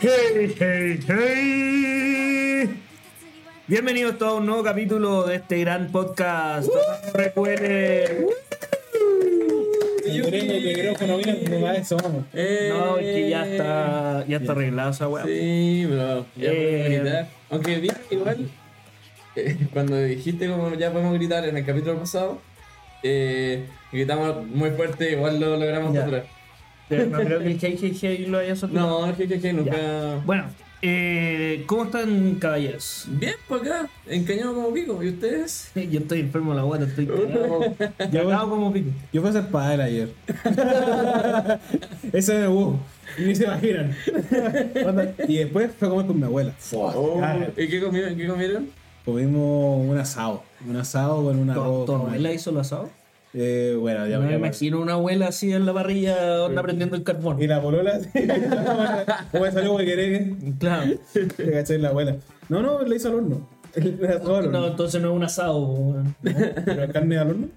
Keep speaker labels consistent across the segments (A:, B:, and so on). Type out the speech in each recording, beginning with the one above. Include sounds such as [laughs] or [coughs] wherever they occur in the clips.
A: Hey, hey, hey. Bienvenidos todos a un nuevo capítulo de este gran podcast. Recuerden.
B: Prende el micrófono, mira cómo va eso, vamos.
C: Eh,
A: No, es que ya está, ya está arreglado esa weá.
C: Sí, bro. Ya
A: Eh.
C: podemos gritar. Aunque bien, igual, eh, cuando dijiste como ya podemos gritar en el capítulo pasado, eh, gritamos muy fuerte, igual lo logramos
A: Ya.
C: capturar.
A: Eh, No creo que el hey, hey, hey lo haya soltado.
C: No, es que, que, que nunca.
A: Ya. Bueno, eh, ¿cómo están, caballeros? [laughs]
C: Bien, por acá, encañado como pico. ¿Y ustedes?
A: Yo estoy enfermo de la guata, estoy cagado. cagado como pico.
B: Yo fui a ser padre ayer. Ese me hubo. Ni se imaginan. Onda, y después fue a comer con mi abuela.
C: Oh,
B: Ah.
C: ¿Y qué comieron? ¿Qué comieron?
B: Comimos un asado. Un asado con un
A: ¿Tu
B: arroz.
A: tu
B: con-
A: abuela hizo el asado?
B: Eh, bueno, ya
A: Yo me
B: ya-
A: imagino una abuela así en la parrilla, onda prendiendo el carbón.
B: Y la polola. [laughs] ¿Cómo me salió huequereque?
A: Claro.
B: Le caché en la abuela. No, no, le hizo al horno. Le asó al
A: No,
B: horno.
A: entonces no es un asado, po, weón.
B: ¿Pero el carne al horno?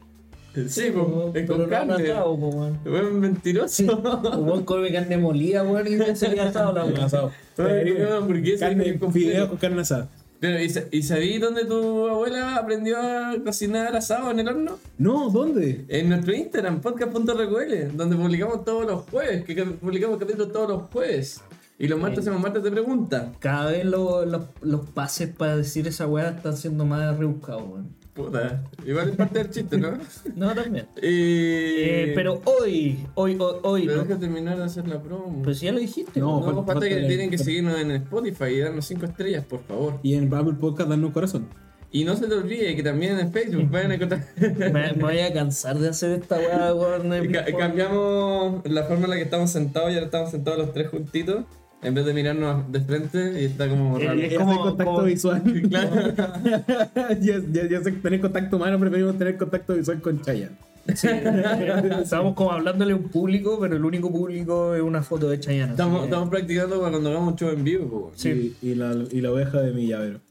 C: Sí,
A: Pero
C: po, es con
A: no es un
C: carne.
A: asado, po, weón.
C: Buen
A: Sí.
C: mentiroso.
A: Un buen come carne molida, weón, y ya sería asado la
B: Un
A: weón.
B: asado.
C: [laughs]
B: Eh,
C: Ay, qué hamburguesa,
B: Carne,
C: qué completo.
B: fideos con carne asada.
C: Pero, ¿y, sa- ¿Y sabí dónde tu abuela aprendió a cocinar asado en el horno?
B: No, ¿dónde?
C: En nuestro Instagram, podcast.recuele, donde publicamos todos los jueves, que cap- publicamos capítulos todos los jueves. Y los martes hacemos martes de preguntas.
A: Cada vez lo- los, los pases para decir esa weá están siendo más rebuscados, weón.
C: Puta, igual es parte del
A: [laughs]
C: chiste, ¿no?
A: No, también.
C: Eh,
A: Eh, pero hoy, hoy, hoy, hoy.
C: Pero
A: no.
C: deja terminar de hacer la promo.
A: Pues ya lo dijiste.
B: No,
C: no,
B: falta-
C: falta que
B: falta-
C: tienen que seguirnos en Spotify y darnos 5 estrellas, por favor.
B: Y en Apple Podcast darnos un corazón.
C: Y no se te olvide que también en Facebook pueden encontrar...
A: Me, me voy a cansar de hacer esta weá, weón.
C: Y ca- cambiamos la forma en la que estamos sentados y ahora estamos sentados los tres juntitos en vez de mirarnos de frente y está como
A: Eh,
C: raro.
A: Es
B: Ya
A: como-
B: sé contacto
A: como-
B: visual.
C: [laughs] Claro.
B: [laughs] ya, ya, ya sé que tener contacto humano, preferimos tener contacto visual con Chayanne.
A: Sí. Estábamos como hablándole a un público, pero el único público es una foto de Chayanne. así
C: Estamos,
A: que-
C: estamos practicando para cuando hagamos un show en vivo. po.
A: Sí.
B: Y, y la, y la oveja de mi llavero.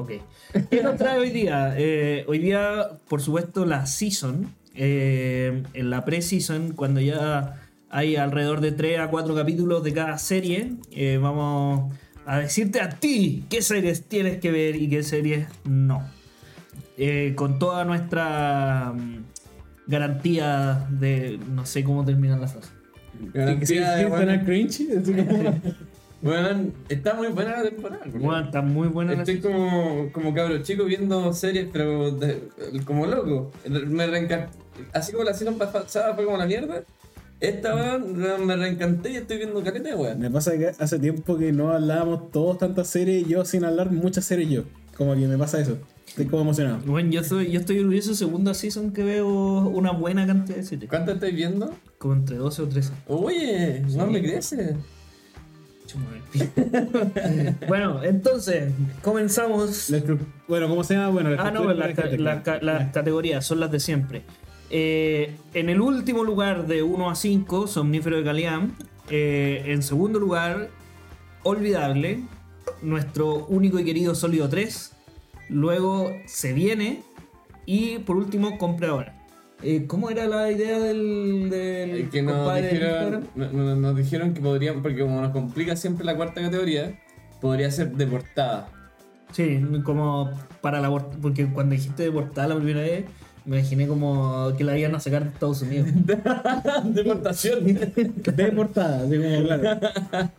A: Ok. ¿Qué nos trae hoy día? Eh, hoy día, por supuesto, la season. eh, en la pre-season, cuando ya hay alrededor de 3 a 4 capítulos de cada serie, eh, vamos a decirte a ti qué series tienes que ver y qué series no. Eh, con toda nuestra mm, garantía de. No sé cómo terminar la frase.
B: Sí, que sí,
C: Garantía de,
B: sí, suena
C: bueno,
B: cringe. así como-
C: bueno, está muy buena la temporada. po.
A: Bueno, está muy buena la
C: Estoy como, como cabro chico viendo series, pero de- como loco. Me reencan- Así como la season pasada fue como la mierda.
A: Mm.
C: Esta weón, me reencanté y estoy viendo caleta, weón.
B: [laughs] me pasa que hace tiempo que no hablábamos todos tantas series, yo sin hablar muchas series yo. Como que me pasa eso. Estoy como emocionado.
A: Bueno, yo estoy, yo estoy orgulloso, segunda season que veo una buena cantidad de series.
C: ¿Cuánto estáis viendo?
A: Como entre 12 o 13.
C: Oye, no me crece.
A: Chuma del pie. [laughs] bueno, entonces, comenzamos.
B: La estru- bueno, ¿cómo se llama? Bueno, la
A: Ah, no,
B: estructura
A: las,
B: de
A: ca-
B: la
A: las ca- las categorías son las de siempre. Eh, en el último lugar de 1 a 5, Somnífero de Galeán. Eh, en segundo lugar, Olvidable, nuestro único y querido Sólido 3. Luego, Se Viene. Y por último, Compra Ahora. Eh, ¿Cómo era la idea del, del
C: Eh, que nos
A: compadre del
C: dijeron,
A: Instagram?
C: no- no- nos dijeron que podrían, porque como nos complica siempre la cuarta categoría, podría ser deportada.
A: Sí, como para la bor- porque cuando dijiste deportada la primera vez, me imaginé como que la iban a sacar de Estados Unidos.
C: Deportación.
B: De portada, así como claro.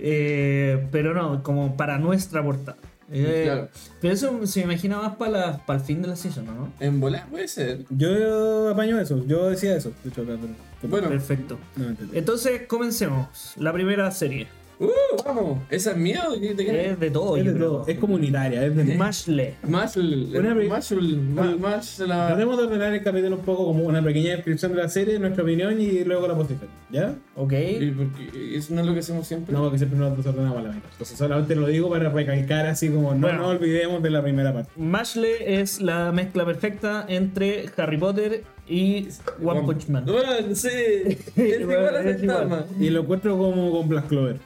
A: Eh, pero no, como para nuestra portada. Eh,
C: Claro.
A: Pero eso se me imagina más para, la- para el fin de la season, ¿no?
C: En volar puede ser.
B: Yo apaño eso, yo decía eso. De hecho, acá, pero- pero-
C: Bueno,
A: Perfecto.
B: no me entendí.
A: Entonces, comencemos. La primera serie.
C: uh, vamos. Esa es miedo.
A: Es de todo,
B: Es
A: yo
B: de
A: creo.
B: todo, es comunitaria, es de
A: Mashle.
C: Más,
B: Una vez-
C: más, más la.
B: Tratemos de ordenar el capítulo un poco como una pequeña descripción de la serie, nuestra opinión y luego la posición. ¿Ya?
A: Ok.
C: y porque Eso no es lo que hacemos siempre.
B: No, porque siempre nos desordenamos a la mitad. Entonces solamente lo digo para recalcar así como no
A: Bueno.
B: nos olvidemos de la primera parte.
A: Mashle es la mezcla perfecta entre Harry Potter y One Punch Man.
C: Bueno, sí. Es igual
A: Bueno,
C: a
A: es
C: Saitama.
B: Y lo encuentro como con Black Clover.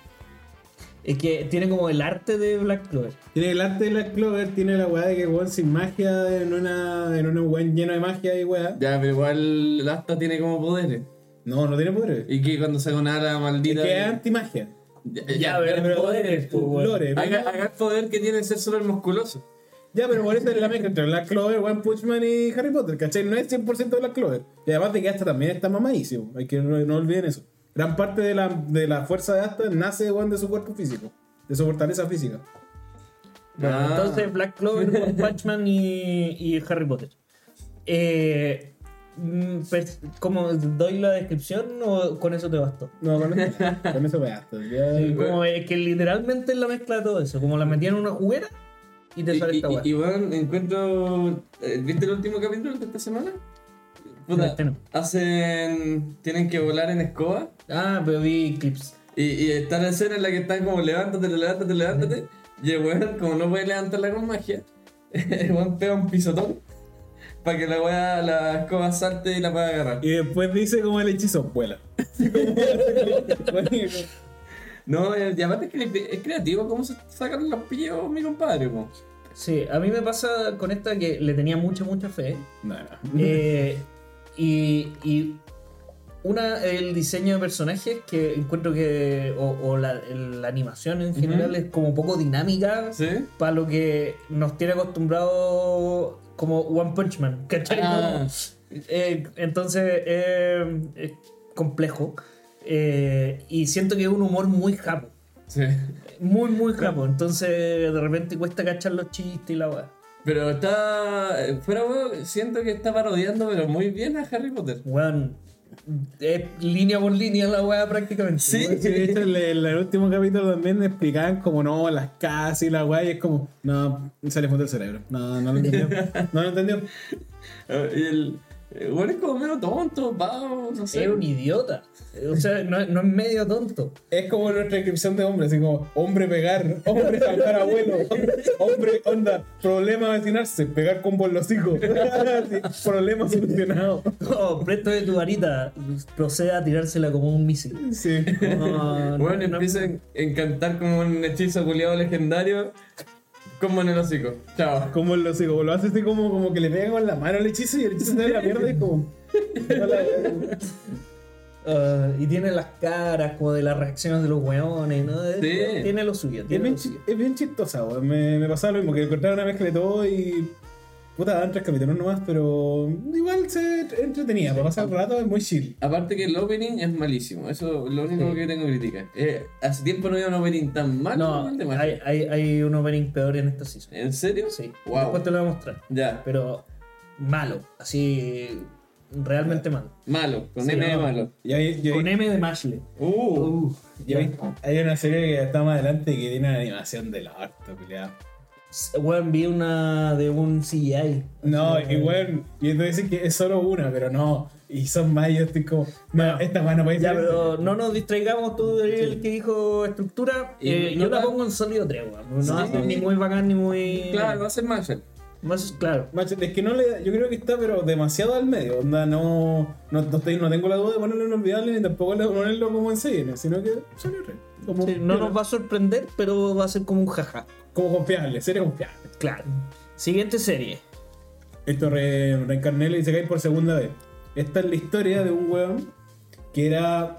A: Es que tiene como el arte de Black Clover.
B: Tiene el arte de Black Clover, tiene la weá de que weón sin magia en una en un weón lleno de magia y weá.
C: Ya, pero igual el asta tiene como poderes.
B: No, no tiene poderes.
C: Y que cuando se una la
B: Es
C: maldita.
B: que es antimagia.
C: Ya,
A: Ya,
C: ya,
A: a ver,
B: pero-
A: poderes, pues, weón.
B: Lore,
C: Haga, haga el poder que tiene ser solo el musculoso.
B: Ya, pero por eso es la mezcla entre Black Clover, One Punch Man y Harry Potter, ¿cachai? No es 100% Black Clover. Y además de que Asta también está mamadísimo, hay que no, no olviden eso. Gran parte de la, de la fuerza de Asta nace weón, de su cuerpo físico, de su fortaleza física.
A: Bueno,
C: Ah.
A: entonces Black Clover,
C: [laughs]
A: One Punch Man y, y Harry Potter. Eh, mm, pers- ¿Cómo doy la descripción o con eso te bastó? Mm,
B: No, con eso, con eso fue Asta. ya-
A: Como
C: pues.
A: es que literalmente es la mezcla de todo eso. Como la metían en una juguera y te
C: Y,
A: sale
C: y,
A: esta weá.
C: y- y, weón, encuentro. eh, ¿Viste el último capítulo de esta semana?
A: No, este no.
C: Hacen. Tienen que volar en escoba.
A: Ah, pero vi clips.
C: Y, y está la escena en la que están como levántate, levántate, levántate. Y el weón, como no puede levantarla con magia, [laughs] el weón pega un pisotón para que la weá, la escoba salte y la pueda agarrar.
B: Y después dice como el hechizo, vuela. [laughs]
C: No, y y aparte es, cre- es creativo cómo se sacan los pillos, mi compadre. po.
A: Sí, a mí me pasa con esta que le tenía mucha, mucha fe.
B: no, no.
A: Eh, y, y una, el diseño de personajes que encuentro que, o, o la, el- la animación en general
C: Ujú.
A: es como poco dinámica
C: ¿Sí?
A: para lo que nos tiene acostumbrado como One Punch Man, ¿cachai?
C: Ah.
A: Como, eh, entonces eh, es complejo Eh, y siento que es un humor muy japo,
C: Sí.
A: muy muy japo, entonces de repente cuesta cachar los chistes y la weá.
C: Pero está. eh, Fuera, weón, siento que está parodiando, pero muy bien a Harry Potter.
A: Weón, es línea por línea la weá prácticamente. [laughs]
C: Sí.
A: weón.
B: Sí, de hecho, en el, el último capítulo también explicaban como no, las casas y la guay, y es como, no, se le fundió el cerebro. No, no lo entendió. No lo entendió.
C: Eh, Y el. el weón es como medio tonto, vago, no sé.
A: Es un idiota. O sea, no, no es medio tonto.
B: Es como nuestra descripción de hombre, así como hombre pegar, hombre saltar abuelo, hombre onda, problema vecinarse, pegar con los hijos. Así, problema solucionado.
A: Oh, presto de tu varita, procede a tirársela como un
C: [laughs]
A: misil.
B: Sí.
A: No, no,
C: Bueno,
A: no.
C: empieza a encantar como un hechizo culiado legendario. Como en el hocico. Chao.
B: Como los hijos, lo hace así como, como que le pega con la mano el hechizo y el hechizo se da la mierda y es como.
A: Ah, y tiene las caras como de las reacciones de los weones, ¿no? Es-
C: Sí.
A: Tiene lo suyo.
B: Es
A: Tiene
B: bien,
A: lo
B: chi-
A: suyo.
B: es bien chistosa, weón. Me, me pasaba lo mismo, que encontraba una mezcla de todo y. Puta, dan tres capítulos nomás, pero. Igual se entretenía, para pasar el rato es muy chill.
C: Aparte que el opening es malísimo. Eso es lo único
A: Sí.
C: que tengo crítica. Eh, hace tiempo no había un opening tan malo
A: No,
C: como el de Mario.
A: hay, hay, hay un opening peor en esta season.
C: ¿En serio?
A: Sí.
C: Wow.
A: Después te lo voy a mostrar.
C: Ya.
A: Pero malo. Así, realmente malo.
C: Malo. Con
A: Sí,
C: M de
A: no.
C: malo.
B: Y ahí, yo-
A: Con M de Mashle.
C: Uh.
A: Uh,
B: Yo vi- hay una serie que está más adelante que tiene una animación del orto, culiao.
A: Weón, vi una de un CGI.
B: No,
A: Así como-
B: y bueno, y entonces dicen que es solo una, pero no. Y son más, y yo estoy como, no, esta más no puede
A: Ya,
B: ser.
A: pero no nos distraigamos tú del que dijo estructura.
C: Y
A: Eh,
C: no
A: yo la
C: va-
A: pongo en sólido 3, weón. No
C: Sí.
A: va a ser ni muy bacán ni muy.
C: Claro, va a ser Marshall.
A: Más claro.
B: Macho, es que no le, yo creo que está, pero demasiado al medio. Onda, no, no, no, estoy- no tengo la duda de ponerlo inolvidable ni tampoco de ponerlo como en serie, sino que salió re. Como,
A: Sí, no nos va a sorprender, pero va a ser como un jaja.
B: como confiable, serie confiable.
A: Claro. Siguiente serie.
B: Esto re, reencarné y se cae por segunda vez. Esta es la historia de un weón que era.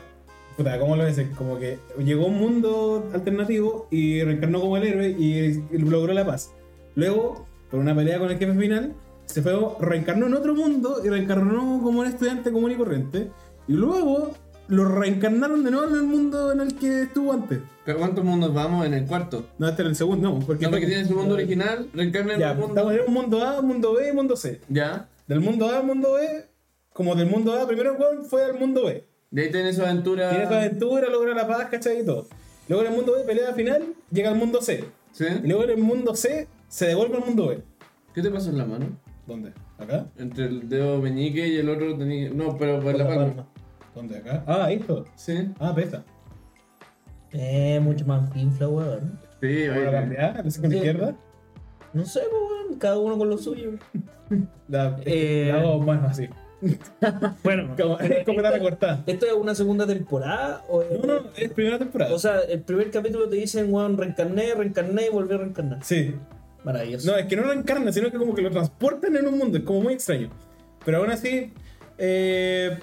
B: Puta, ¿cómo lo dices? Como que llegó a un mundo alternativo y reencarnó como el héroe y logró la paz. Luego, por una pelea con el jefe final, se fue, reencarnó en otro mundo y reencarnó como un estudiante común y corriente. Y luego lo reencarnaron de nuevo en el mundo en el que estuvo antes.
C: ¿Pero ¿Cuántos mundos vamos en el cuarto?
B: No, este era el segundo, no, porque.
C: No, porque tienes el mundo original, reencarna en
B: Ya,
C: el mundo.
B: estamos en un mundo A, mundo B y mundo C.
C: Ya.
B: Del mundo A al mundo B, como del mundo A, primero el weón fue al mundo B.
C: De ahí tienes su aventura.
B: Tiene su aventura, logra la paz, ¿cachai? Y todo. Luego en el mundo B, pelea final, llega al mundo C.
C: ¿Sí?
B: Y luego en el mundo C, se devuelve al mundo B.
C: ¿Qué te pasó en la mano?
B: ¿Dónde? ¿Acá?
C: Entre el dedo meñique y el otro tenía. No, pero por la palma.
B: ¿Dónde? ¿Acá? Ah, esto.
C: Sí.
B: Ah, pesta.
A: Eh, mucho más pinfla, weón.
C: Sí,
B: ¿Voy a
C: oye.
B: cambiar? ¿Así con la izquierda?
A: No sé, pues, weón. Cada uno con lo suyo.
B: La,
A: Eh.
B: la hago más así.
A: Bueno.
B: Como, [laughs] es como está recortada.
A: [laughs] ¿Esto es una segunda temporada? O
B: No, no, es primera temporada.
A: O sea, el primer capítulo te dicen, weón, reencarné, reencarné y volví a reencarnar.
B: sí.
A: Maravilloso.
B: No, es que no lo encarnan, sino que como que lo transportan en un mundo, es como muy extraño. Pero aún así, eh,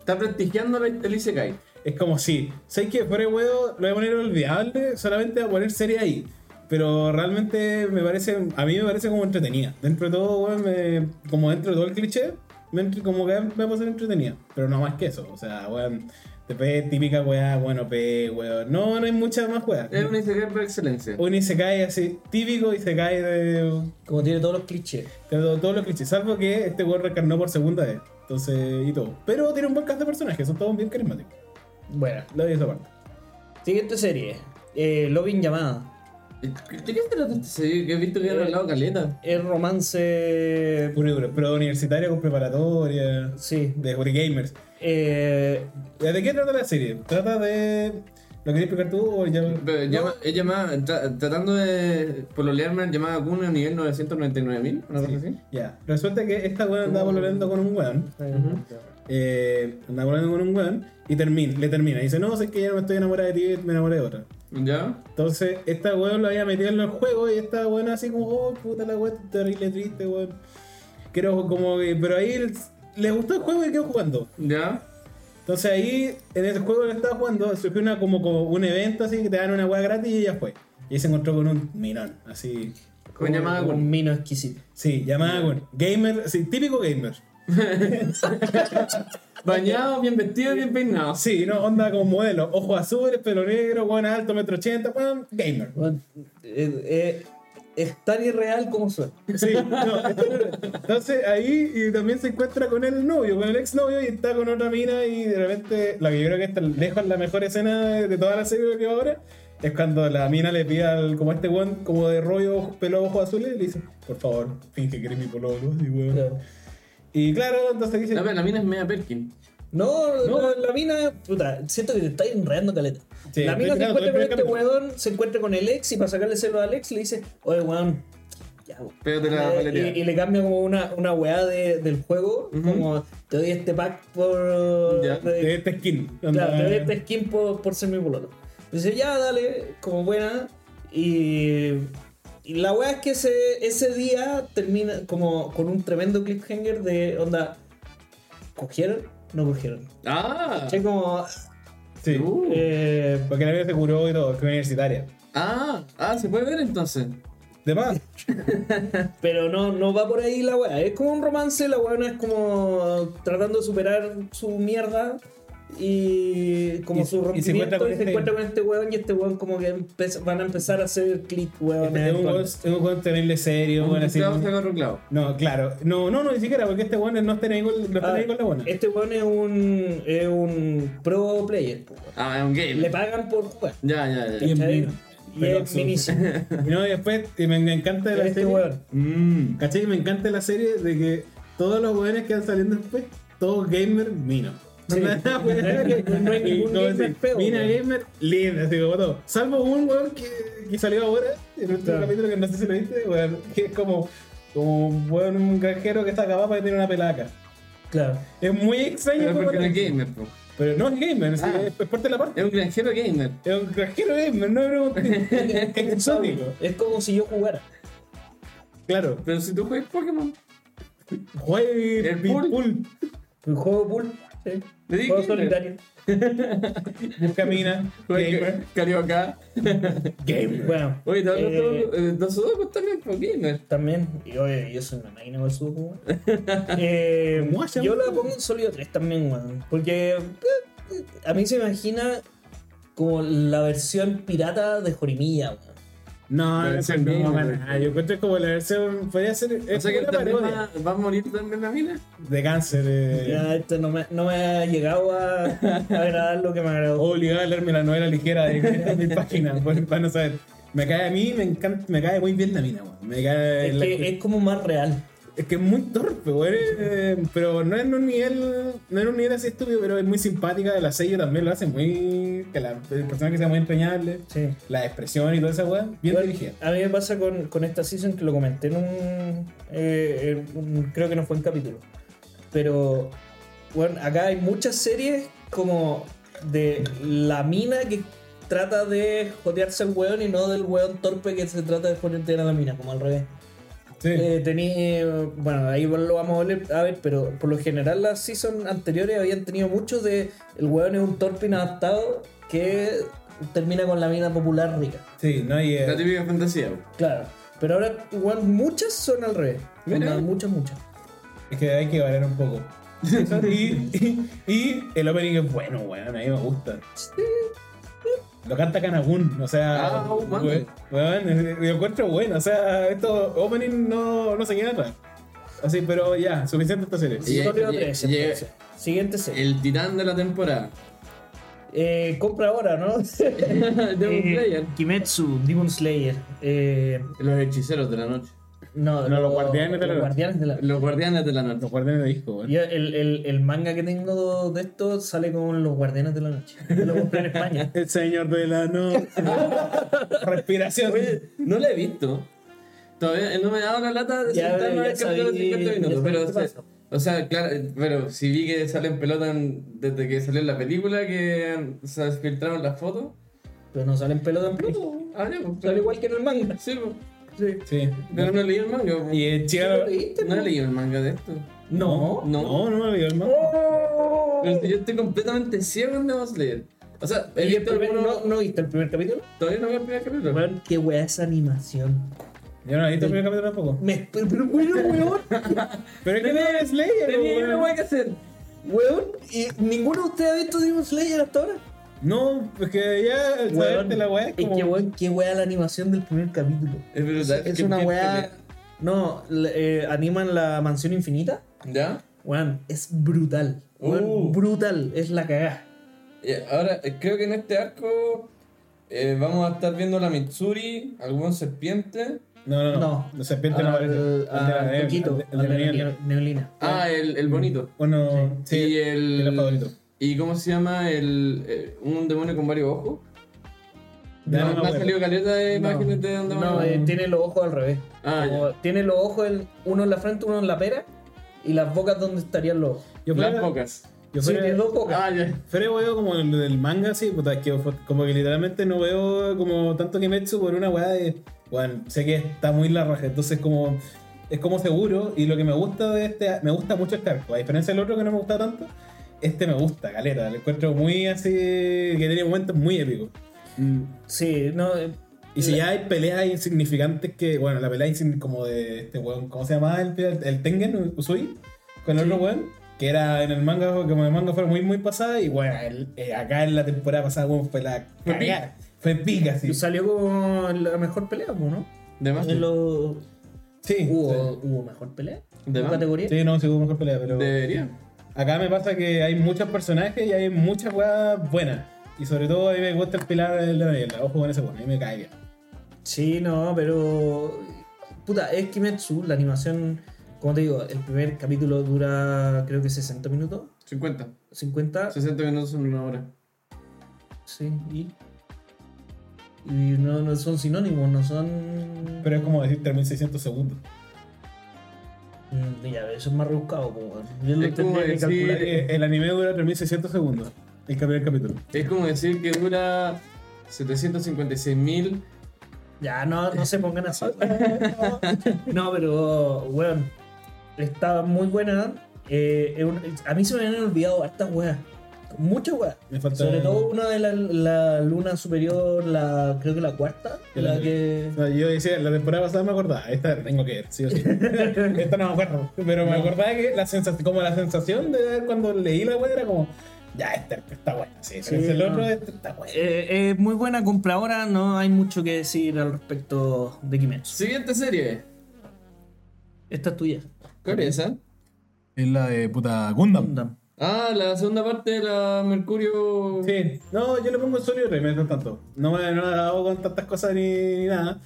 C: Está prestigiando la- el Isekai.
B: Es como si, ¿sabes que Fuera de huevo, lo voy a poner olvidable, solamente voy a poner serie ahí. Pero realmente me parece, a mí me parece como entretenida. Dentro de todo, weón, me- como dentro de todo el cliché, me entre- como que me va a ser entretenida. Pero no más que eso, o sea, weón, después típica weá, bueno, pe, weón. No, no hay muchas más weá.
C: Es un Isekai por excelencia.
B: Un Isekai así, típico Isekai de,
A: Como tiene todos los clichés.
B: de todo- todos los clichés. Salvo que este weón reencarnó por segunda vez. Entonces, y todo. Pero tiene un buen cast de personajes, son todos bien carismáticos.
A: Bueno,
B: Lo doy esa parte.
A: siguiente serie. Eh, Loving Llamada.
C: ¿De qué se trata este serie? Que he visto que han hablado caleta.
A: Es romance.
B: Puro y duro, pero universitaria con preparatoria,
A: Sí.
B: de Free Gamers.
A: Eh,
B: ¿De qué trata la serie? ¿Trata de. ¿Lo querías explicar tú o ya.?
C: Pero llama- es llamada, tra- tratando de pololearme, llamada Kun a nivel 999.000, una cosa así.
B: Ya. Resulta que esta weón andaba volviendo con un weón. Eh, andaba volviendo con un weón y termina, le termina. Dice, no, sé que ya no estoy enamorada de ti, me enamoré de otra.
C: ¿Ya?
B: Entonces, esta weón lo había metido en el juego y esta weón así como, oh, puta la weón, terrible, triste, weón. Creo como que. Pero ahí el- le gustó el juego y quedó jugando.
C: ¿Ya?
B: Entonces ahí, en el juego que estaba jugando, surgió una, como, como un evento así que te dan una weá gratis y ya fue. Y ahí se encontró con un mirón, así.
C: Con llamada
A: un-
C: Kun.
A: Un mino exquisito.
B: Sí, llamada con gamer, sí, típico gamer.
C: Bañado, bien vestido, bien peinado.
B: Sí, no, onda como modelo, ojos azules, pelo negro, weón alto, metro ochenta, weón, gamer.
A: Bueno, eh, eh, es tan irreal como suena.
B: Sí, no, entonces ahí y también se encuentra con el novio, con el exnovio y está con otra mina y de repente, la que yo creo que está lejos la mejor escena de, de toda la serie que va ahora, es cuando la mina le pide al, como a este weón, como de rollo, pelo, ojos azules, y le dice, por favor, finge que eres mi pololo, y
A: Mm.
B: weón. Y claro, entonces dice,
C: La, la mina es media Perkin.
A: No, no, la mina, puta, siento que te está enredando caleta.
B: Sí,
A: la mina
B: estoy
A: se
B: mirando,
A: encuentra con
B: estoy
A: este
B: mirando.
A: weón, se encuentra con el ex y para sacarle celo a Alex le dice, oye weón, ya, weón".
C: Pégate la
A: Eh,
C: paletea.
A: y, y le cambia como una, una weá de- del juego, como te doy este pack por.
C: Ya,
A: de-
B: de esta skin. onda, eh.
A: claro, te doy este skin por, por ser mi polola. Dice, ya dale, como buena. Y. y la weá es que ese, ese día termina como con un tremendo cliffhanger de onda. ¿Cogieron? No cogieron.
C: Ah,
A: Es como.
B: Sí.
C: Uh.
A: eh,
B: Porque la vida se curó y todo, fue universitaria.
C: ah, ah, se puede ver entonces.
B: De más,
A: pero no, no va por ahí la weá. Es como un romance, la weá es como tratando de superar su mierda. Y como
B: Y- y
A: su
B: se
A: rompimiento,
B: encuentra con
A: y se
B: este-
A: encuentra con este weón, y este weón, como que empe- van a empezar a hacer click, weón.
B: es Este un weón- es un juego terrible serio, bueno,
C: Un
B: así.
C: clavo saca otro clavo.
B: No, claro. No, no, no, ni siquiera, porque este weón no está ni ahí con, no está
A: Ah,
B: ni ahí con la buena.
A: Este weón es un, es un pro player. po, weón.
C: Ah, es un game.
A: Le pagan por jugar.
C: Ya, ya, ya.
B: Bien,
A: ¿cachai?
B: bien.
A: Y
B: Pero
A: es
B: absurdo.
A: minísimo.
B: [laughs] Y no, y después y me, me encanta la
A: Ah. este
B: serie.
A: weón.
C: Mmm.
B: ¿Cachai? Me encanta la serie de que todos los weones que van saliendo después, todos gamer mino. [laughs]
A: Sí. No hay ningún
B: Y como
A: gamer
B: decir,
A: feo,
B: Mina
A: weón.
B: gamer, linda, así como todo. Salvo un weón que, que salió ahora, en el último
A: Claro.
B: capítulo que no sé si lo viste, weón, que es como, como un weón, un granjero que está acabado para tener una pelaca.
A: Claro.
B: Es muy extraño,
C: Pero
B: como
C: porque no es
B: tal.
C: gamer, po.
B: pero no es gamer, sí,
C: Ah.
B: es, es parte de la parte.
C: Es un granjero gamer.
B: Es un granjero gamer, no es un-
A: [laughs]
B: es exótico.
A: Es como si yo jugara.
B: Claro,
C: Pero si tú juegas Pokémon,
B: juega
C: El pool.
B: pool.
A: Un juego pool. Sí.
C: Le di
A: Juego
C: gamer.
A: solitario.
B: Busca mina, gamer,
C: juegas Carioca.
B: gamer.
A: Bueno.
C: Oye, te hablo
A: eh,
C: todo- eh, dos sudokus también, po, gamer.
A: También, y oye, yo soy una máquina para el sudoku, weón.
C: [laughs]
A: Eh,
B: ¿Cómo hacen?
A: Yo la pongo en sólido 3 también, weón. Porque eh, a mí se me imagina como la versión pirata de Jorimilla, weón.
B: No,
C: Pero
B: no
C: ese
B: sé, no,
C: mismo,
B: man,
C: güey.
B: ah, Yo encuentro como la versión. Podría ser.
C: O
B: Es
C: sea que
B: una
C: también
B: parodia
C: va, va a morir también la mina.
B: de cáncer. Eh.
A: Ya, esto no me, no me ha llegado a, a agradar lo que me agradó.
B: Oh, Obligado a leerme la novela ligera de 500.000 páginas. por- Para no saber. Me cae a mí, me encanta. Me cae muy bien la mina, güey. Me cae.
A: Es
B: la-
A: que es como más real.
B: es que es muy torpe, güey. eh, pero no en un nivel. No en un nivel así estúpido, pero es muy simpática. La sello también lo hace muy. Que la, el personaje sea muy entrañable.
A: Sí.
B: La expresión y toda esa weá, bien dirigida.
A: A mí me pasa con, con esta season que lo comenté en un, eh, en un- Creo que no fue en capítulo. Pero. Bueno, acá hay muchas series como de la mina que trata de jotearse al weón y no del weón torpe que se trata de jotear a la mina, como al revés.
B: Sí.
A: Eh, tení, eh, bueno, ahí lo vamos a volver a ver, pero por lo general las season anteriores habían tenido mucho de el weón es un torpe inadaptado que termina con la mina popular rica.
B: Sí, no, y, eh,
C: La típica fantasía. güey.
A: Claro. Pero ahora igual muchas son al revés.
C: Mira.
A: Onda, Muchas, muchas.
B: es que hay que variar un poco. y, y, y el opening es bueno, weón, a mí me gusta. Lo canta Kanagun, o sea,
C: Ah, oh, man.
B: we- weón, eh, lo encuentro bueno, o sea, estos opening no, no se quedan atrás. Así, pero ya, suficiente esta serie.
C: Sí. Y-
A: Solo tengo
C: y-
A: tres,
C: y-
A: entonces. Siguiente serie.
C: El titán de la temporada. [laughs]
A: Eh, compra ahora, ¿no? [laughs]
C: Demon
D: Eh,
C: Slayer.
D: Kimetsu, Demon Slayer.
A: Eh,
C: Los hechiceros de la noche.
A: no,
B: No,
A: lo-
B: los guardianes de la-
A: los guardianes de la-
C: Los guardianes de la noche.
B: Los guardianes de disco, weón.
A: Yo, el, el, el manga que tengo de esto sale con los guardianes de la noche. [laughs] Lo compré en España.
B: El señor de la noche. Respiración.
C: Oye, no la he visto. Todavía no me he dado la lata de
A: Ya,
C: sentarme a
A: ya
C: ver capítulo
A: sabí-
C: de 50
A: ya
C: minutos.
A: sabí
C: Pero,
A: qué
C: o sea,
A: pasa.
C: o sea, claro, eh, pero si vi que salen pelotas en- desde que salió la película, que se filtraron las fotos.
A: Pero no salen pelotas en película.
C: No, ah, ya, pues,
A: Sale igual que en el manga.
C: Sí, pues.
A: Sí. eh,
B: Sí.
C: Pero no leí el manga. pues.
B: Y el chico.
A: ¿Lo leíste?
C: No pues? he leído el manga de esto.
A: No. Oh.
B: No, no me lo digas, no. ¡Oh!
C: Pero si yo estoy completamente ciego en Demon Slayer. O sea, he
A: ¿Y el
B: este
C: visto
A: primer-
C: algunos-
A: no, ¿No viste el primer capítulo?
C: Todavía no voy a primer capítulo.
A: Weón, qué weá esa animación.
B: Yo no he visto el primer capítulo tampoco.
A: Me, pero, pero bueno, weón,
B: [laughs] Pero es que no es Slayer,
C: Tenía
B: weón.
C: una hueá que hacer.
A: weón, y ninguno de ustedes ha visto Demon Slayer hasta ahora.
B: No, pues que ya el
A: Weón,
B: saberte la weá es
A: es
B: como.
A: que weón, qué weá la animación del primer capítulo.
C: Es verdad.
A: Es
C: que
A: una
C: bien
A: weá.
C: pelea.
A: No, le- eh, animan la mansión infinita.
C: ¿Ya?
A: Weón, es brutal. Weón,
C: Uh.
A: brutal, es la cagada.
C: Y ahora, eh, creo que en este arco eh, vamos a estar viendo la Mitsuri, algún serpiente.
B: No, no, no.
A: No. Ah,
B: La serpiente no aparece. El de la
A: Al
B: neve,
A: Toquito,
B: el de- el de la nieve.
A: Neblina.
C: Ah, el, el bonito.
B: Uno.
C: y
B: Sí,
C: el.
B: era favorito.
C: ¿Y cómo se llama? el eh, Un demonio con varios ojos.
B: Ya
C: No,
B: no me
C: me ha
B: acuerdo.
C: salido caleta de
A: No,
C: imágenes de un demonio.
A: no, eh, tiene los ojos al revés.
C: Ah,
A: Como tiene los ojos en- uno en la frente, uno en la pera. Y las bocas donde estarían los ojos.
B: Yo
C: Las
B: fuera.
C: pocas.
B: Yo
A: Sí, tiene
B: fuera.
A: dos bocas.
C: Ah, ya.
B: Fuera weón como el del manga, sí, puta, es que fue- como que literalmente no veo como tanto Kimetsu por una weá de. Bueno, sé que está muy la raja, entonces como. Es como seguro, y lo que me gusta de este. Me gusta mucho este arco, a diferencia del otro que no me gusta tanto, este me gusta, caleta. Lo encuentro muy así. que tiene momentos muy épicos.
C: Mm. Ah.
A: Sí, no. eh,
B: Y si ya hay peleas insignificantes que. Bueno, la pelea insign- como de este weón, ¿cómo se llamaba? El, el Tengen Usui, con el otro weón, que era en el manga, como en el manga fue muy, muy pasada. Y bueno, el- eh, acá en la temporada pasada, weón, fue la.
C: Fue pica.
B: cagada. Fue pica, sí.
A: Salió como la mejor pelea, pues, ¿no?
C: De más.
A: En los-
B: Sí,
A: ¿Hubo, ¿Hubo mejor pelea?
C: De
A: ¿Hubo
C: más.
B: sí.
A: categoría?
B: Sí, no, sí hubo mejor pelea, pero.
C: Debería.
B: Acá me pasa que hay muchos personajes y hay muchas weas buenas. Y sobre todo a mí me gusta el pilar de la mierda. Ojo con ese weón, a mí me cae bien.
A: Sí, no, pero. Puta, es Kimetsu, la animación. Como te digo, el primer capítulo dura creo que 60 minutos.
C: 50.
A: 50.
C: 60 minutos son una hora.
A: Sí, y. Y no, no son sinónimos, no son.
B: Pero es como decir 3600 segundos.
A: Mm, Ya, eso es más rebuscado, pues, weón. Yo
C: Es
A: lo
C: como
A: tendría que
C: decir-
A: calcular.
B: Eh, El anime dura 3600 segundos. El primer capítulo.
C: Es como decir que dura 756.000.
A: Ya, no, no se pongan así. no, pero, weón, estaba muy buena. Eh, es un- a mí se me habían olvidado hartas weas. Muchas weas.
B: Me falta.
A: Sobre todo una de la, la luna superior, la creo que la cuarta.
B: Ya
A: La
B: la vi.
A: que...
B: No, yo decía, la temporada pasada me acordaba, esta la tengo que ver, sí
A: [laughs]
B: o sí. esta no me acuerdo, pero me acordaba que la sensación, como la sensación de ver cuando leí la web era como, ya, esta está buena, sí, pero
A: Sí,
B: es el
A: no.
B: otro, este está bueno.
D: Eh, es muy buena compradora, no hay mucho que decir al respecto de Kimetsu.
C: Siguiente serie.
D: Esta es tuya.
C: ¿Cuál es esa?
B: Es la de puta Gundam.
D: Gundam.
C: Ah, la segunda parte de la Mercurio.
B: Sí, no, yo le pongo el sólido y me tanto. No me, no me he dado con tantas cosas ni, ni nada,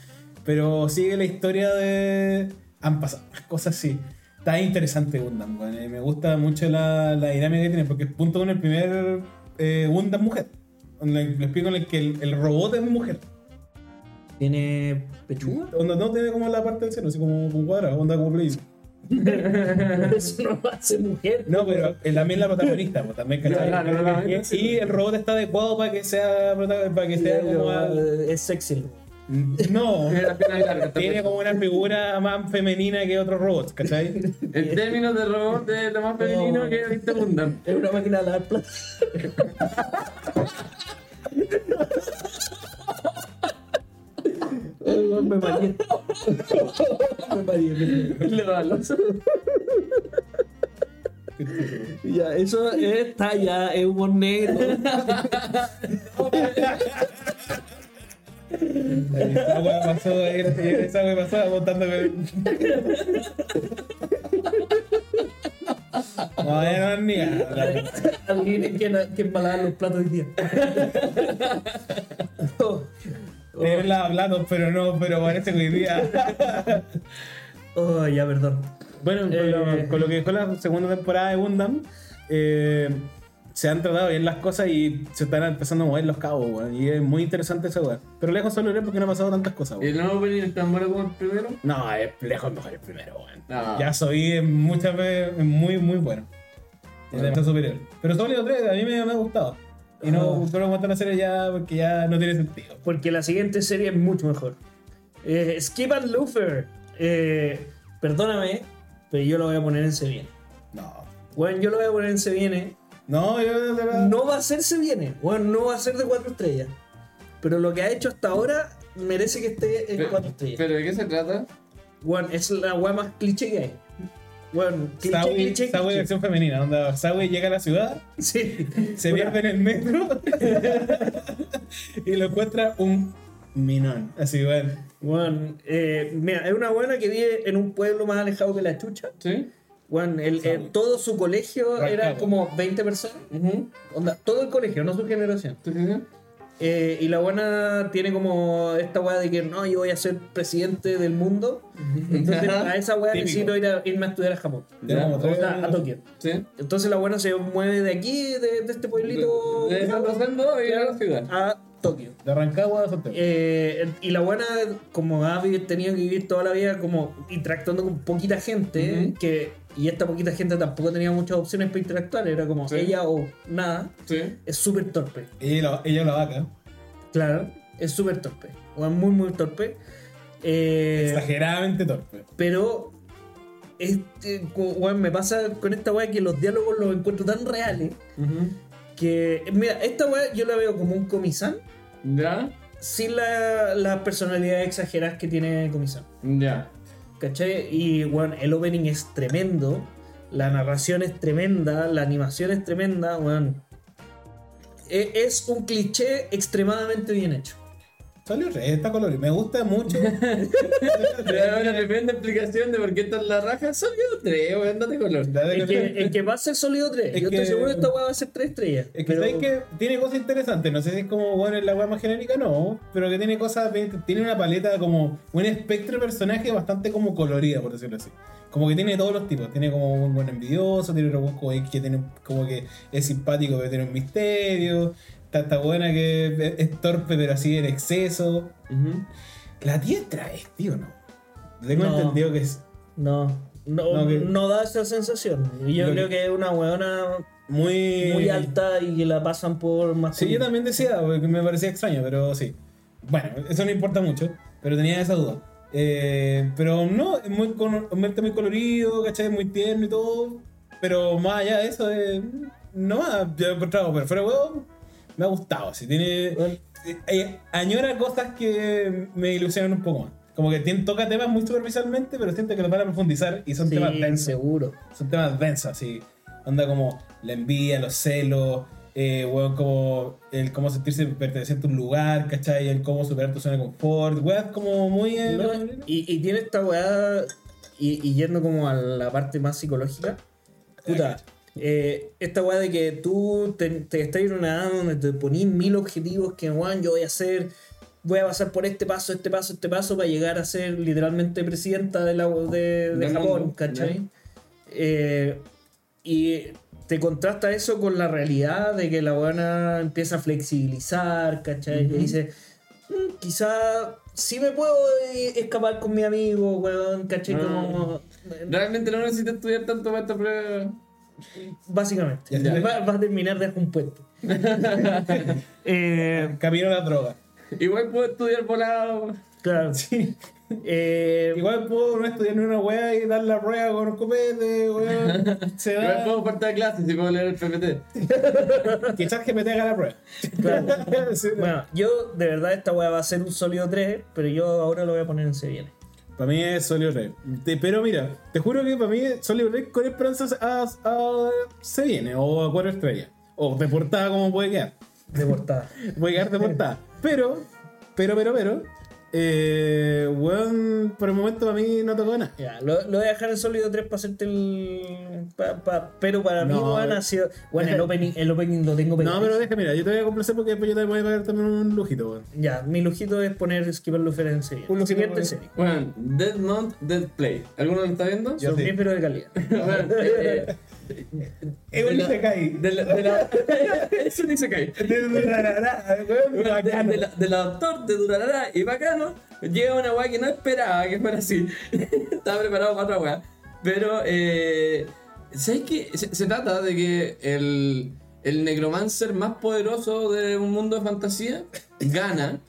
B: pero sigue la historia de. Han pasado más cosas así. Está interesante Gundam, weón, eh, me gusta mucho la, la dinámica que tiene, porque es punto uno el primer eh, Gundam mujer. Le, le explico en el que el, el robot es mujer.
D: Tiene
B: [laughs]
D: pechuga.
B: Onda, no tiene como la parte del seno, así como con cuadrado, onda como play.
A: Eso [laughs] no va a ser mujer.
B: No, pero eh, también la protagonista, pues, también ¿cachai?
C: Claro, claro, claro.
B: Este Y- Y el robot está adecuado para que sea prota- para que sea como al-
A: Es sexy.
B: No,
C: Tiene las piernas largas, está
B: tiene
C: perfecto.
B: como una figura más femenina que otros robots, ¿cachai?
C: En términos de robot de lo más femenino
A: No.
C: que viste abundan.
A: Es una máquina de lavar platos. Ay, weón, me mareé. Me mareé, me mareé. [laughs]
C: Le da al oso.
D: Ya, eso está ya, es humor negro.
B: Esa wea pasó, esa wea pasó montándome. No, ya no ni nada.
A: Alguien que, na- que embalaba los platos hoy día. [laughs] Oh,
B: Él la hablado, pero no, pero parece que hoy día.
A: oh, ya, perdón.
B: Bueno, con,
A: Eh.
B: lo, con lo que dejó la segunda temporada de Gundam, eh, se han tratado bien las cosas y se están empezando a mover los cabos, weón. Y es muy interesante esa weá. Pero lejos solo iré porque no ha pasado tantas cosas,
C: ¿Y
B: weón.
C: el nuevo venir tan bueno como el primero?
B: No, es lejos mejor el primero, weón.
C: No.
B: Ya soy eh, muchas veces muy, muy bueno. Es demasiado superior. Pero Sólido 3 a mí me, me ha gustado. Y no
A: Ah.
B: solo aguantar la serie ya porque ya no tiene sentido.
A: Porque la siguiente serie es mucho mejor. Eh, Skip and Loofer. Eh, perdóname, pero yo lo voy a poner en Se Viene.
B: No.
A: Bueno, yo lo voy a poner en Se Viene.
B: No, yo de verdad.
A: No va a ser Se Viene. Bueno, no va a ser de cuatro estrellas. Pero lo que ha hecho hasta ahora merece que esté en
C: Pero,
A: cuatro estrellas.
C: ¿Pero de qué se trata?
A: Bueno, es la weá más cliché que hay. Bueno, cliché,
B: Sawi,
A: cliché,
B: Sawi de
A: cliché.
B: acción femenina. Onda, Sawi llega a la ciudad
A: [laughs] Sí.
B: se
A: Una-
B: pierde en el metro [laughs] y lo encuentra un minón. Así, bueno.
A: Bueno, eh, mira, es una buena que vive en un pueblo más alejado que la chucha.
C: ¿Sí?
A: Bueno, el, el-
B: Sabe.
A: todo su colegio
B: Rancagua.
A: era como 20 personas.
C: Ujú.
A: Onda, todo el colegio, no su generación.
C: ¿Sí, sí, sí? [laughs]
A: Eh, y la buena tiene como esta weá de que no, yo voy a ser presidente del mundo. Entonces
C: Ajá.
A: a esa weá
B: Típico.
A: necesito ir a, irme a estudiar a Japón.
C: Ya,
B: Tenemos como
A: O
B: tres-
A: sea, a Tokio.
C: ¿Sí?
A: Entonces la buena se mueve de aquí, de, de este pueblito,
C: De San Rosendo y a la ciudad.
A: a Tokio.
B: De Rancagua a Santiago.
A: Eh, y la buena, como ha vi- tenido que vivir toda la vida como interactuando con poquita gente,
C: Ujú.
A: que, y esta poquita gente tampoco tenía muchas opciones para interactuar, era como
C: Sí.
A: ella o nada,
C: ¿Sí?
A: es súper torpe.
B: Ella, y la- ella y la vaca.
A: Eh. Claro, es súper torpe. O es muy, muy torpe. Eh,
B: Exageradamente torpe.
A: pero, este, co- weón, me pasa con esta weá que los diálogos los encuentro tan reales
C: Ujú.
A: que, mira, esta weá yo la veo como un comisán
C: ¿Ya?
A: sin la- las personalidades exageradas que tiene comisán.
C: Ya.
A: ¿Cachai? Y bueno, el opening es tremendo. La narración es tremenda. La animación es tremenda. Bueno, e- es un cliché extremadamente bien hecho.
B: Salió re, está colorido. Me gusta
A: [laughs]
B: mucho.
C: Pero [laughs] ahora depende explicación de por qué está en la raja. Son yo tres, weón, date color.
B: Dale,
A: Es que, es que va a ser sólido 3.
B: Es
A: Yo
B: que-
A: estoy seguro que esta weá va a ser 3 estrellas.
B: Es que,
A: pero-
B: ¿sabes qué? tiene cosas interesantes, no sé si es como bueno en la web más genérica, no, pero que tiene cosas, tiene una paleta como un espectro de personajes bastante como colorida, por decirlo así. Como que tiene todos los tipos, tiene como un buen envidioso, tiene otro buen como que- que tiene como que es simpático pero tiene un misterio, está esta buena que es- es torpe pero así en exceso.
C: Ujú.
B: La tía es travesti o no? Tengo
A: No.
B: entendido que es
A: No, no,
B: No, que-
A: no da esa sensación. Yo
B: Lo
A: creo
B: que-
A: que es una weona
B: muy
A: muy alta y que la pasan por más.
B: Sí, yo también decía, porque me parecía extraño, pero sí. Bueno, eso no importa mucho, pero tenía esa duda. Eh, pero no, es muy, con- un arte muy colorido, ¿cachai? Muy tierno y todo. Pero más allá de eso, eh, no más. Yo he encontrado, pero fuera de huevo, me ha gustado. Si tiene.
A: Bueno.
B: eh, añora cosas que me ilusionan un poco más. Como que tiene, toca temas muy superficialmente, pero siento que los van a profundizar y son temas
A: Sí,
B: densos
A: seguro.
B: son temas densos, así. Onda como la envidia, los celos, eh, weón, como el cómo sentirse perteneciente a un lugar, ¿cachai? El cómo superar tu zona de confort, weón, como muy. eh,
A: No, y, y tiene esta weá, y, y yendo como a la parte más psicológica, puta, eh, esta weá de que tú te, te estás en una edad donde te ponís mil objetivos que, weón, yo voy a hacer, voy a pasar por este paso, este paso, este paso, para llegar a ser literalmente presidenta de, la, de, de
C: Del
A: Japón,
C: mundo,
A: ¿cachai? Eh, y te contrasta eso con la realidad de que la buena empieza a flexibilizar, ¿cachai? Y dice, "Mm, quizá sí me puedo eh, escapar con mi amigo, weón, ¿cachai?
C: Ah.
A: Como,
C: Realmente no necesito estudiar tanto para esta prueba.
A: básicamente,
B: Ya. [laughs]
A: va, va a terminar de un puesto.
D: Eh,
B: Camino a la droga.
C: Igual puedo estudiar volado.
A: Claro. Sí. Eh,
B: Igual puedo no estudiar ni una weá y dar la rueda con un copete, weón. Se
C: Igual
B: da.
C: puedo faltar clases y puedo leer el PPT.
B: Quizás que me te haga la prueba.
A: Claro.
B: Sí.
A: bueno, yo de verdad esta weá va a ser un sólido 3, pero yo ahora lo voy a poner en se viene.
B: Para mí es Solid Red. Te- pero mira, te juro que para mí Solid Red con esperanza a- a- se viene, o a cuatro estrellas. O de portada como puede quedar.
A: De portada.
B: Voy a quedar de portada. Pero, pero, pero, pero. Eh, weón, por el momento para mí no tocó nada.
A: Ya, lo, lo voy a dejar en sólido 3 para hacerte el. pa- pa- pero para mí,
B: No,
A: weón,
B: pero-
A: ha sido. Bueno, el opening, el opening lo tengo
B: No, pero deja, mira, yo te voy a complacer porque después yo te voy a pagar también un
C: [laughs]
B: lujito, weón.
A: Ya, mi lujito es poner Skipper Lufer en serie.
B: Un lujito
A: Siguiente
B: por-
A: serie.
C: Bueno, Dead Mount, Dead Play. ¿Alguno lo está viendo?
B: Yo
A: Son
B: sí.
A: bien, pero de calidad.
C: [laughs]
A: [laughs]
C: Bueno, eh,
B: Es
C: de
B: un
C: la-
B: isekai.
C: de la- de la- [laughs] Es un Isekai.
B: weón,
C: Bueno, de-
B: bacano.
C: de la- Del autor de Durarara y Bacano, llega una weá que no esperaba que fuera así. [laughs] Estaba preparado para otra weá. Pero, eh, ¿sabes qué? Se, se trata de que el, el necromancer más poderoso de un mundo de fantasía gana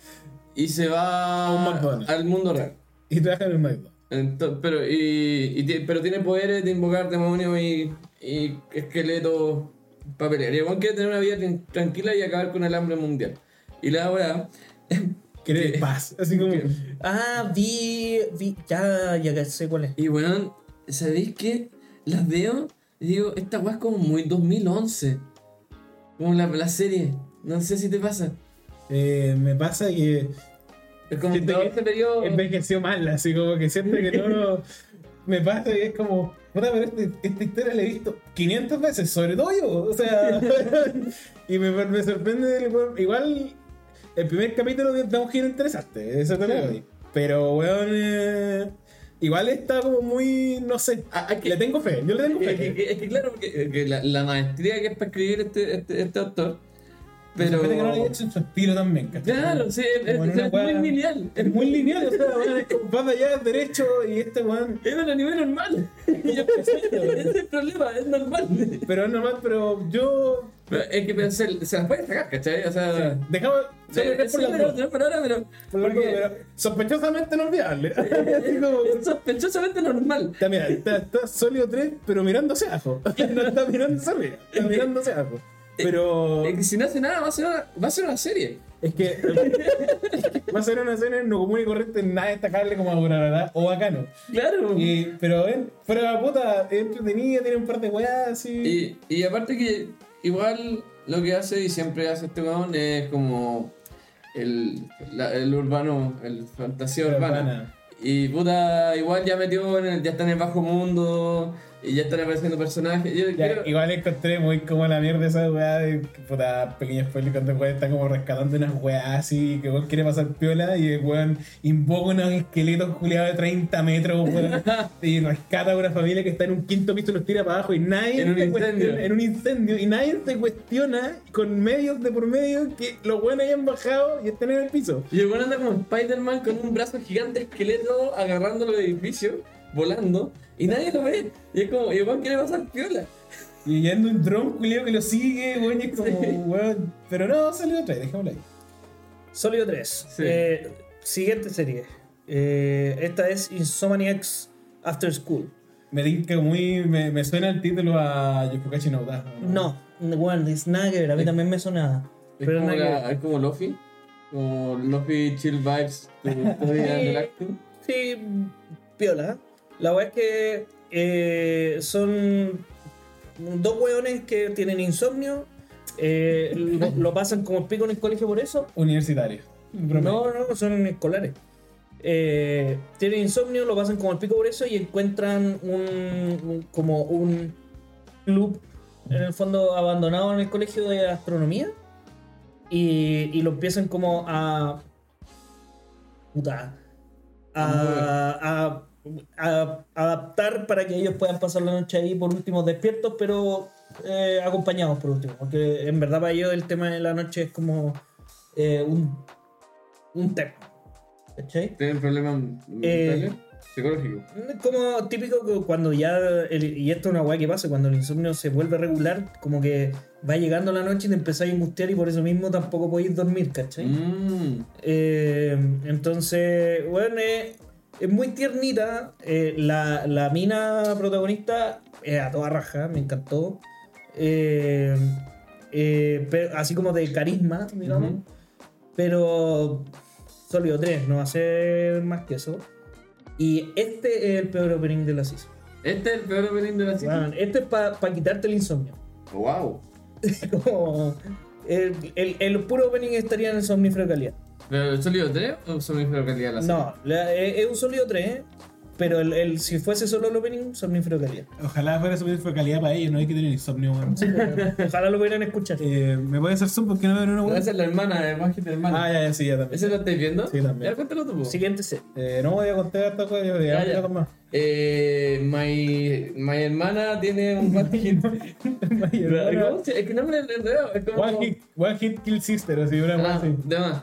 C: y se va
B: un McDonald's.
C: al mundo real.
B: Y trabaja en el McDonald's.
C: Ento- pero, y, y ti- pero tiene poderes de invocar demonios y, y esqueletos para pelear. Y el weón quiere tener una vida tran- tranquila y acabar con el hambre mundial. Y la weá.
B: Quiere
C: ¿Qué?
B: paz. Así como.
C: ¿Qué?
A: Ah, vi. vi ya, ya que sé cuál es.
C: Y weón, ¿sabéis qué? Las veo y digo, esta weá es como muy 2011. Como la, la serie. No sé si te pasa.
B: Eh, me pasa que
C: Es como
B: Siento
C: todo
B: que
C: este periodo.
B: envejeció mal, así como que siempre que no lo- me pasa y es como, puta, pero este- esta historia la he visto 500 veces, sobre todo yo, o sea, [laughs] y me, me sorprende, el weón. igual el primer capítulo da un giro interesante, eso te lo doy, pero weón, eh, igual está como muy, no sé,
C: Ah, hay que- Eh,
B: le tengo fe, yo le tengo
C: Es que,
B: fe.
C: es que claro, porque es que la, la maestría que es para escribir este, este, este autor.
B: Pero...
C: Pero.
B: que no le he hecho un suspiro también, ¿cachai?
C: Claro, sí, es, es-
B: Como en una
C: es
B: weá-
C: muy lineal.
B: Es muy lineal, o sea, weón, es como, vas allá derecho y este weón
C: [laughs] Es un anime normal. Y yo pensé, [laughs] ese es el problema, es normal.
B: Pero es normal, pero yo.
C: Pero es que pero se, se las puede sacar, ¿cachai? O sea.
B: Dejamos.
C: Sí,
B: Solo es
C: sí,
B: por las
C: pero,
B: dos.
C: no, pero ahora, pero.
B: Por las dos,
C: porque
B: pero Sospechosamente no olvidable. [laughs] Así como-
C: es sospechosamente normal.
B: Está, mira, está, está sólido 3, pero mirándose abajo. [laughs] No está mirándose arriba, está mirándose abajo. Pero.
C: Es que si no hace nada, va a ser una, va a ser una serie.
B: Es que. Va a ser una escena no común y corriente, nada destacable como ahora, ¿verdad? O bacano.
C: Claro. Y,
B: Y, pero, eh, fuera de la puta, es entretenida, tiene un par de weas así.
C: y, aparte que igual lo que hace y siempre hace este weón es como el, la- el urbano, el fantasía urbana. Y puta, igual ya metió en el, ya está en el bajo mundo y ya están apareciendo personajes. Yo
B: Ya,
C: creo-
B: igual encontré muy como la mierda esa weá de que, puta pequeñas spoiler cuando el weón está como rescatando unas weas así que el weón quiere pasar piola y el weón invoca unos esqueletos culiados de 30 metros
C: [laughs]
B: weón, y rescata a una familia que está en un quinto piso y los tira para abajo y nadie
C: En un
B: se
C: incendio.
B: cuestiona- en un incendio y nadie se cuestiona con medios de por medio que los weones hayan bajado y estén en el piso.
C: Y el weón anda como Spider-Man con un brazo gigante esqueleto agarrando los edificios, volando, y nadie lo ve. Y es como, y el weón quiere pasar piola.
B: Y yendo un dron culiado que lo sigue, weón, y es como,
C: Sí.
B: weón. Pero no, salió otra vez, dejémoslo ahí.
A: Sólido 3.
C: Sí.
A: Eh, siguiente serie. Eh, esta es Insomniacs After School.
B: Me tinca muy. Me, me suena el título a Yofukachi no Da.
A: No, bueno, es nada que ver. A mí también me suena.
C: Es
A: Pero
C: como,
A: nada que ver.
C: la- es como Luffy, como Luffy chill vibes, tu historia en el acting.
A: Sí, piola. La verdad es que eh, son dos hueones que tienen insomnio. eh, lo, lo pasan como pico en el colegio por eso.
B: Universitario. Promedio.
A: No, no, son escolares. Eh, tienen insomnio, lo pasan como el pico por eso y encuentran un, un- como un club en el fondo abandonado en el colegio de astronomía y, y lo empiezan como a puta, a, a- a adaptar para que ellos puedan pasar la noche ahí por último despiertos pero eh, acompañados por último porque en verdad para ellos el tema de la noche es como eh, un un tema. ¿Cachai?
C: ¿Tienen problemas
A: Eh,
C: mentales? Psicológico.
A: Como típico que cuando ya, el- y esto es una weá que pasa, cuando el insomnio se vuelve regular, como que va llegando la noche y te empezáis a angustiar y por eso mismo tampoco podéis dormir, ¿cachai?
C: Mm.
A: Eh, entonces, bueno, eh, es muy tiernita. eh, la, la mina protagonista eh, a toda raja, me encantó. Eh, eh, pero- así como de carisma, digamos.
C: Ujú.
A: Pero sólido 3, no va a ser más que eso. Y este es el peor opening de la season.
C: Este es el peor opening de la season.
A: Weón, este es para quitarte el insomnio. [laughs]
C: Wow.
A: Como el, el- el puro opening estaría en el somnífero de calidad.
C: ¿Pero el sólido 3 o somnífero calidad la serie?
A: No, la- eh, es, es un sólido 3, pero el, el- si fuese solo el opening, somnífero
C: [laughs]
A: caliente.
B: Ojalá fuera subir fue calidad para ellos, no hay que tener insomnio, weón.
A: Ojalá lo pudieran escuchar.
B: Eh, ¿Me puede hacer zoom porque no veo ni una
C: No,
B: weón?
C: esa es la hermana, de Magic de hermana.
B: Ah, ya, ya, sí, ya también.
C: ¿Ese lo estáis viendo?
B: Sí, también.
C: Ya, cuéntalo tú. po.
A: Siguiente set.
B: Eh, no voy a contar esta cosa, yo voy
C: Ya,
B: a
C: ya.
B: contar [laughs] más.
C: Eh, my, my hermana tiene un one hit. ¿Cómo se- Es que no me lo enredo. Es como.
B: One hit, one hit Kill Sister, así, una weón
C: Ah,
B: así.
C: de más.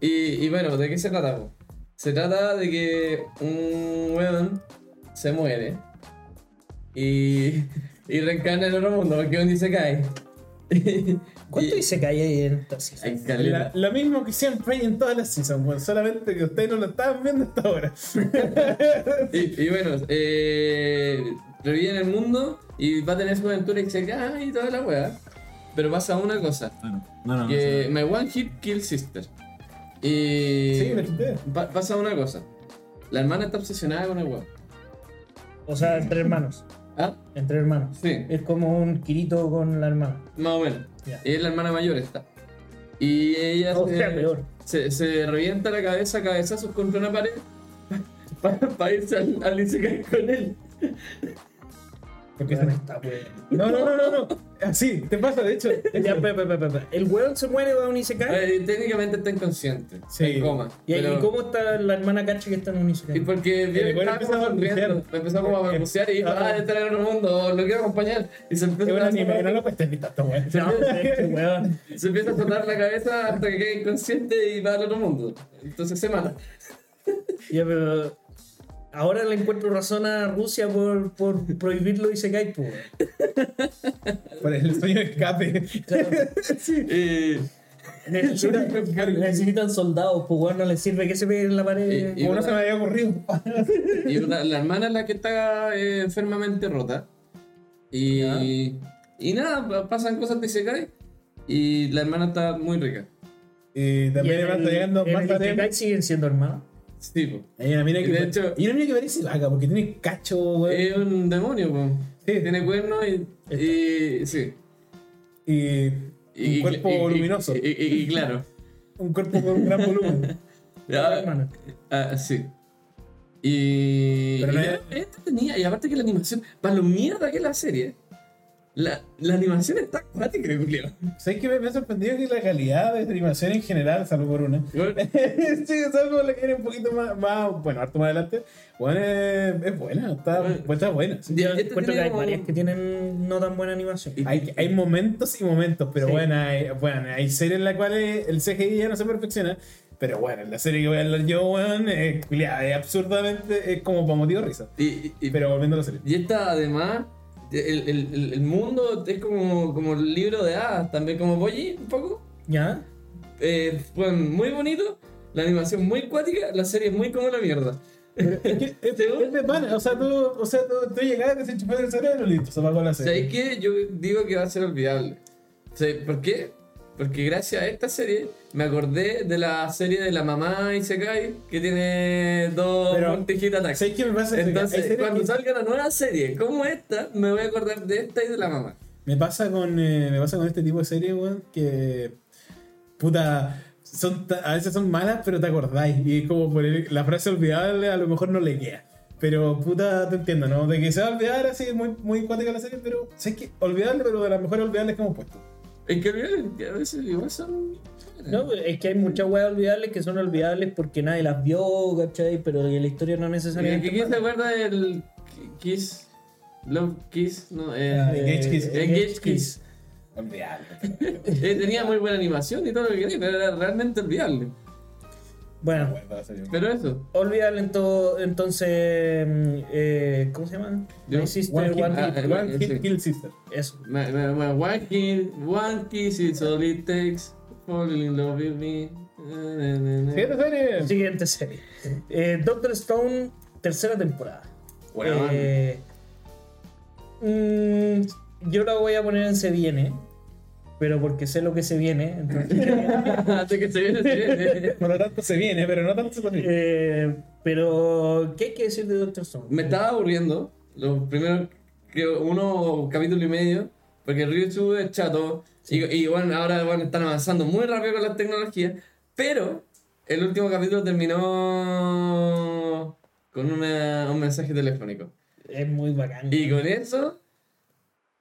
C: Y, y bueno, ¿de qué se trata? po? Se trata de que un weón se muere y, y reencarna en otro mundo porque un se cae.
A: ¿Cuánto
C: Y-
A: dice que hay ahí en esta season?
C: [laughs] Ay,
B: La-
C: caleta.
B: Lo mismo que siempre hay en todas las seasons, weón. Solamente que ustedes no lo estaban viendo hasta ahora.
C: Y, y bueno, eh, revive en el mundo y va a tener su aventura y se cae y toda la weá. Pero pasa una cosa,
B: Bueno, no, no.
C: que my one hit kill sister. Y
B: Sí, lo escuché.
C: pa- pasa una cosa, la hermana está obsesionada con el weón.
A: O sea, entre hermanos.
C: ¿Ah?
A: Entre hermanos.
C: Sí.
A: Es como un Kirito con la hermana.
C: Más o menos.
A: Ya.
C: Ella es la hermana mayor esta. Y ella
A: O
B: Oh,
C: se,
A: sea, peor.
C: se, se revienta la cabeza a cabezazos contra una pared [laughs] para, irse al, al Isekai con él.
B: Porque
A: Weón,
B: se-
A: está weón.
B: No, no, no, no, no. Así, te pasa, de hecho.
A: [laughs] Ya, pe, pe, pe, pe, pe. El weón se muere, va a un Isekai.
C: Eh, técnicamente está inconsciente.
B: Sí.
C: En coma.
A: ¿Y, ahí,
C: pero-
A: cómo está la hermana Cacha que está en un
C: y
A: Isekai?
C: porque vio que
B: igual
C: estaba como
B: empezaba a
C: sonriendo.
B: balbucear.
C: Empezó como a balbucear y dijo,
B: Ah.
C: ah, este era otro mundo, lo quiero acompañar. Y se
B: Es
C: empieza,
B: un
C: a,
B: anime, no lo cuesta ni tanto, weón.
A: [laughs] No, este weón.
C: se empieza a tocar la cabeza hasta que queda inconsciente y va al otro mundo. Entonces se mata.
A: Ya, pero ahora le encuentro razón a Rusia por, por prohibirlo y se cae, pues.
B: Por el sueño de escape. [laughs]
C: Eh,
A: [laughs] Necesitan, necesitan soldados, pues, weón, no les sirve que se peguen en la pared.
C: Y- y-
B: Como no se me había ocurrido.
C: [laughs] Y la, la hermana es la que está eh, enfermamente rota. Y, y nada, pa- pasan cosas de Isekai. Y la hermana está muy rica.
B: Y
A: Y
B: también
A: en
B: van
A: el-
B: llegando
A: en
B: más
A: el Isekai
B: tarde.
A: siguen siendo hermanos.
C: Sí, po.
B: Hay una mina que.
C: Y de hecho-
B: y una mina que parece vaca porque tiene cacho, weón.
C: Es un demonio, po.
B: Pues- Sí.
C: Tiene cuernos y. y- sí.
B: Y
C: Y,
B: un cuerpo
C: y- y-
B: voluminoso.
C: Y, y- y
B: [laughs]
C: claro.
B: Un cuerpo con un gran volumen. [laughs]
C: Ah,
A: hermana.
C: ah, sí. Y.
B: Pero
C: y
B: no
C: nada, es entretenida, Y aparte que la animación. Para lo mierda que es la serie. La, la animación está acuática,
B: [laughs]
C: Julio.
B: ¿Sabes qué? Me me ha sorprendido que la calidad de animación en general, salvo por una. [laughs] sí, es algo la que viene un poquito más, más- Bueno, harto más adelante. Bueno, es, es buena, está, está buena. sí.
C: Ya,
A: Yo
C: este
A: encuentro que
C: tiene
A: hay
C: como-
A: varias que tienen no tan buena animación.
B: Hay, hay momentos y momentos, pero
A: Sí.
B: bueno, hay, bueno, hay series en las cuales el CGI ya no se perfecciona. Pero bueno, la serie que voy a hablar yo, weón, es, culiada, es absurdamente, es como para motivo de risa.
C: Y, y- y-
B: Pero volviendo a la
C: [laughs]
B: serie.
C: Y esta, además, el, el- el- el mundo es como, como el libro de hadas, también como Boyi, un poco.
A: ¿Ya?
C: Eh, bueno, muy bonito, la animación muy cuática, la serie es muy como la mierda.
B: Es que, es- es de pana, o sea, tú, o sea, tú, tú llegabas, desenchufaste el cerebro, listo, se apagó la
C: O sea,
B: serie.
C: es que yo digo que va a ser olvidable. O sea, ¿Por qué? Porque gracias a esta serie me acordé de la serie de la mamá Isekai que tiene dos
B: Pero,
C: montejitas
B: ¿Sabes qué me pasa? Hay
C: Entonces,
B: series
C: cuando
B: que-
C: salga una nueva serie como esta, me voy a acordar de esta y de la mamá.
B: Me pasa con, eh, me pasa con este tipo de series, weón, que. Puta. Son, ta- a veces son malas, pero te acordáis. Y es como por el- la frase olvidable, a lo mejor no le queda. Pero puta, te entiendo, ¿no? De que se va a olvidar así, es muy, muy cuática la serie, pero. sé que olvidable, pero de las mejores olvidables que hemos puesto.
C: Es que olvidar que a veces igual son.
A: No, pues, es que hay muchas weas olvidables que son olvidables porque nadie las vio, ¿cachai? Pero que la historia no
C: ¿Qué
A: necesariamente.
C: quién se acuerda del Kiss? Love Kiss, no,
B: Ah,
C: eh,
B: de Gage Kiss.
C: eh, Gage Kiss.
B: Olvidable.
C: Eh, tenía muy buena animación y todo lo que quería, pero era realmente olvidable.
A: Bueno,
C: Pero eso.
A: Olvídalo ento- entonces. mm, eh, ¿Cómo se llama?
C: Yo-
A: My Sister,
B: One Hit,
A: One
C: Ah,
A: Hit.
C: eh,
B: One Hit
C: sí.
B: Kill Sister.
A: Eso.
C: My, my, my one kiss, one kiss is all it takes. Falling in love with me. Na, na, na, na.
B: Siguiente serie.
A: Siguiente serie. Eh, Doctor Stone, tercera temporada.
C: Weón. [laughs]
A: Eh, mm, yo la voy a poner en se viene. Pero porque sé lo que se viene. entonces,
C: [laughs] Antes que se viene, se viene.
B: Por lo tanto se viene, pero no tanto se viene.
A: eh, pero, ¿qué hay que decir de Doctor Stone?
C: Me estaba aburriendo los primeros, creo, uno capítulo y medio, porque Ryuchu es chato. Y, y bueno, ahora bueno, están avanzando muy rápido con las tecnologías. Pero el último capítulo terminó con una- un mensaje telefónico.
A: Es muy bacán.
C: Y con eso,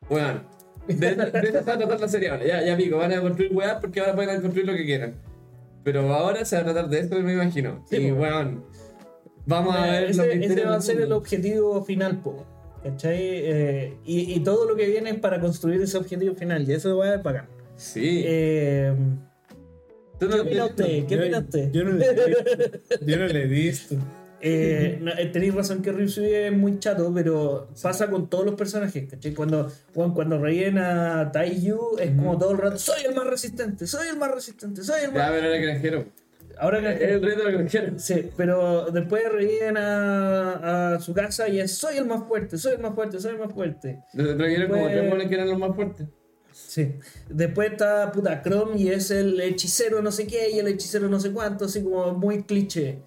C: bueno, de, eso- de eso se va a tratar la serie ahora. Ya, ya pico, van a construir weas porque ahora pueden construir lo que quieran. Pero ahora se va a tratar de esto, me imagino.
A: Sí,
C: y
A: pues.
C: bueno, vamos a ver
A: ese,
C: los
A: ese
C: misterios
A: va a
C: del
A: ser el
C: mundo.
A: objetivo final, po, ¿cachai? Eh, y, y todo lo que viene es para construir ese objetivo final, y eso va a pagar.
C: Sí.
A: Eh,
C: Tú no-
A: ¿Qué opina usted? Eh, ¿Qué
B: Yo-
A: opina usted?
B: Yo no le he visto. Yo no le he visto.
A: Eh, no, eh, tenéis razón que Ryusui es muy chato, pero pasa con todos los personajes, ¿cachai? Cuando, weón, cuando rellena a Taiyu es como todo el rato, soy el más resistente, soy el más resistente, soy el
C: Ya,
A: más...
C: pero era granjero.
A: Ahora
C: Es
A: que...
C: el rey de los granjeros.
A: Sí, pero después rellena a su casa y es, soy el más fuerte, soy el más fuerte, soy el más fuerte.
C: Los granjeros como
A: Pues-
C: tres moles que eran los más fuertes.
A: Sí. Después está puta Chrome y es el hechicero no sé qué y el hechicero no sé cuánto, así como muy cliché.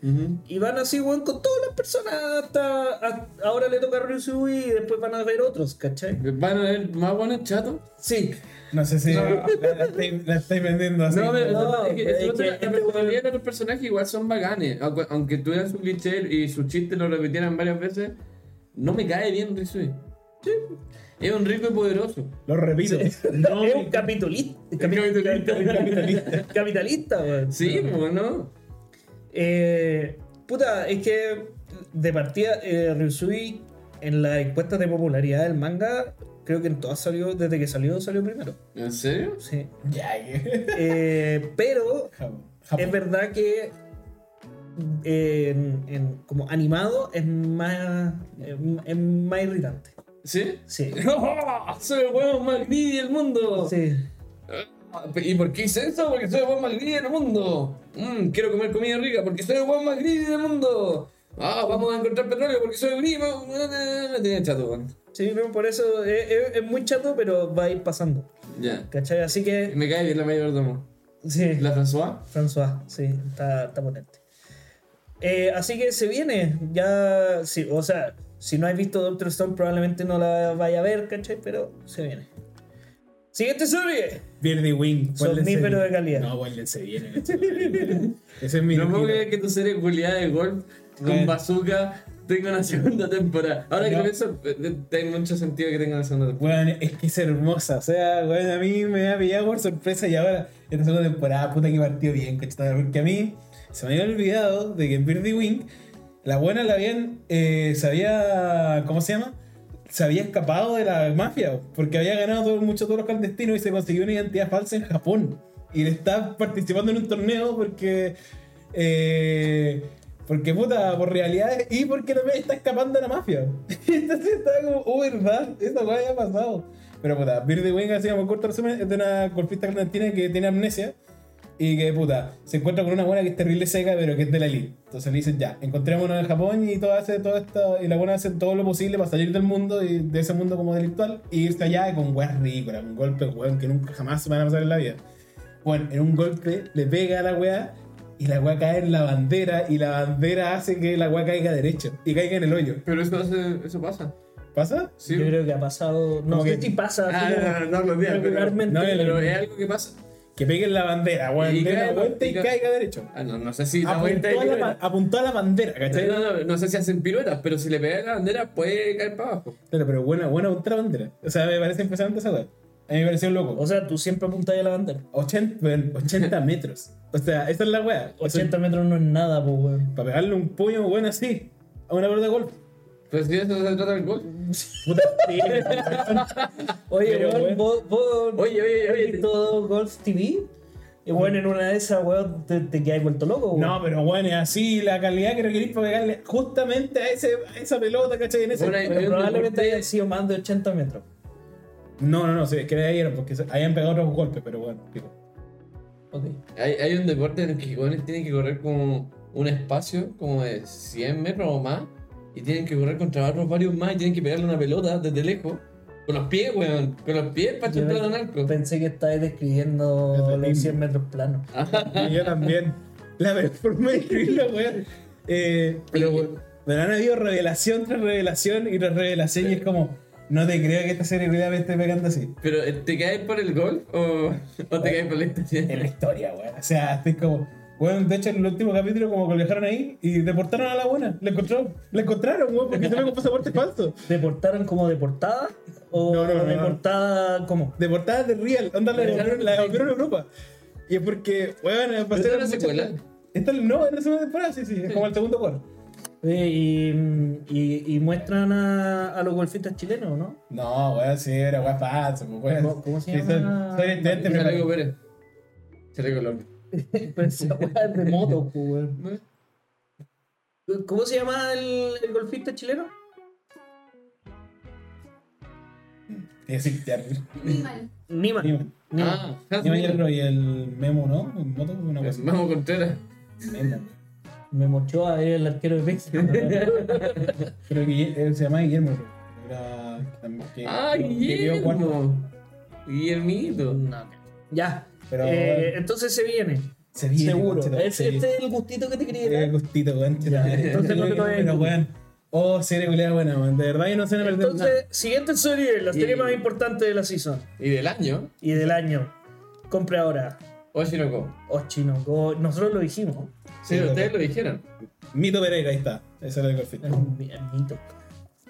A: Y van así, weón, con todas las personas hasta, hasta- ahora le toca a Ryusui y después van a ver otros, ¿cachai?
C: ¿Van a ver más buenos chatos?
A: Sí.
B: No sé si
C: No.
B: la, la estáis, la estáis vendiendo así.
C: No, pero
A: no,
C: es que,
A: pero
C: es que
A: es que
C: la
A: este
C: personalidad de los personajes igual son bacanes. Aunque, aunque tuvieran su cliché y sus chistes lo repitieran varias veces, no me cae bien Rizui. Es un rico y poderoso.
B: Lo repito. [laughs] No,
A: [laughs] es un capitulista.
C: capitalista.
A: Capitalista, [laughs] capitalista weón.
C: [laughs] Sí, pues, bueno.
A: Eh, puta, es que de partida eh, Ryusui en las encuestas de popularidad del manga, creo que en todas salió, desde que salió, salió primero.
C: ¿En serio?
A: Sí.
B: ya, que-
A: Eh, pero
B: Japón. Japón.
A: es verdad que eh, en- en- como animado es más, es, es más irritante.
C: [laughs] ¿Sí?
A: Sí.
C: ¡Oh! ¡Soy el huevo más greedy del mundo!
A: Sí.
C: Ah, ¿Y por qué hice eso? Porque soy el weón más greedy del mundo. Mm, quiero comer comida rica porque soy el weón más greedy del mundo. Ah, vamos a encontrar petróleo porque soy grimo. Me tenía eh, chato, weón.
A: Sí, no, por eso es, es- es muy chato, pero va a ir pasando.
C: Ya.
A: ¿Cachai? Así que.
C: Me cae bien la mayor domo.
A: Sí.
C: ¿La François?
A: François, sí, está, está potente. Eh, así que se viene, ya, sí, o sea, si no has visto Doctor Stone probablemente no la vaya a ver, ¿cachai? Pero se viene. Siguiente serie.
B: Birdie Wing.
A: Somnífero
B: ponle
A: de calidad.
B: No, ponle se viene. Ese es mi.
C: No puedo
B: tiro.
C: creer que tu serie culiada de golf con
B: Bueno.
C: bazooka tenga una segunda temporada. Ahora que
B: No.
C: lo pienso, eh, eh, tiene mucho sentido que tenga una segunda temporada.
B: Weón, es que es hermosa, o sea, weón, a mí me ha pillado por sorpresa y ahora esta segunda temporada, puta que partió bien, cachetona, porque a mí se me había olvidado de que en Birdie Wing, la buena la habían, eh, se había, ¿cómo se llama? Se había escapado de la mafia, porque había ganado todo- mucho todos los clandestinos y se consiguió una identidad falsa en Japón. Y está participando en un torneo porque, eh, porque puta, por realidades y porque también está escapando de la mafia. [laughs] Entonces estaba como, oh, verdad, esa weá había pasado. Pero puta, Birdie Wing, así como corto resumen, es de una golfista clandestina que tiene amnesia y que puta, se encuentra con una buena que es terrible seca, pero que es de la elite. Entonces le dicen ya, encontrémonos en Japón y todo hace todo esto, y la buena hace todo lo posible para salir del mundo y de ese mundo como delictual y irse allá con weas ridículas, con golpes weón que nunca jamás se van a pasar en la vida. Bueno, en un golpe le pega a la wea y la wea cae en la bandera y la bandera hace que la wea caiga derecho y caiga en el hoyo.
C: Pero eso, hace- eso pasa.
B: ¿Pasa?
C: Sí.
A: Yo creo que ha pasado. No
B: Como
A: sé
B: que-
A: si pasa.
C: Ah,
A: así como
C: no, no, no, los días, pero-
A: regularmente.
B: no, el-
C: Pero es algo que pasa.
B: Que peguen la bandera, weón.
C: Y
B: de
C: cae-
B: la vuelta y
C: y ca-
B: caiga derecho.
C: Ah, no, no sé si. la vuelta
B: Apuntó a
C: es
B: pues, la, ba-
C: libre.
B: apuntó a la bandera, ¿cachai?
C: No, no, no sé si hacen piruetas, pero si le pegas la bandera puede caer para abajo.
B: Claro, pero buena, buena otra bandera. O sea, me parece impresionante esa weá. A mí me pareció
A: O
B: loco.
A: sea, tú siempre apuntas a la bandera.
B: 80, weón, 80 metros. O sea, esa es la weá. O sea,
A: 80 metros no es nada, pues, weón.
B: para pegarle un puño bueno así a una pelota de golf.
C: Pero si de eso se trata el golf.
B: Puta, sí,
A: Oye,
B: Pero,
A: weón,
B: weón.
A: vos, vos-
C: Oye, oye,
A: ¿has
C: oye.
A: visto Golf TV? Y bueno, en una de esas, weón, te, te quedas vuelto loco, weón.
B: No, pero bueno, es así la calidad que requerís para pegarle justamente a, ese, a esa pelota, ¿cachai? En ese...
C: Bueno, ahí-
A: Pero
C: hay un
A: probablemente
C: deporte-
A: hayan sido más de 80 metros.
B: No, no, no, sí, es que de ahí era porque se- habían pegado otros golpes, pero bueno, pico.
A: Ok.
C: Hay, hay un deporte en el que jóvenes tienen que correr como un espacio como de 100 metros o más y tienen que correr contra otros varios más y tienen que pegarle una pelota desde lejos con los pies, weón, con los pies para
A: Yo
C: chutar un arco.
A: Pensé que estabas describiendo
B: Atletismo.
A: los 100 metros planos.
B: Ah. Y yo también. La performé increíble, weón. Eh, pero, weón, pero han habido revelación tras revelación y tras revelación y es como, no te creo que esta celebridad me esté pegando así.
C: Pero eh, ¿te caes por el golf o, o te caes por la
B: Es
C: estación?
B: la historia, weón. O sea, es como, weón, de hecho en el último capítulo como que lo dejaron ahí y deportaron a la buena. La encontraron, la encontraron, weón, porque se ve con pasaporte falso.
A: ¿Deportaron como deportada? ¿O
B: No, no, no, no.
A: deportada como?
B: Deportada de Real, onda la devolvieron, la devolvieron a Europa. Y es porque, weón,
C: ¿Pero esta
B: pasaron
C: era
B: muchas-
C: secuela?
B: Esta no, es la segunda temporada, sí, sí, es como el segundo cuarto.
A: Eh, y, y- y muestran a, a los golfistas chilenos, ¿no?
B: No, weón, sí, era weón falso, pues, weón.
A: ¿Cómo- cómo se
B: Sí,
A: llama?
B: soy- soy
C: [laughs]
B: estudiante
C: Chaleco
B: prepara-
C: Pérez. Chaleco López.
A: Pero [laughs] esa weá es de moto, po, weón. ¿Cómo se llama el, el golfista chileno?
B: Sí, [laughs] sí, ya.
E: Animal.
A: Nima.
B: Ni-
C: Ah,
B: ni Mañero y el Memo, ¿no? En moto, una cosa.
C: Vamos Contreras.
B: tremenda.
A: Me mochó a ver el arquero de México.
B: Creo que Guille- él se llama Guillermo. creo. Era, que también- que-
C: Ah,
B: que quedó cuarto.
C: Guillermo. Guillermito.
A: [laughs] ya.
B: Pero-
A: Eh, entonces se viene.
B: Se viene,
A: Seguro.
B: conchito,
A: Es-
B: sí.
A: Este es el gustito que te quería
B: Qué
A: dar.
B: gustito, weón.
A: entonces no te voy a
B: Pero,
A: discutir.
B: weón. Oh, serie culiada buena, weón. De verdad que no se me perdió nada.
A: Entonces, siguiente serie, la serie más importante de la season
C: Y del año,
A: y del año. Compre ahora.
C: Oshinoko.
A: Ochino. Go- Nosotros lo dijimos.
C: Sí,
B: Sí,
C: ustedes
B: loco.
C: lo dijeron.
B: Mito Pereira, ahí está. Ese era el golfista.
A: Es un mi- es mito.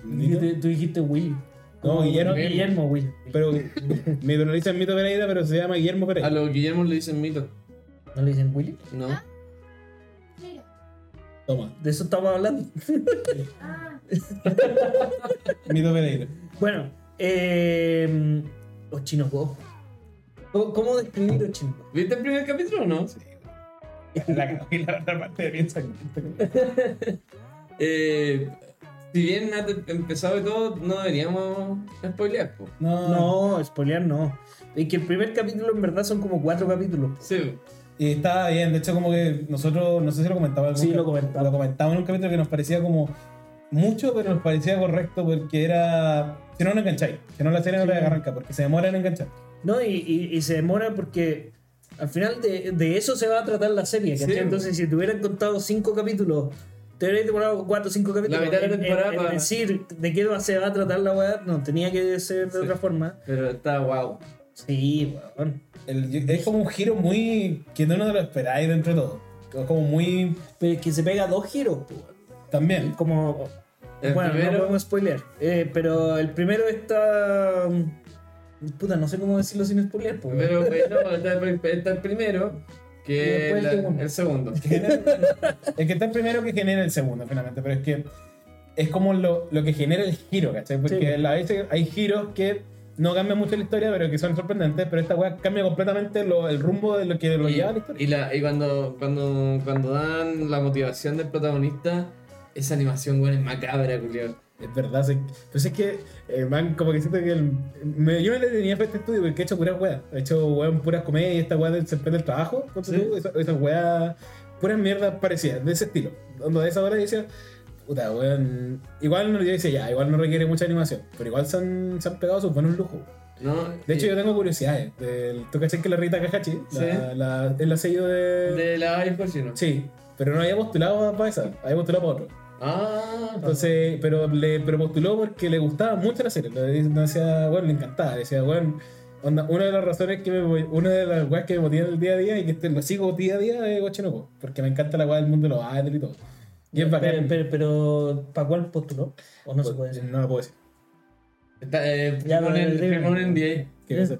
B: Mito.
A: Tú, tú dijiste Will.
B: No, Guillermo.
A: Guillermo, Will.
B: Pero [laughs] me lo dicen Mito Pereira, pero se llama Guillermo
C: A
B: Pereira.
C: los Guillermo le dicen mito.
A: ¿No le dicen Willy?
C: No.
E: Mira.
B: Toma,
A: De eso estamos hablando.
E: Ah,
B: Mito Pereira.
A: Bueno, eh, Ochino Go. ¿Cómo, cómo describir Ochino Go?
C: ¿Viste el primer capítulo o no?
B: La, la otra parte de bien sangriento.
C: Eh, si bien ha te- empezado y todo, no deberíamos spoilear, po.
B: No,
A: No, spoilear no. Es que el primer capítulo en verdad son como cuatro capítulos.
C: Sí.
B: Y estaba bien, de hecho, como que nosotros, no sé si lo comentaba en algún
A: Sí, lo
B: cap-
A: comentamos.
B: lo comentamos en un capítulo que nos parecía como mucho, pero nos parecía correcto porque era. Si no, no engancháis. Si no, la serie no la arranca porque se demora en enganchar.
A: ¿No? Y, y- y se demora porque al final de, de eso se va a tratar la serie. ¿cachai?
C: Sí.
A: Entonces, si te hubieran contado cinco capítulos, te hubieran demorado cuatro o cinco capítulos.
C: mitad de la
A: en- en-
C: temporada
A: en
C: para-
A: decir de qué va- se va a tratar la weá, no, tenía que ser de
C: Sí.
A: otra forma.
C: Pero está wow.
A: Sí, weón.
B: El- es como un giro muy. que no nos lo esperáis dentro de todo. Es como muy.
A: Pero es que se pega dos giros, po, weón.
B: también.
A: como
C: El
A: bueno no
C: primero-
A: podemos spoilear eh, pero el primero está mm, puta no sé cómo decirlo sin spoilear po, weón.
C: Pero bueno, [laughs] está, el- está el primero,
A: Y
C: que
A: después el
C: la-
A: segundo.
C: el segundo.
B: El que está el primero que genera el segundo, finalmente. Pero es que es como lo, lo que genera el giro, ¿cachai? Porque a veces hay giros que no cambian mucho la historia, pero que son sorprendentes. Pero esta weá cambia completamente lo- el rumbo de lo que [laughs] lo
C: y,
B: lleva a la historia.
C: y la- y cuando, cuando, cuando dan la motivación del protagonista, esa animación, weón, es macabra, culiao.
B: es verdad. Se, pues es que, eh, man, como que siento que. el- me- yo no le tenía fe a este estudio porque he hecho puras weas. He hecho weón, puras comedias. Esta wea del serpente del trabajo. ponte
A: Sí.
B: tú, esa- Esas weas. Puras mierdas parecidas, de ese estilo. Donde a esa hora decía. Puta, weón. Igual no, yo decía ya, igual no requiere mucha animación. Pero igual se han, se han pegado sus buenos lujos.
C: ¿no?
B: De hecho,
C: Y-
B: yo tengo curiosidades. Del, ¿Tú cachai que la Rita Kahachi? La,
C: Sí.
B: la- es la sello de.
C: De la iPhone, ¿sí, no?
B: Sí, pero no había postulado para esa, había postulado para otro.
C: Ah,
B: Entonces, pero le pero postuló porque le gustaba mucho la serie. Le no decía, bueno, le encantaba. Decía, bueno, onda, una de las razones que me voy- una de las weas que me motivan el día a día y que este- lo sigo día a día es Gochinoco, porque me encanta la wea del mundo de los ángeles y todo. Y es
A: pero,
B: bacán.
A: pero, ¿para cuál postuló? ¿O no se puede decir?
B: no lo puedo decir.
C: está, eh,
A: Ya,
C: firmó
A: pero-
C: un- firmó un NDA.
B: ¿Qué voy a hacer?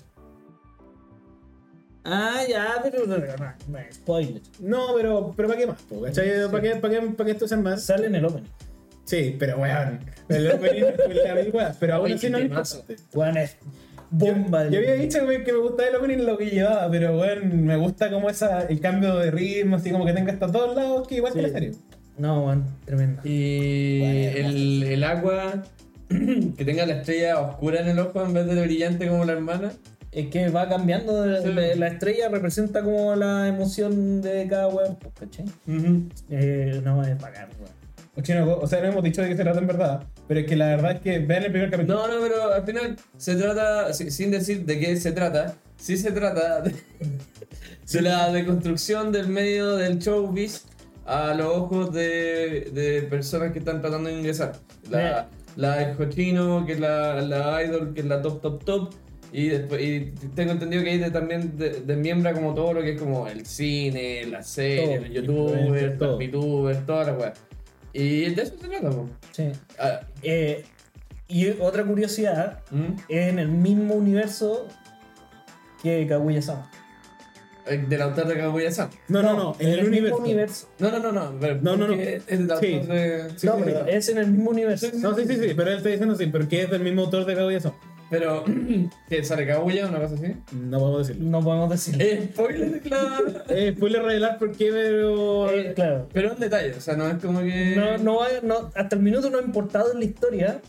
A: Ah, ya, pero no, no, no, spoiler.
B: No, pero, pero ¿para qué más? po? ¿Cachai? ¿Para qué, para qué, para qué esto sea más?
A: Sale en el open.
B: Sí, pero weón. el opening es culiao y weas, Pero aún
C: Oye,
B: así
C: qué
B: no es
C: temazo.
B: importante.
A: Bueno, es, bomba.
B: Yo, yo había dicho güey, que me gustaba el opening lo que llevaba, pero bueno, me gusta como esa, el cambio de ritmo, así como que tenga hasta todos lados, que igual que la
A: Sí.
B: serie.
A: No, weón, tremendo.
C: Y
B: Bueno.
C: el, el agua [clears throat] que tenga la estrella oscura en el ojo en vez de brillante como la hermana.
A: Es que va cambiando, la,
C: Sí.
A: la- la estrella representa como la emoción de cada weón, pues, ¿cachai? Eh, no, es bacán, weón.
B: O, chino, o sea, no hemos dicho de qué se trata en verdad, pero es que la verdad es que vean el primer capítulo.
C: No, no, pero al final se trata, si- sin decir de qué se trata, sí se trata
B: [laughs]
C: de, de la deconstrucción del medio del showbiz a los ojos de, de personas que están tratando de ingresar.
B: Eh.
C: La, la del cochino, que es la, la idol, que es la top, top, top. Y, después, y tengo entendido que ahí de- también de- desmiembra como todo lo que es como el cine, la serie,
A: Todo,
C: los
B: influencer,
C: youtubers,
B: todo.
C: los youtubers, todas las weas. Y de eso se trata, po.
A: Sí.
C: Ah,
A: Eh, y otra curiosidad,
C: ¿mm?
A: es en el mismo universo que Kaguya-sama.
C: Eh, Del autor de Kaguya-san.
B: No, no, no, en el, universo.
A: mismo universo.
C: No, no, no, no. pero-
B: No, no, no.
C: Es el autor
B: Sí.
C: de. sí,
A: no,
C: sí,
A: pero
C: sí.
A: es en el mismo universo.
B: No, sí, sí, sí, pero él está diciendo sí, pero que es del mismo autor de Kaguya-sama.
C: Pero. [clears throat] ¿Qué? ¿Sale Kaguya o una cosa así?
B: No podemos decirlo.
A: No podemos decirlo.
C: Eh, spoiler, claro.
B: Eh, pude revelar por qué, pero...
A: Eh, claro.
C: pero un detalle, o sea, no es como
B: eh.
C: que.
A: No, no, va- no, hasta el minuto no ha importado en la historia.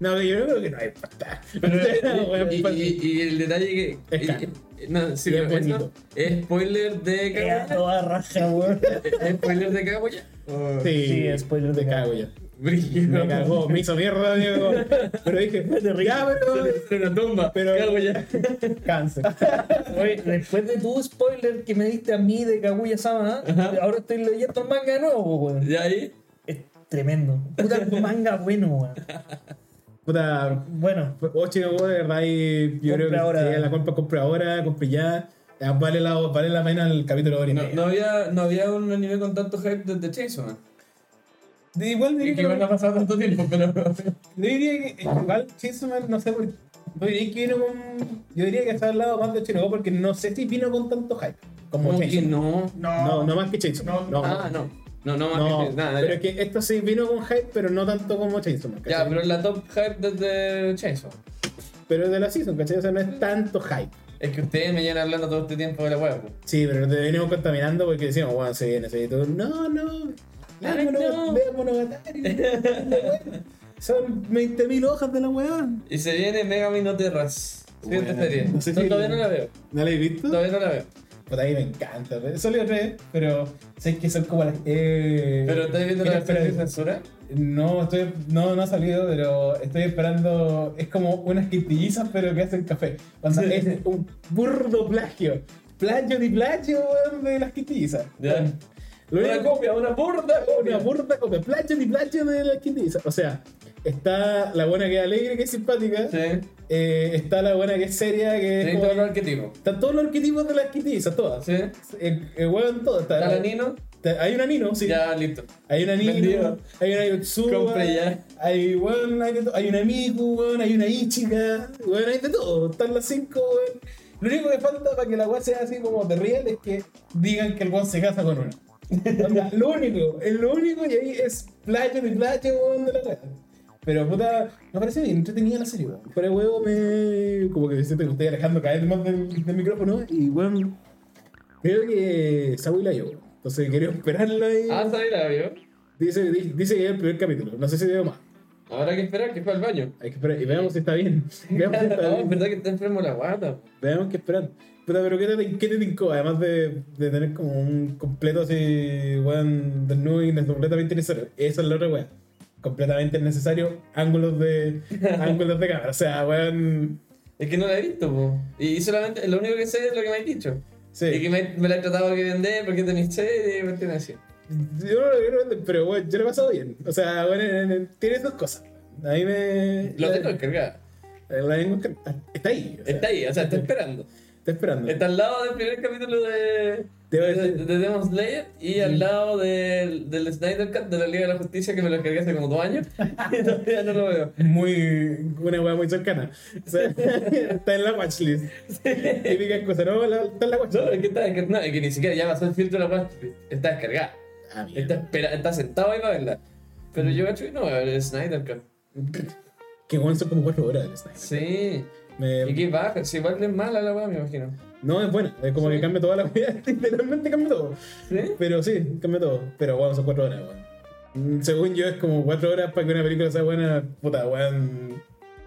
B: No, yo creo que no hay [laughs] pata.
C: Pero, y, y- y el detalle que.
B: Es
C: y-
B: canon.
C: y- no, sí,
B: Y es
C: pero eso
B: bonito.
C: es spoiler de
A: Eh, a
C: Kaguya.
A: toda raja, weón.
C: ¿Es spoiler de Kaguya? Oh,
B: Sí,
A: Sí, spoiler de
B: me cago
A: Kaguya.
B: ya.
C: brillo.
B: Me cagó, me hizo mierda, [laughs] Diego. Pero dije, ya, pero...
C: Es una tumba.
B: Pero-
C: Kaguya.
B: Cáncer.
A: Oye, después de tu spoiler que me diste a mí de Kaguya-sama,
C: Ajá.
A: ahora estoy leyendo el manga de nuevo, weón.
C: ¿Y ahí?
A: Es tremendo. Puta manga bueno, weón.
B: Puta,
A: Bueno,
B: ocho de verdad, y yo
A: Compra
B: creo que
A: ahora.
B: sí, la compra, compra ahora, compra ya. Ya, Vale la, vale la pena el capítulo ahora y
C: No,
B: media.
C: no había, no había un anime con tanto hype desde Chainsaw Man.
B: De Igual
C: Y
B: diría
C: que
B: que,
C: igual no ha pasado tanto tiempo, pero.
B: yo diría que igual Chainsaw Man, no sé por yo diría que vino con... Yo diría que está al lado más de Chinoco porque no sé si vino con tanto hype como
C: Como que
B: Chainsaw Man.
C: no.
B: No, no más que Chainsaw Man. No,
C: Ah, no. No, no más
B: No,
C: que nada.
B: pero
C: ya.
B: es que esto sí vino con hype, pero no tanto como Chainsaw Man,
C: ya,
B: ¿cachai?
C: pero la top hype desde Chainsaw.
B: Pero es de la season, ¿cachai? O sea, no es tanto hype.
C: Es que ustedes me llevan hablando todo este tiempo de la web. po.
B: Sí, pero te venimos contaminando porque decíamos, bueno, se viene, se viene. Y tú, No, no,
C: Ay, no.
B: veámonos, veámonos Gatari.
C: [laughs]
B: Son 20.000 hojas de la weá.
C: Y se viene Mega Minoterras. Siguiente
B: Buena.
C: serie.
B: No sé
C: No,
B: si-
C: todavía no la veo.
B: ¿No la habéis visto?
C: Todavía no la veo.
B: Pues ahí me encanta. pero- Solo tres, pero sé que son como las. Eh,
C: Pero estoy viendo la
B: mira,
C: versión
B: espera,
C: de censura.
B: No, estoy, no, no ha salido, pero estoy esperando. Es como unas quintillizas, pero que hacen café. O sea,
C: [laughs]
B: es un burdo plagio. Plagio de plagio weón, de las quintillizas.
C: Ya.
B: Lo
C: una
B: único-
C: copia, una burda copia.
B: una burda copia. Plagio de plagio de las quintillizas. O sea, está la buena que es alegre, que es simpática.
C: Sí.
B: eh, está la buena que es seria, que es.
C: Tenéis
B: como-
C: todo el arquetipo.
B: Están todos los arquetipos de las quintillizas, todas.
C: Sí.
B: El, el weón, todo. Está,
C: ¿Está la Nino?
B: está- Hay una Nino, sí.
C: Ya, listo.
B: Hay una Nino,
C: Vendido.
B: hay una Yotsuba,
C: Compre ya.
B: hay, weón, hay, de to- hay una Miku, weón, hay una Ichiga, weón, hay de todo. Están las cinco, weón. Lo único que falta para que la weá sea así como de real es que digan que el weón se casa con una. Onda, lo único, es lo único y ahí es playo de playo, weón, de la weá. Pero puta, me pareció bien entretenida la serie, weón. Pero huevo me. como que siento que me estoy alejando cada vez más del, del micrófono y weón. Creo que Sawi la llevo. Entonces quería esperarla y.
C: Ah, ¿sabes la vio?
B: Dice, di- dice que es el primer capítulo. No sé si veo más.
C: Habrá que esperar que fue al baño.
B: Hay que esperar. Y veamos si está bien. [laughs] Veamos si está
C: [laughs] No, es
B: bien.
C: verdad que está enfermo la guata.
B: Veamos que esperar. Puta, pero ¿qué te, qué te tincó? Además de, de tener como un completo así, weón, desnudo y completamente innecesario. Esa es la otra weón. Completamente innecesario. Ángulos de, ángulos de cámara. O sea, weón.
C: Es que no la he visto, po. Y solamente, lo único que sé es lo que me han dicho. Y que
B: Sí.
C: me, me la he tratado que vender porque es de mis series y cuestiones así.
B: Yo no lo quiero vender, pero weón, yo lo he pasado bien. O sea, weón, en- en- tienes dos cosas. A mí me.
C: Lo tengo
B: Eh, la,
C: descargada.
B: la tengo encargada. ah, Está ahí. o sea,
C: Está ahí, o sea, está esperando.
B: Está esperando.
C: Está al lado del primer capítulo de,
B: Te voy a
C: de,
B: decir-
C: de Demon Slayer y al lado del, del Snyder Cut de la Liga de la Justicia que me lo descargué hace como dos años [laughs] y todavía no lo veo.
B: muy una weá muy cercana. O sea, [laughs] está en la watchlist. Típica cosa, no, la- está en la
C: No,
B: watchlist.
C: es que, está, descar- no, es que ni siquiera ya pasó el filtro de la web. Está descargada.
B: Ah,
C: Está,
B: mierda.
C: espera, está sentado ahí para verla. Pero yo cacho que no voy a ver el Snyder Cut.
B: Que bueno, son como cuatro horas del Snyder.
C: Sí.
B: Eh,
C: ¿Y qué baja? Si igual es mala la weá, me imagino.
B: no, es buena. Es como que cambia toda la vida. [laughs] Literalmente cambia todo.
C: ¿Sí?
B: Pero sí, cambia todo. Pero weón, son cuatro horas, weón. Mm, Según yo, es como cuatro horas para que una película sea buena. Puta, weón.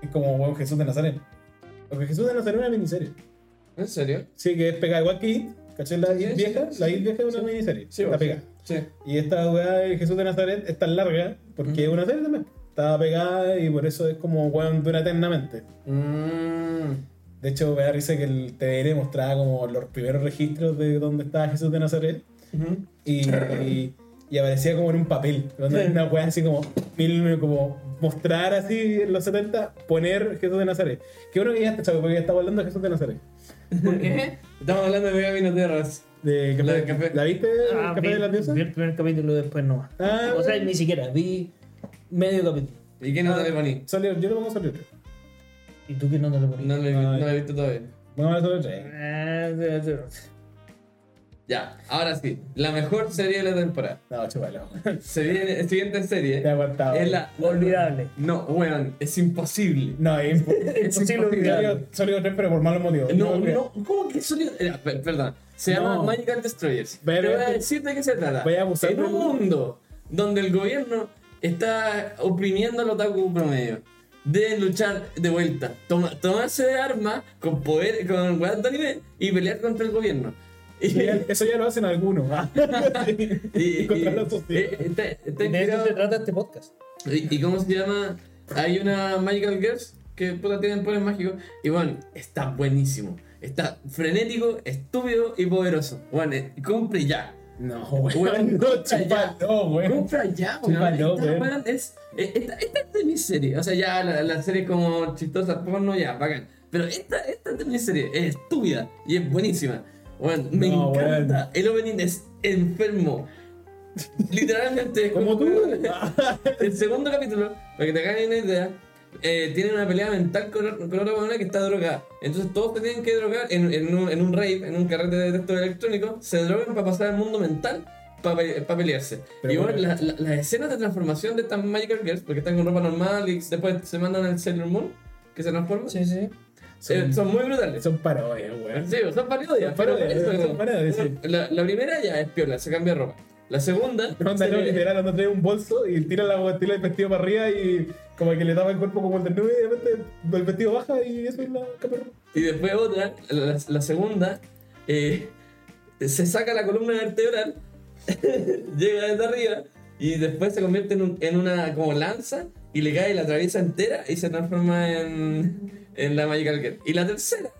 B: Es como weón Jesús de Nazaret. Porque Jesús de Nazaret es una miniserie.
C: ¿En serio?
B: Sí, que es pegada igual que It. ¿Cachai? La
C: Sí,
B: It
C: sí,
B: vieja.
C: sí,
B: La
C: sí.
B: It vieja es una
C: Sí.
B: miniserie.
C: Sí,
B: Está
C: weón,
B: pegada.
C: Sí.
B: Y esta weá de Jesús de Nazaret es tan larga porque es una serie también. Estaba pegada y por eso es como weón dura eternamente.
C: Mmm.
B: De hecho, me da risa que el TVN mostraba como los primeros registros de donde estaba Jesús de Nazaret y, y- y aparecía como en un papel. Una, una weá así como, mil- como mostrar así en los 70, poner Jesús de Nazaret. Que uno que ya está chavo, porque ya está hablando de Jesús de Nazaret.
C: ¿Por qué? Estamos hablando de Gaby Noterras.
B: De Café-
C: La del café.
B: ¿La viste?
A: Ah,
B: ¿Café
A: vi-
B: de las diosas?
A: Vi el primer capítulo después no más.
B: Ah,
A: o sea, ni siquiera, vi medio capítulo.
C: ¿Y qué nota le poní?
B: Salió, yo lo vamos a salir.
A: ¿Y tú que no te lo ponías?
C: No lo he, no la he visto todavía.
B: Vamos a ver solo tres.
A: Ah, de- de-
C: Ya, ahora sí. La mejor serie de la temporada.
B: No, chupalo.
C: Se viene, siguiente
B: Te
C: serie.
B: ha aguantado.
C: Es la
A: Olvidable.
C: No, weón, es imposible.
B: No, es impo-
C: Es
A: imposible olvidarlo.
B: salió- Salió tres, pero por malos motivos.
C: No, no, ¿cómo que eso? Eh, per- Perdón, se
B: No.
C: llama Magical Destroyers.
B: Pero
C: Te voy a
B: es que-
C: decir de qué se trata.
B: Voy a abusar
C: en un
B: del-
C: mundo donde el gobierno está oprimiendo al otaku promedio. De luchar de vuelta, toma- tomarse de armas con poder, con weas de anime y pelear contra el gobierno. Y,
B: Ya- Eso ya lo hacen algunos. ¿ah?
C: y-
B: Y contra
C: y-
B: los otros.
C: eh, está- está
A: De eso
C: inspirado-
A: se trata este podcast.
C: ¿Y, y cómo se llama? Hay una Magical Girls que puta tienen poderes mágicos. Y bueno, está buenísimo. Está frenético, estúpido y poderoso. Bueno, eh, compre ya.
B: No,
C: Weón,
B: weón. No,
C: concha, ya.
B: chupalo, weón.
C: Compra ya, weón.
B: Chúpalo,
C: Esta,
B: weón.
C: weón, es, eh, esta, esta es de mi serie. O sea, ya la, la serie como chistosa, porno, ya, bacán. Pero esta, esta es de mi serie. Es estúpida y es buenísima. Bueno, me
B: No, weón.
C: encanta. El opening es enfermo. Literalmente es
B: Como tú.
C: [laughs] el segundo capítulo, para que te hagan una idea, eh, tiene una pelea mental con, con otra persona que está drogada. Entonces todos te tienen que drogar en, en un, en un rave, en un carrete de texto electrónico, se drogan para pasar al mundo mental. Para pelearse.
B: Pero
C: y bueno,
B: bueno.
C: la- la- las escenas de transformación de estas Magical Girls, porque están con ropa normal y después se mandan al Sailor Moon, que se transforman,
A: Sí, sí.
C: eh, son muy brutales.
B: Son parodias, weón.
C: Sí, son parodias.
B: Son parodias,
C: pero por eso,
B: son parodias, sí.
C: la, la primera ya es piola, se cambia ropa. La segunda.
B: No,
C: se-
B: anda, no, literal, anda, trae un bolso y tira, la, tira el vestido para arriba y como que le tapa el cuerpo como el desnudo y de repente el vestido baja y eso es la cámara.
C: Y después otra, la, la segunda, eh, se saca la columna vertebral, [laughs] llega desde arriba y después se convierte en, un- en una como lanza y le cae y la atraviesa entera y se transforma en, en la Magical Girl. Y la tercera,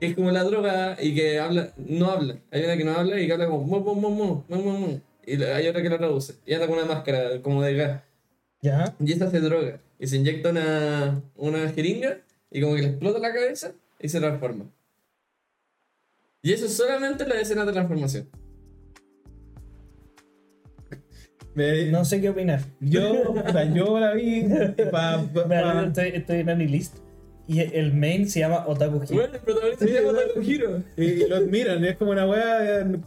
C: que es como la droga y que habla, no habla. Hay una que no habla y que habla como mo, mo, mo, mo, mo, mo, mo. Y la- hay otra que lo traduce. Y anda con una máscara como de gas.
A: Ya.
C: Y esta se droga. Y se inyecta una, una jeringa y como que le explota la cabeza y se transforma. Y eso es solamente la escena de transformación.
B: Me-
A: No sé qué opinar.
B: Eh, Yo, o sea, yo la vi pa- pa-
A: Me alegro,
B: pa-
A: estoy, estoy en Anilist. Y el main se llama Otaku Hero.
C: Bueno, el protagonista se llama Taku Hiro.
B: y, y los miran, es como una weá eh,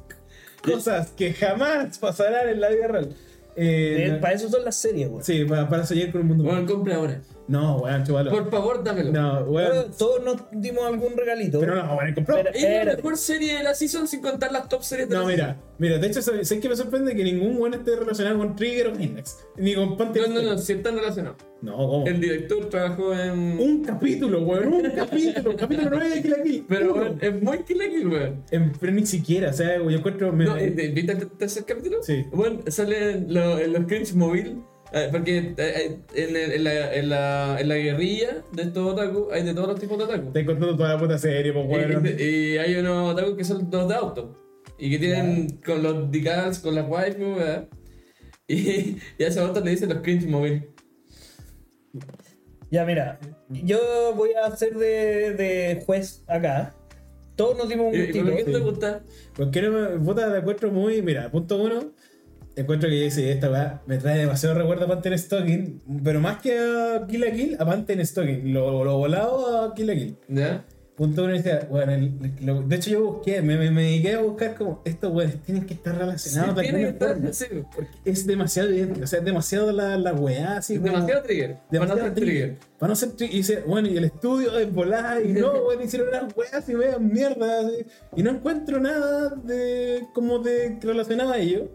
B: cosas que jamás pasarán en la vida real. Eh,
A: Eh, Para eso son las series, güey.
B: Sí, para, para soñar con un mundo
C: Bueno, compra ahora.
B: No, weón, chupalo.
C: Por favor, dámelo.
B: No,
A: Pero
B: weón.
A: todos nos dimos algún regalito.
B: Pero no, weón, compró.
A: Espera,
C: Es la
A: espérate.
C: mejor serie de la season sin contar las top series de
B: No,
C: la
B: mira, mira, de hecho, sé sé que me sorprende que ningún weón esté relacionado con Trigger o Index. Ni con Panty.
C: season. No, no, no, si están relacionados.
B: No, ¿cómo?
C: El director trabajó en.
B: Un capítulo, weón, un capítulo, capítulo 9 de Kill la Kill.
C: Pero
B: uno.
C: bueno, es muy Kill la Kill, weón.
B: Em, pero ni siquiera, o sea, yo encuentro. me-
C: No, eh, eh, ¿Viste el tercer capítulo?
B: Sí.
C: Bueno, salen lo- en los cringe móvil. eh, Porque eh, eh, en, el- en la, en, la, en la guerrilla de estos otaku hay de todos los tipos de otaku.
B: Estoy contando toda la puta serie, pues,
C: Y-
B: weón.
C: Y, y hay unos otaku que son los de auto. Y que tienen con los decals, con las waifu, ¿verdad? Y, [laughs] y a esos otros le dicen los cringe móvil.
A: Ya, mira. Yo voy a hacer de, de juez acá. Todos nos dimos un
C: ¿Y, Eh, y
A: gustito.
C: por qué te
B: sí.
C: gusta?
B: Porque no me puta, la encuentro muy. Mira, punto uno. Encuentro que yo sí, esta weá me trae demasiado recuerdo a Panther Stalking, pero más que a Kill la Kill, a Panther Stalking, lo, lo volado a Kill la Kill.
C: ¿Ya?
B: Punto de universidad. Bueno, el- lo- de hecho yo busqué, me, me, me dediqué a buscar como estos weones tienen que estar relacionados de
C: tiene que
B: alguna
C: estar
B: forma.
C: sí,
B: Porque es demasiado evidente, o sea, es demasiado la, la weá así.
C: es
B: como-
C: demasiado trigger. Para no
B: demasiado
C: ser trigger.
B: Para no ser trigger. Y dice, bueno, y el estudio es volada
A: [laughs]
B: y no, bueno, hicieron unas weas y vean mierda. así. Y no encuentro nada de como de relacionado a ello.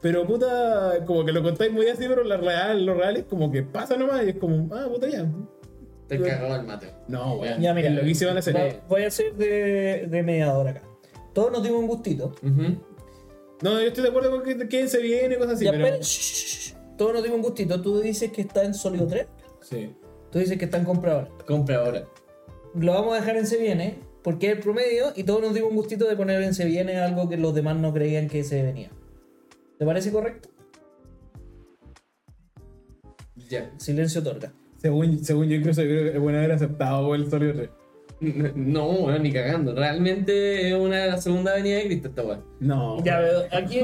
B: Pero puta, como que lo contáis muy así, pero la real, lo real es como que pasa nomás y es como, ah, puta ya.
C: Te cagó el mate.
B: No, weón.
A: Ya, mira.
B: es Lo que hicieron la serie.
A: Voy- Voy a ser de, de mediador acá. Todos nos dimos un gustito.
B: No, yo estoy de acuerdo con que quién se viene y cosas así,
A: ya,
B: pero.
A: espera, shh, shh, shh. Todos nos dimos un gustito. Tú dices que está en Sólido 3.
B: Sí.
A: Tú dices que está en comprador.
C: Compra ahora.
A: Lo vamos a dejar en Se Viene, porque es el promedio y todos nos dimos un gustito de poner en Se Viene algo que los demás no creían que se venía. ¿Te parece correcto?
C: Ya.
A: Silencio otorga.
B: Según, según yo, incluso yo creo que es bueno haber aceptado el Sólido 3.
C: [laughs] No, weón, ni cagando. Realmente es una de las segunda avenida de Cristo esta weón.
B: No.
A: Ya veo, aquí.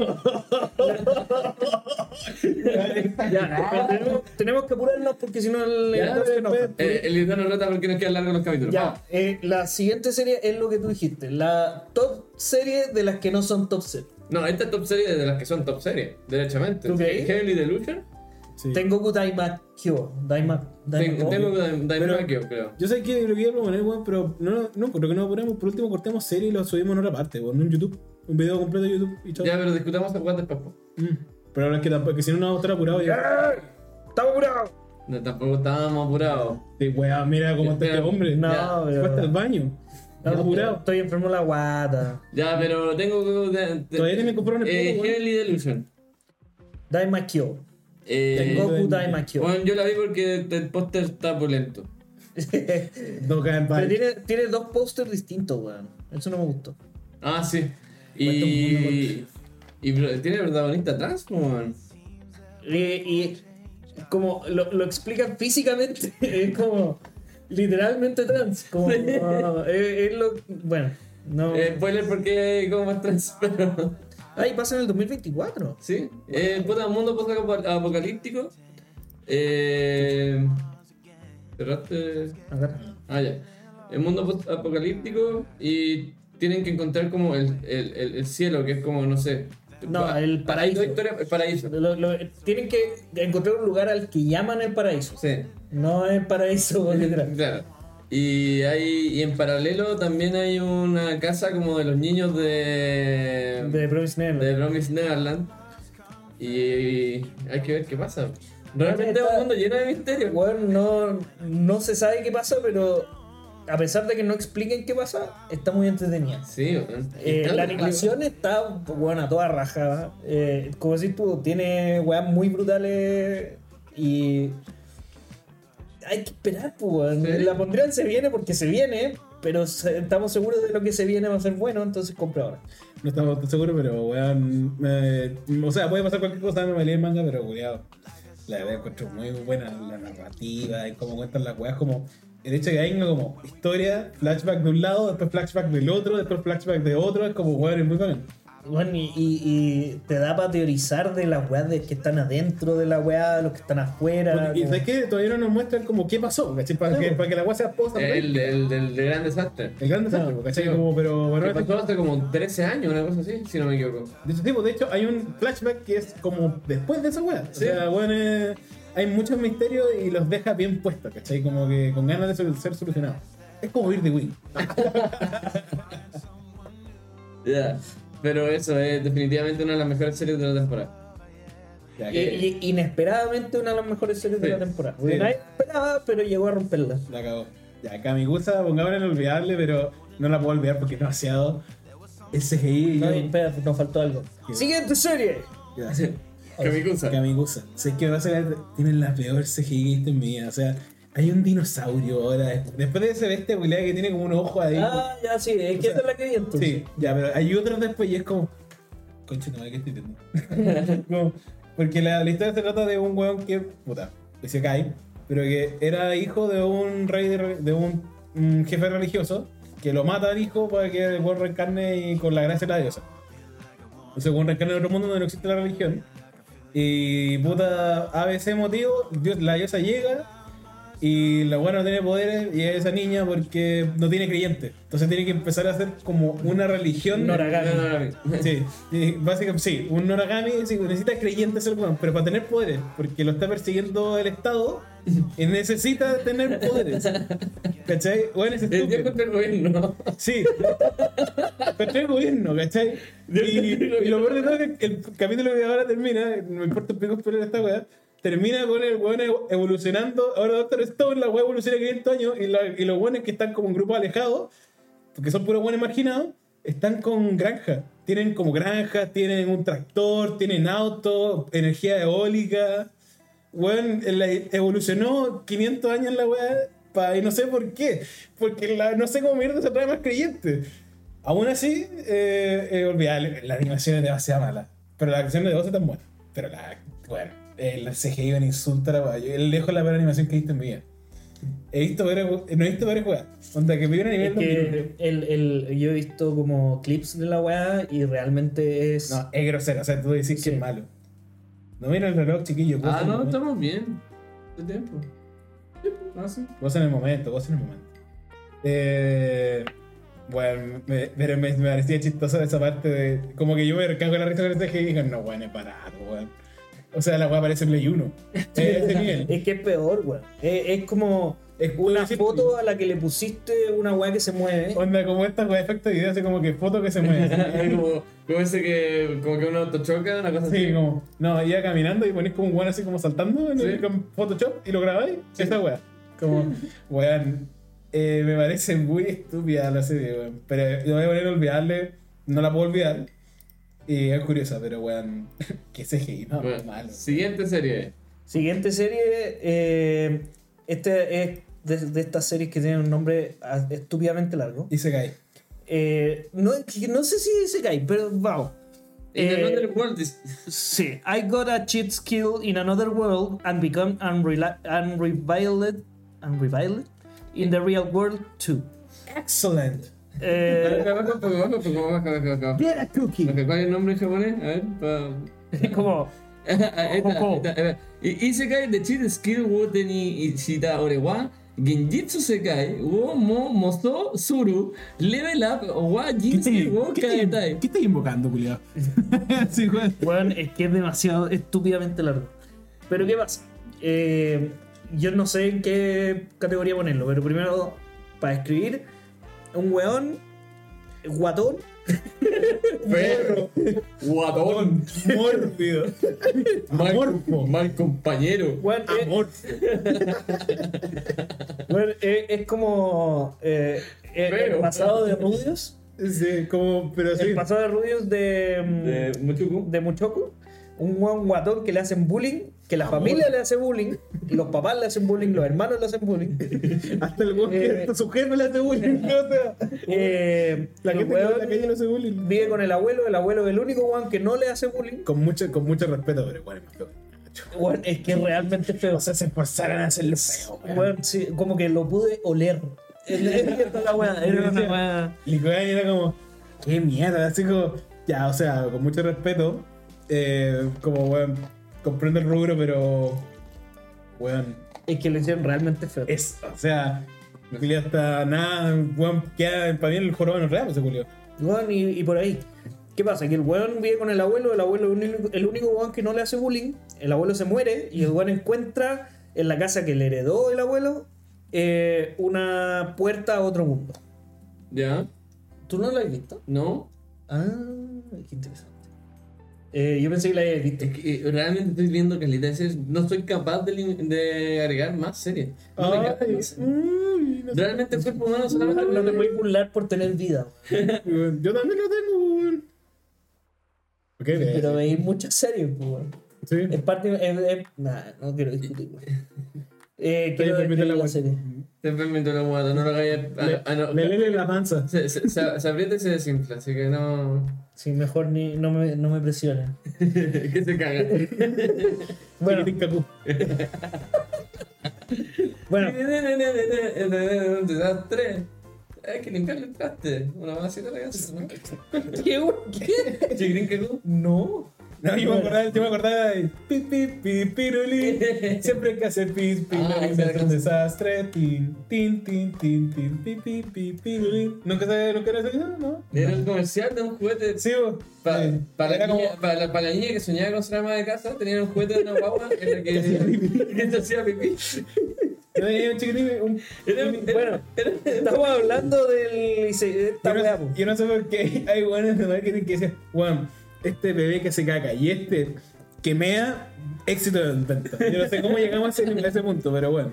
A: Ya, tenemos, tenemos que apurarnos porque si no el
B: Ya,
A: editor se
B: pero,
A: enoja.
B: pero-
C: Eh, el editor no nota porque nos quedan largos los capítulos.
A: Ya, eh, la siguiente serie es lo que tú dijiste, la top serie de las que no son top series.
C: No, esta es top serie de las que son top series, derechamente.
A: ¿Tú creí?
C: Heavenly Delusion.
B: Sí.
A: Tengoku Daimakyo, Daima,
C: Tengo,
A: Daima-
C: tengo Dime
B: Pero-
C: creo.
B: Yo sé que lo que iba a proponer, weón, pero no, no, creo que no lo ponemos. Por último, cortemos serie y lo subimos en otra parte, weón, en YouTube. Un video completo de YouTube y chao.
C: Ya, pero discutamos a jugar después. po.
B: Mm. Pero ahora es que tampoco, que si no, nos vamos a estar apurados ya.
A: ¡Está curado!
C: No, tampoco estábamos apurados.
B: Sí, weá, mira cómo está este
C: Pero-
B: hombre.
A: No,
C: Ya,
B: Se
A: pero-
B: fue hasta el baño. Está
A: No,
B: apurado.
A: Estoy enfermo la guata.
C: Ya, pero tengo. de- de-
B: Mm. Todavía tiene que comprar un
C: eh,
B: espejo, weón.
C: Heavenly Delusion.
A: Daimakyo.
C: Eh,
B: Tengo-
A: Tengoku Daimakyo.
C: bueno, yo la vi porque el póster está pulento.
A: Pero
C: Eh,
B: No cae en baño.
A: tiene, tiene dos pósters distintos, weón. Eso no me gustó.
C: Ah, sí. Y. Y bro, tiene protagonista trans, po, weón.
A: Y, y como lo, lo explican físicamente, [laughs] es como literalmente trans. Como, ah, es, es lo. Bueno, no.
C: Eh, spoiler porque como es trans, [laughs] pero.
A: Ay, Ah, pasa en el 2024.
C: Sí, eh, puta, mundo post-apocalíptico. Eh, cerraste.
A: Agarra.
C: Ah, ya. El mundo post-apocalíptico y tienen que encontrar como el, el, el, el cielo, que es como, no sé.
A: No,
C: Ah,
A: el paraíso.
C: hay dos historias- el paraíso.
A: Lo- lo- tienen que encontrar un lugar al que llaman el paraíso.
C: Sí,
A: No el paraíso, [laughs] literal.
C: claro. Y, hay, y en paralelo también hay una casa como de los niños de.
A: De Province Neverland.
C: de Promised Neverland. Y hay que ver qué pasa. Realmente es
A: Está-
C: un mundo lleno de misterios.
A: Weón, no, no se sabe qué pasa, pero a pesar de que no expliquen qué pasa, está muy entretenida.
C: Sí, weón.
A: Eh,
C: Está
A: la
C: bien,
A: animación está buena, toda rajada. Eh, como decís tú, tiene weas muy brutales y. Hay que esperar, pues. weón.
C: Sí.
A: La pondrían se viene porque se viene, pero se- estamos seguros de lo que se viene va a ser bueno, entonces compra ahora.
B: No estamos tan seguros, pero weón. eh, o sea, puede pasar cualquier cosa, me valía el manga, pero cuidado. La verdad encuentro muy buena la narrativa y cómo cuentan las weas, como. El hecho de que hay como historia, flashback de un lado, después flashback del otro, después flashback de otro, es como weón, es muy bacán.
A: Bueno, y, y- y te da para teorizar de las weas de que están adentro de la wea, de los que están afuera.
B: Y
A: como-
B: sabes que todavía no nos muestran como qué pasó, ¿cachai? Para, que, para que la wea sea posa.
C: El, el, el de gran desastre.
B: el gran desastre, ¿cachai? Como, pero bueno,
C: Que pasó hace como 13 años, una cosa así, si no me equivoco.
B: De ese tipo, de hecho, hay un flashback que es como después de esa weá. O
C: Sí.
B: sea, weón, eh, hay muchos misterios y los deja bien puestos, ¿cachai? Como que con ganas de sol- ser solucionados. Es como ir de Wii.
C: Ya. Pero eso es definitivamente una de las mejores series de la temporada.
B: Ya
A: Y-
B: que-
A: y- inesperadamente una de las mejores series de
C: Sí.
A: la temporada.
B: Sí.
A: Nadie esperaba, pero llegó a romperla.
B: La cagó. Ya, Kamigusa, pongámosla en olvidable, pero no la puedo olvidar porque es demasiado. Es CGI. y
A: No,
B: yo-
A: espera, nos faltó algo.
B: ¿Qué?
A: Siguiente serie.
B: Ya.
C: Kamikusa.
B: Kamigusa. Sé que vas a ver, tienen la peor CGI que he visto en mi vida. O sea, hay un dinosaurio ahora. Después de ese bestia culiada que tiene como un ojo ahí.
A: Ah, ya sí, es que
B: O sea,
A: esa es la que vi entonces.
B: Sí, ya, pero hay otros después y es como. Concha, no, ¿qué estoy viendo? Como, porque la, la historia se trata de un weón que. puta, que se cae, pero que era hijo de un rey, de, re- de un, un jefe religioso, que lo mata al hijo para que el weón reencarne y con la gracia de la diosa. O sea, un reencarne en otro mundo donde no existe la religión. Y puta, a veces motivo, Dios, la diosa llega Y la buena no tiene poderes y es esa niña porque no tiene creyente. Entonces tiene que empezar a hacer como una religión.
A: Un oragami. [laughs]
B: Sí, y básicamente sí, un origami sí, necesita creyentes el weón, pero para tener poderes, porque lo está persiguiendo el Estado [laughs] y necesita tener poderes. ¿Cachai? Bueno, es
C: El día
B: estúpido.
C: contra el gobierno.
B: Sí. Contra el gobierno, ¿cachai? Y, y lo peor de todo es que el capítulo que ahora termina, no me importa un pico spoiler esta weá, termina con el weón evo- evolucionando. Ahora Doctor Stone, la weá evoluciona 500 años y, la- y los weones que están como un grupo alejado, porque son puros weones marginados, están con granjas. Tienen como granjas, tienen un tractor, tienen auto, energía eólica. Weón, la- evolucionó 500 años la weá. pa- y no sé por qué. Porque la- no sé cómo mierda se trae más creyente. Aún así, eh, eh, olvidar, la animación es demasiado mala. Pero las acciones de voz están buenas. Pero la. Bueno, el CGI me insulta la weá. Yo lejos la peor animación que he visto en mi vida. He visto ver, no he visto varias weas. Onda que vi una
A: Es
B: animación.
A: que el, el, yo he visto como clips de la weá y realmente es.
B: No, es grosero. O sea, tú decís que es malo. No mira el reloj, chiquillo.
C: Ah,
B: goza en el
C: no,
B: momento.
C: estamos bien. De
B: [laughs]
C: tiempo. Ah, No sé.
B: Vos en el momento, vos en el momento. Eh, bueno, me, pero me, me parecía chistosa esa parte de. Como que yo me recargo la risa con el CGI y digo, no, weón, es barato, weón. O sea, la weá parece
A: [laughs]
B: Play 1. Eh, ese nivel.
A: Es que es peor, weón. Es, es como
B: Es
A: una
B: decir,
A: foto a la que le pusiste una weá que se mueve.
B: Onda, como esta weá de efecto de video, así como que foto que
A: [laughs]
B: se mueve.
C: Es [laughs] como, como ese que, como que un auto choca, una cosa
B: Sí,
C: así.
B: como, no, iba caminando y ponés como un weón así como saltando en
C: Sí.
B: el- con Photoshop y lo grabáis. Esta weá. Como, weón, eh, me parece muy estúpida la serie, weón. Pero yo voy a poner olvidarle, no la puedo olvidar. Y es curiosa, pero weón, [laughs] que CGI, no,
C: Bueno,
B: malo.
C: Siguiente serie.
A: Siguiente serie. eh, este es de, de estas series que tienen un nombre ah, estúpidamente largo.
B: Y se cae.
A: Eh, no, que no sé si dice Kai, pero vamos.
C: In
A: Eh,
C: another world
B: [laughs]
C: is-
A: Sí, I got a cheat skill in another world and become unrela- unreviled, unreviled in the real world too.
B: Excellent.
C: [laughs]
A: Eh,
C: Baja, baja, baja, baja, baja, baja, baja.
A: get a [laughs] cookie.
C: Ok, ¿Cuál es el nombre en japonés? A ver, pa- [laughs]
A: Como,
C: Ahí está, ahí está, ahí está. I- Isekai de Cheat Skill wo teni Ichida Orewa Genjitsu Sekai wo mo moso suru level up wa jinski wo kaetai.
B: estás invocando, culiado? [laughs] sí, weón.
A: bueno, es que es demasiado estúpidamente largo. Pero ¿qué pasa? Eh, yo no sé en qué categoría ponerlo, pero primero, para escribir, un weón, guatón,
C: Perro. Guadón.
B: Mórbido.
C: Mal,
B: Amorfo.
C: mal compañero.
A: weón, eh,
B: Amorfo.
A: weón, eh, es como eh, el- el,
C: Pero-
A: pasado de Rubius.
B: Sí, como, pero sí.
A: El pasado de Rubius de, mm,
C: De Muchuku.
A: de Muchoku, un guan guatón que le hacen bullying, que
B: Ah,
A: la familia le hace bullying, los papás le hacen bullying, los hermanos le hacen
B: [laughs]
A: bullying.
B: Hasta el weón
A: Eh.
B: que está sujeto le hace bullying, [laughs] o sea,
A: Eh,
B: La
A: el
B: gente que va en la
A: weón
B: calle no hace bullying.
A: vive con el abuelo, el abuelo es el único guan que no le hace bullying.
B: Con mucho, con mucho respeto, pero igual es más feo.
A: Weón, es que realmente es feo.
B: O sea, este se esforzaron a hacerlo feo, weón.
A: Weón, sí, como que lo pude oler. Era una weá, era una weá.
B: Licoán era como, qué mierda, así como, ya, o sea, con mucho respeto, eh, como, weón, comprendo el rubro, pero, weón,
A: Es que lo hicieron realmente feo.
B: es, o sea, Julio hasta nada, weón, queda para mí el jorobado en pues, real, ese Julio.
A: Weón, y, y por ahí. ¿Qué pasa? Que el weón vive con el abuelo, el abuelo es el único- el único weón que no le hace bullying, el abuelo se muere y el weón encuentra en la casa que le heredó el abuelo eh, una puerta a otro mundo.
C: Ya.
A: ¿Tú no la has visto?
C: No.
A: Ah, qué interesante. Eh, yo pensé que la habías visto.
C: Es que eh, realmente estoy viendo calidad de series. No estoy capaz de, lim- de agregar más series. No me capaz de
B: Ay,
C: más series.
B: uy, no
C: [laughs]
B: sé,
C: Realmente el cuerpo humano solamente
A: No te puedes burlar por tener vida,
B: weón, yo también lo tengo, weón. Ok,
A: pero
B: bien,
A: veis muchas series, pues, weón.
B: sí.
A: Es parte. Es, es- nah, no quiero discutir, weón. Eh,
B: Te
A: quiero
B: permite
A: describir
B: la
A: la
B: vuelta.
A: serie.
C: Te permito la guata, no lo hagáis.
B: Le,
C: ah, ah, no.
B: le lele la panza.
C: Se, se, se, se aprieta y se desinfla, así que no. [laughs]
A: Sí, mejor ni, no, me, no me presionen.
C: que se caga.
A: Bueno,
B: Chiquitín cacú.
A: bueno,
C: [laughs] Un desastre. Hay que limpiar el traste. Una mala cita de gas.
A: ¿qué?
C: Chigrin que no.
A: No.
B: No, yo me acordaba, yo me acordaba de pi, pi, pi,
C: [laughs]
B: pirulín. Siempre que hace pis,
C: Ah,
B: pirulín,
C: me
B: es un
C: alcanza.
B: desastre. Tin, tin, tin, tin, tin, pi, pi, pi, pirulín. ¿Nunca sabes lo que era eso? ¿No?
C: Era un comercial de un juguete.
B: Sí, vos.
C: Pa-
B: Eh,
C: para,
B: era
C: la
B: como-
C: niña, para, la, para la niña que soñaba con ser ama de casa, tenían un juguete de una guagua en
B: [laughs]
C: la que [laughs] que te hacía pipí.
B: Era un chiquitín, un-
C: Era,
B: un-
C: era-
A: Bueno,
C: era-
A: Estamos hablando del. lice- de
B: Yo
A: Esta
B: no,
A: weá, po.
B: yo no sé por qué hay weones de marketing que dicen, weón, este bebé que se caca y este que mea, éxito de intento. Yo no sé cómo llegamos a ese, a ese punto, pero bueno.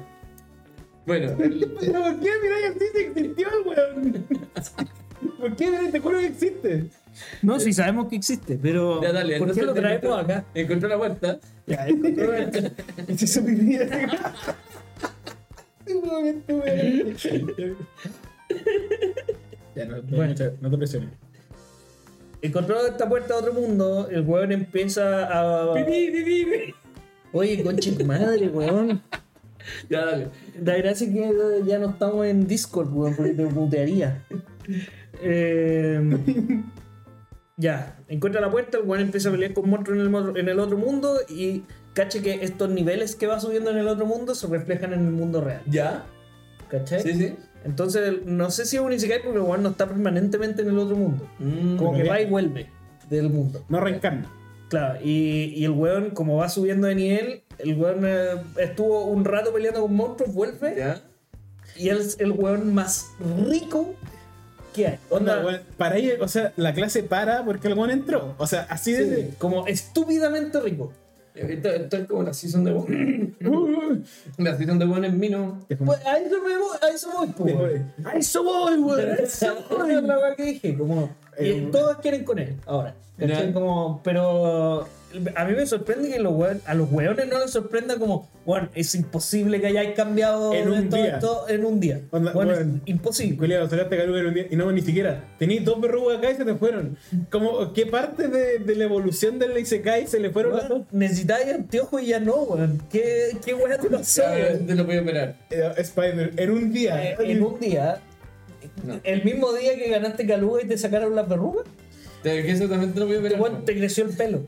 C: bueno,
B: Pues, ¿Pero por qué Mirai así se existió, weón? [laughs] ¿Por qué Mirai te juro que existe?
D: No, sí sabemos que existe, pero.
C: ya dale.
A: ¿Por qué
C: entonces
A: lo
C: te
A: traemos acá?
C: Encontró la puerta.
B: Ya, es se pipí [laughs] así. Seguramente, weón. Ya, no, no,
A: Bueno.
B: mucha- no te presiones.
A: Encontró esta puerta a otro mundo, el weón empieza a.
C: [laughs] Pipí, pipí, pipí.
A: Oye, conche tu madre, weón.
C: Ya dale.
A: La gracia es que ya no estamos en Discord, weón, porque te putearía. Eh, ya, encuentra la puerta, el weón empieza a pelear con monstruos en el, mo- en el otro mundo y cache que estos niveles que va subiendo en el otro mundo se reflejan en el mundo real.
C: ¿Ya?
A: ¿Cachai?
C: Sí, sí.
A: Entonces, no sé si es un Isekai porque el weón no está permanentemente en el otro mundo.
C: Mm,
A: Como que
B: Pero
A: va y
B: bien.
A: vuelve del mundo.
B: No reencarna.
A: Claro, y, y el weón, como va subiendo de nivel, el weón eh, estuvo un rato peleando con monstruos, vuelve
C: ¿Ya?
A: y él es el weón más rico que hay. Onda,
B: Onda, weón, para ahí, o sea, la clase para porque el weón entró. O sea, así
A: sí,
B: de. [laughs]
A: como estúpidamente rico.
C: Esto, esto es como la season de Won. [coughs]
B: Uh,
C: La season de Won es Mino.
B: Te fum-
A: Pues, a eso me voy, a eso voy, po,
B: te
A: weón.
B: fum- ¡A eso voy, weón!
A: A eso voy, es la weá que dije, como... y
B: Eh,
A: todos quieren con él ahora. ¿cachai?
C: Ya.
A: Como, pero a mí me sorprende que los weón- a los weones no les sorprenda como, bueno, es imposible que hayáis cambiado
B: En un
A: esto,
B: día.
A: esto en un día.
B: Onda,
A: Weón, es
B: weón.
A: imposible.
B: Culeado, sacaste caluga en un día y no, ni siquiera. Tenéis dos verrugas acá y se te fueron. Como, ¿qué parte de, de la evolución del Isekai se le fueron las dos?
A: Weón, necesitáis anteojos y ya no, weón. ¿Qué, qué weá te pasó,
C: Ya,
A: weón?
C: te lo voy a operar.
B: Eh, Spider, en un día.
A: Eh, En un día,
C: No.
A: el mismo día que ganaste Caluga y te sacaron las verrugas,
C: Te- que eso también te lo voy a operar.
A: weón, te creció el pelo.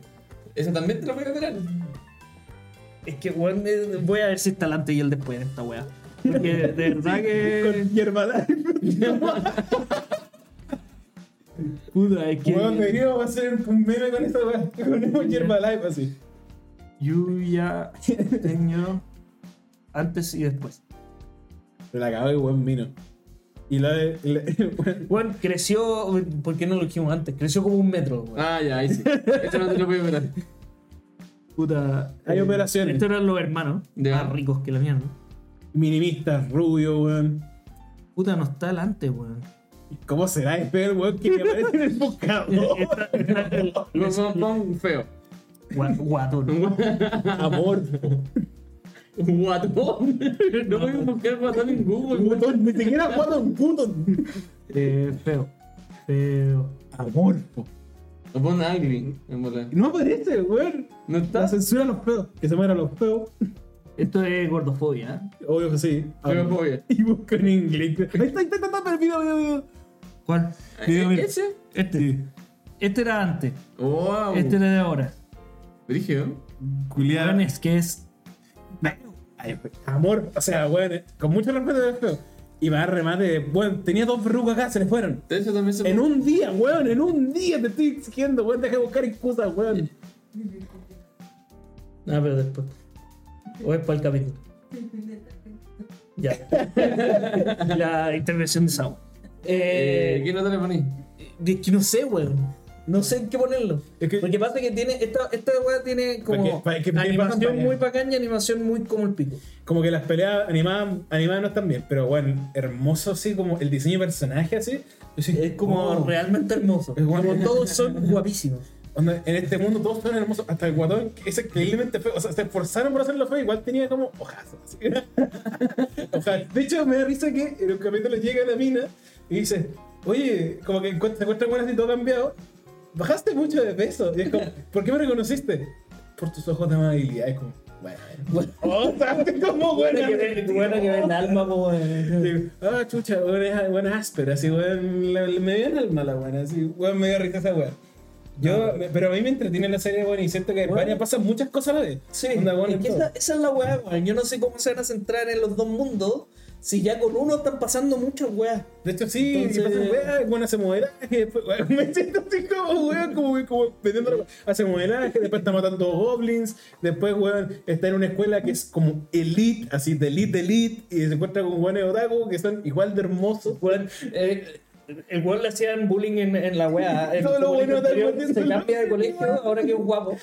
C: Eso también te lo voy a operar.
D: Es que, weón, eh, voy a ver si está el antes y el después de esta weá. Porque de verdad que.
B: Con Herbalife.
D: Puta, es que.
B: Weón, deberíamos hacer un meme con esta weá. [laughs] Con un Herbalife así.
D: Yo ya tengo antes y después.
B: Pero la cagó el buen vino. Y la de. y la- [laughs] weón,
A: Weón, creció, ¿por qué no lo dijimos antes? Creció como un metro, weón.
C: Ah, ya, ahí sí. Esto no te lo voy
A: [laughs]
C: a operar.
D: Puta. eh,
B: Hay operaciones.
D: Estos eran los hermanos.
C: Ya.
D: Más ricos que la mierda.
B: Minimista, rubio, weón.
D: Puta, no está el antes, weón.
B: ¿Cómo será el peor weón que me aparece en el buscador?
D: Está- está el-
C: Pon, pon- pon feo.
D: gua- Guatón.
B: [laughs] Amor.
C: Guatón. [laughs] No voy a buscar guatón en Google. weón.
B: Butón, ni siquiera guato un puto.
D: Eh, feo. Feo.
B: Amor. po.
C: No pon ugly. en bola.
B: No aparece, weón.
C: No
B: La
C: está.
B: censura a los pedos. Que se mueran los pedos.
D: Esto es gordofobia. ¿eh?
B: Obvio que sí.
C: Homofobia.
B: [laughs] Y busco en inglés. Ahí está, ahí está, ahí está, pero mira, mira, mira.
D: ¿Cuál?
B: Mira, mira.
C: ¿Ese?
D: Este.
B: Sí.
D: Este era antes.
B: Ah,
C: Wow.
D: Este
B: uh.
D: era de ahora.
C: Brígido.
D: Weón,
B: Julián.
D: es que es.
B: Ay, Amor. O sea, weón, eh, con mucho respeto del feo. Y va a remate. de, Bueno, tenía dos verrugas acá, se le fueron.
C: De hecho, también se
B: En un día, weón, en un día te estoy exigiendo, weón, deja de buscar excusas, weón.
A: Ah, pero después. O es para el capítulo. Ya. [laughs]
D: La intervención de Sao.
C: Eh,
A: Eh,
C: ¿Qué nota le poní?
A: es que no sé, weón. No sé en qué ponerlo.
B: Es que-
A: Porque pasa que tiene. Esta, esta weá tiene como.
B: Para que- para que-
A: animación
B: para-
A: muy bacán y animación muy como el pico.
B: Como que las peleas animadas, animadas no están bien, pero weón, hermoso así, como el diseño de personaje así. Yo sí,
A: Es como
B: oh,
A: realmente hermoso.
B: Es guapo.
A: Como todos son guapísimos.
B: onda, en este mundo todos son hermosos, hasta el guatón, que es increíblemente feo. O sea, se esforzaron por hacerlo feo, igual tenía como ojazos. así. [laughs] Ojalá. De hecho, me da risa que en un capítulo llega la mina y dice, oye, como que encuentra- se encuentra con así todo cambiado, bajaste mucho de peso. Y es como, ¿por qué me reconociste? Por tus ojos de amabilidad. Es como, bueno,
A: [laughs]
B: [laughs]
A: Bueno.
B: Oh, ¿sabes cómo, bueno,
A: Bueno, que ven alma, po, weón.
B: Digo, ah, chucha, weón, es, weón es áspera, así, weón, la- la- me dio el alma la weón, así, weón, me dio risa esa weón. Yo,
A: Ah.
B: me- pero a mí me entretiene la serie, weón, y siento que en
A: Bueno.
B: España pasan muchas cosas a la vez.
A: Sí,
B: Onda, weón,
A: es
B: en
A: que
B: todo.
A: esa, esa es la weá, weón. Yo no sé cómo se van a centrar en los dos mundos si ya con uno están pasando muchas weas.
B: De hecho, sí,
A: Entonces-
B: y pasan weas, bueno, hace modelaje, después, weón, [laughs] me siento así como, weón, como, como vendiendo la- hace modelaje, después está matando goblins, después, weón, está en una escuela que es como elite, así, de elite, de elite, y se encuentra con weones otaku que son igual de hermosos, weón.
A: Eh, el weón le hacían bullying en, en la weá. El
B: Todo lo
A: colegio
B: bueno está
A: anterior
B: poniendo
A: se
B: la-
A: cambia de colegio ahora que es guapo.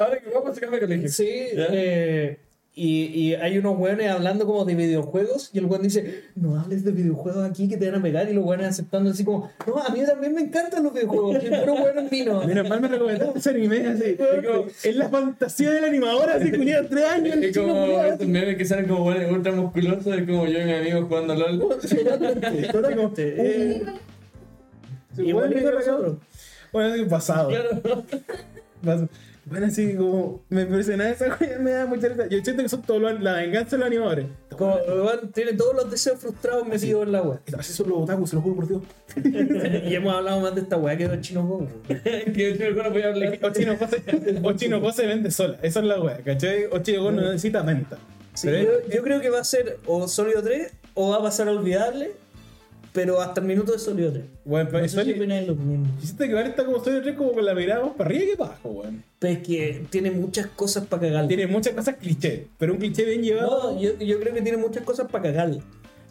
C: Ahora que vamos a sacarme colegio.
A: Sí, eh, y, y hay unos weones hablando como de videojuegos y el weón dice, no hables de videojuegos aquí que te van a pegar y los weones aceptando así como, no, a mí también me encantan los videojuegos, y puro weón vino.
B: Menos mal me recomendaste ese anime, así,
C: Es como-
B: es la fantasía del animador, así, culiado, tres años, el
C: Es
B: chino,
C: como
B: culiao,
C: estos memes que salen como buenos ultra musculosos, es como yo y mi amigo jugando [laughs] LOL.
B: así, todo como, eh,
A: Igual
B: igual
A: que
B: que
A: nosotros.
B: Bueno, así, pasado. Vas- Bueno, así como me impresiona esa [laughs] wea, me da mucha risa. Yo siento que son todos los, la venganza de los animadores.
A: Como, weón, tiene todos los deseos frustrados metidos en la weá.
B: Así son los otakus, se lo juro por Dios.
A: [laughs] y hemos hablado más de esta weá que de los chinos gobos.
C: Que yo no podía hablar.
B: Ochino [laughs] Jose, Ochino Jose vende sola, esa es la wea, ¿cachai? Ochino Jose no necesita menta.
A: Sí,
B: Pero
A: yo, yo creo que va a ser o Sólido 3 o va a pasar a olvidable, pero hasta el minuto de Sólido 3.
B: Bueno, pero
A: No sé si
B: Sony-
A: opináis lo mismo.
B: yo siento que ahora está como Sony 3 como con la mirada más para arriba que para abajo, weón.
A: Pero es que tiene muchas cosas para cagarle.
B: Tiene muchas cosas cliché, pero un cliché bien llevado.
A: No, yo, yo creo que tiene muchas cosas para cagarle.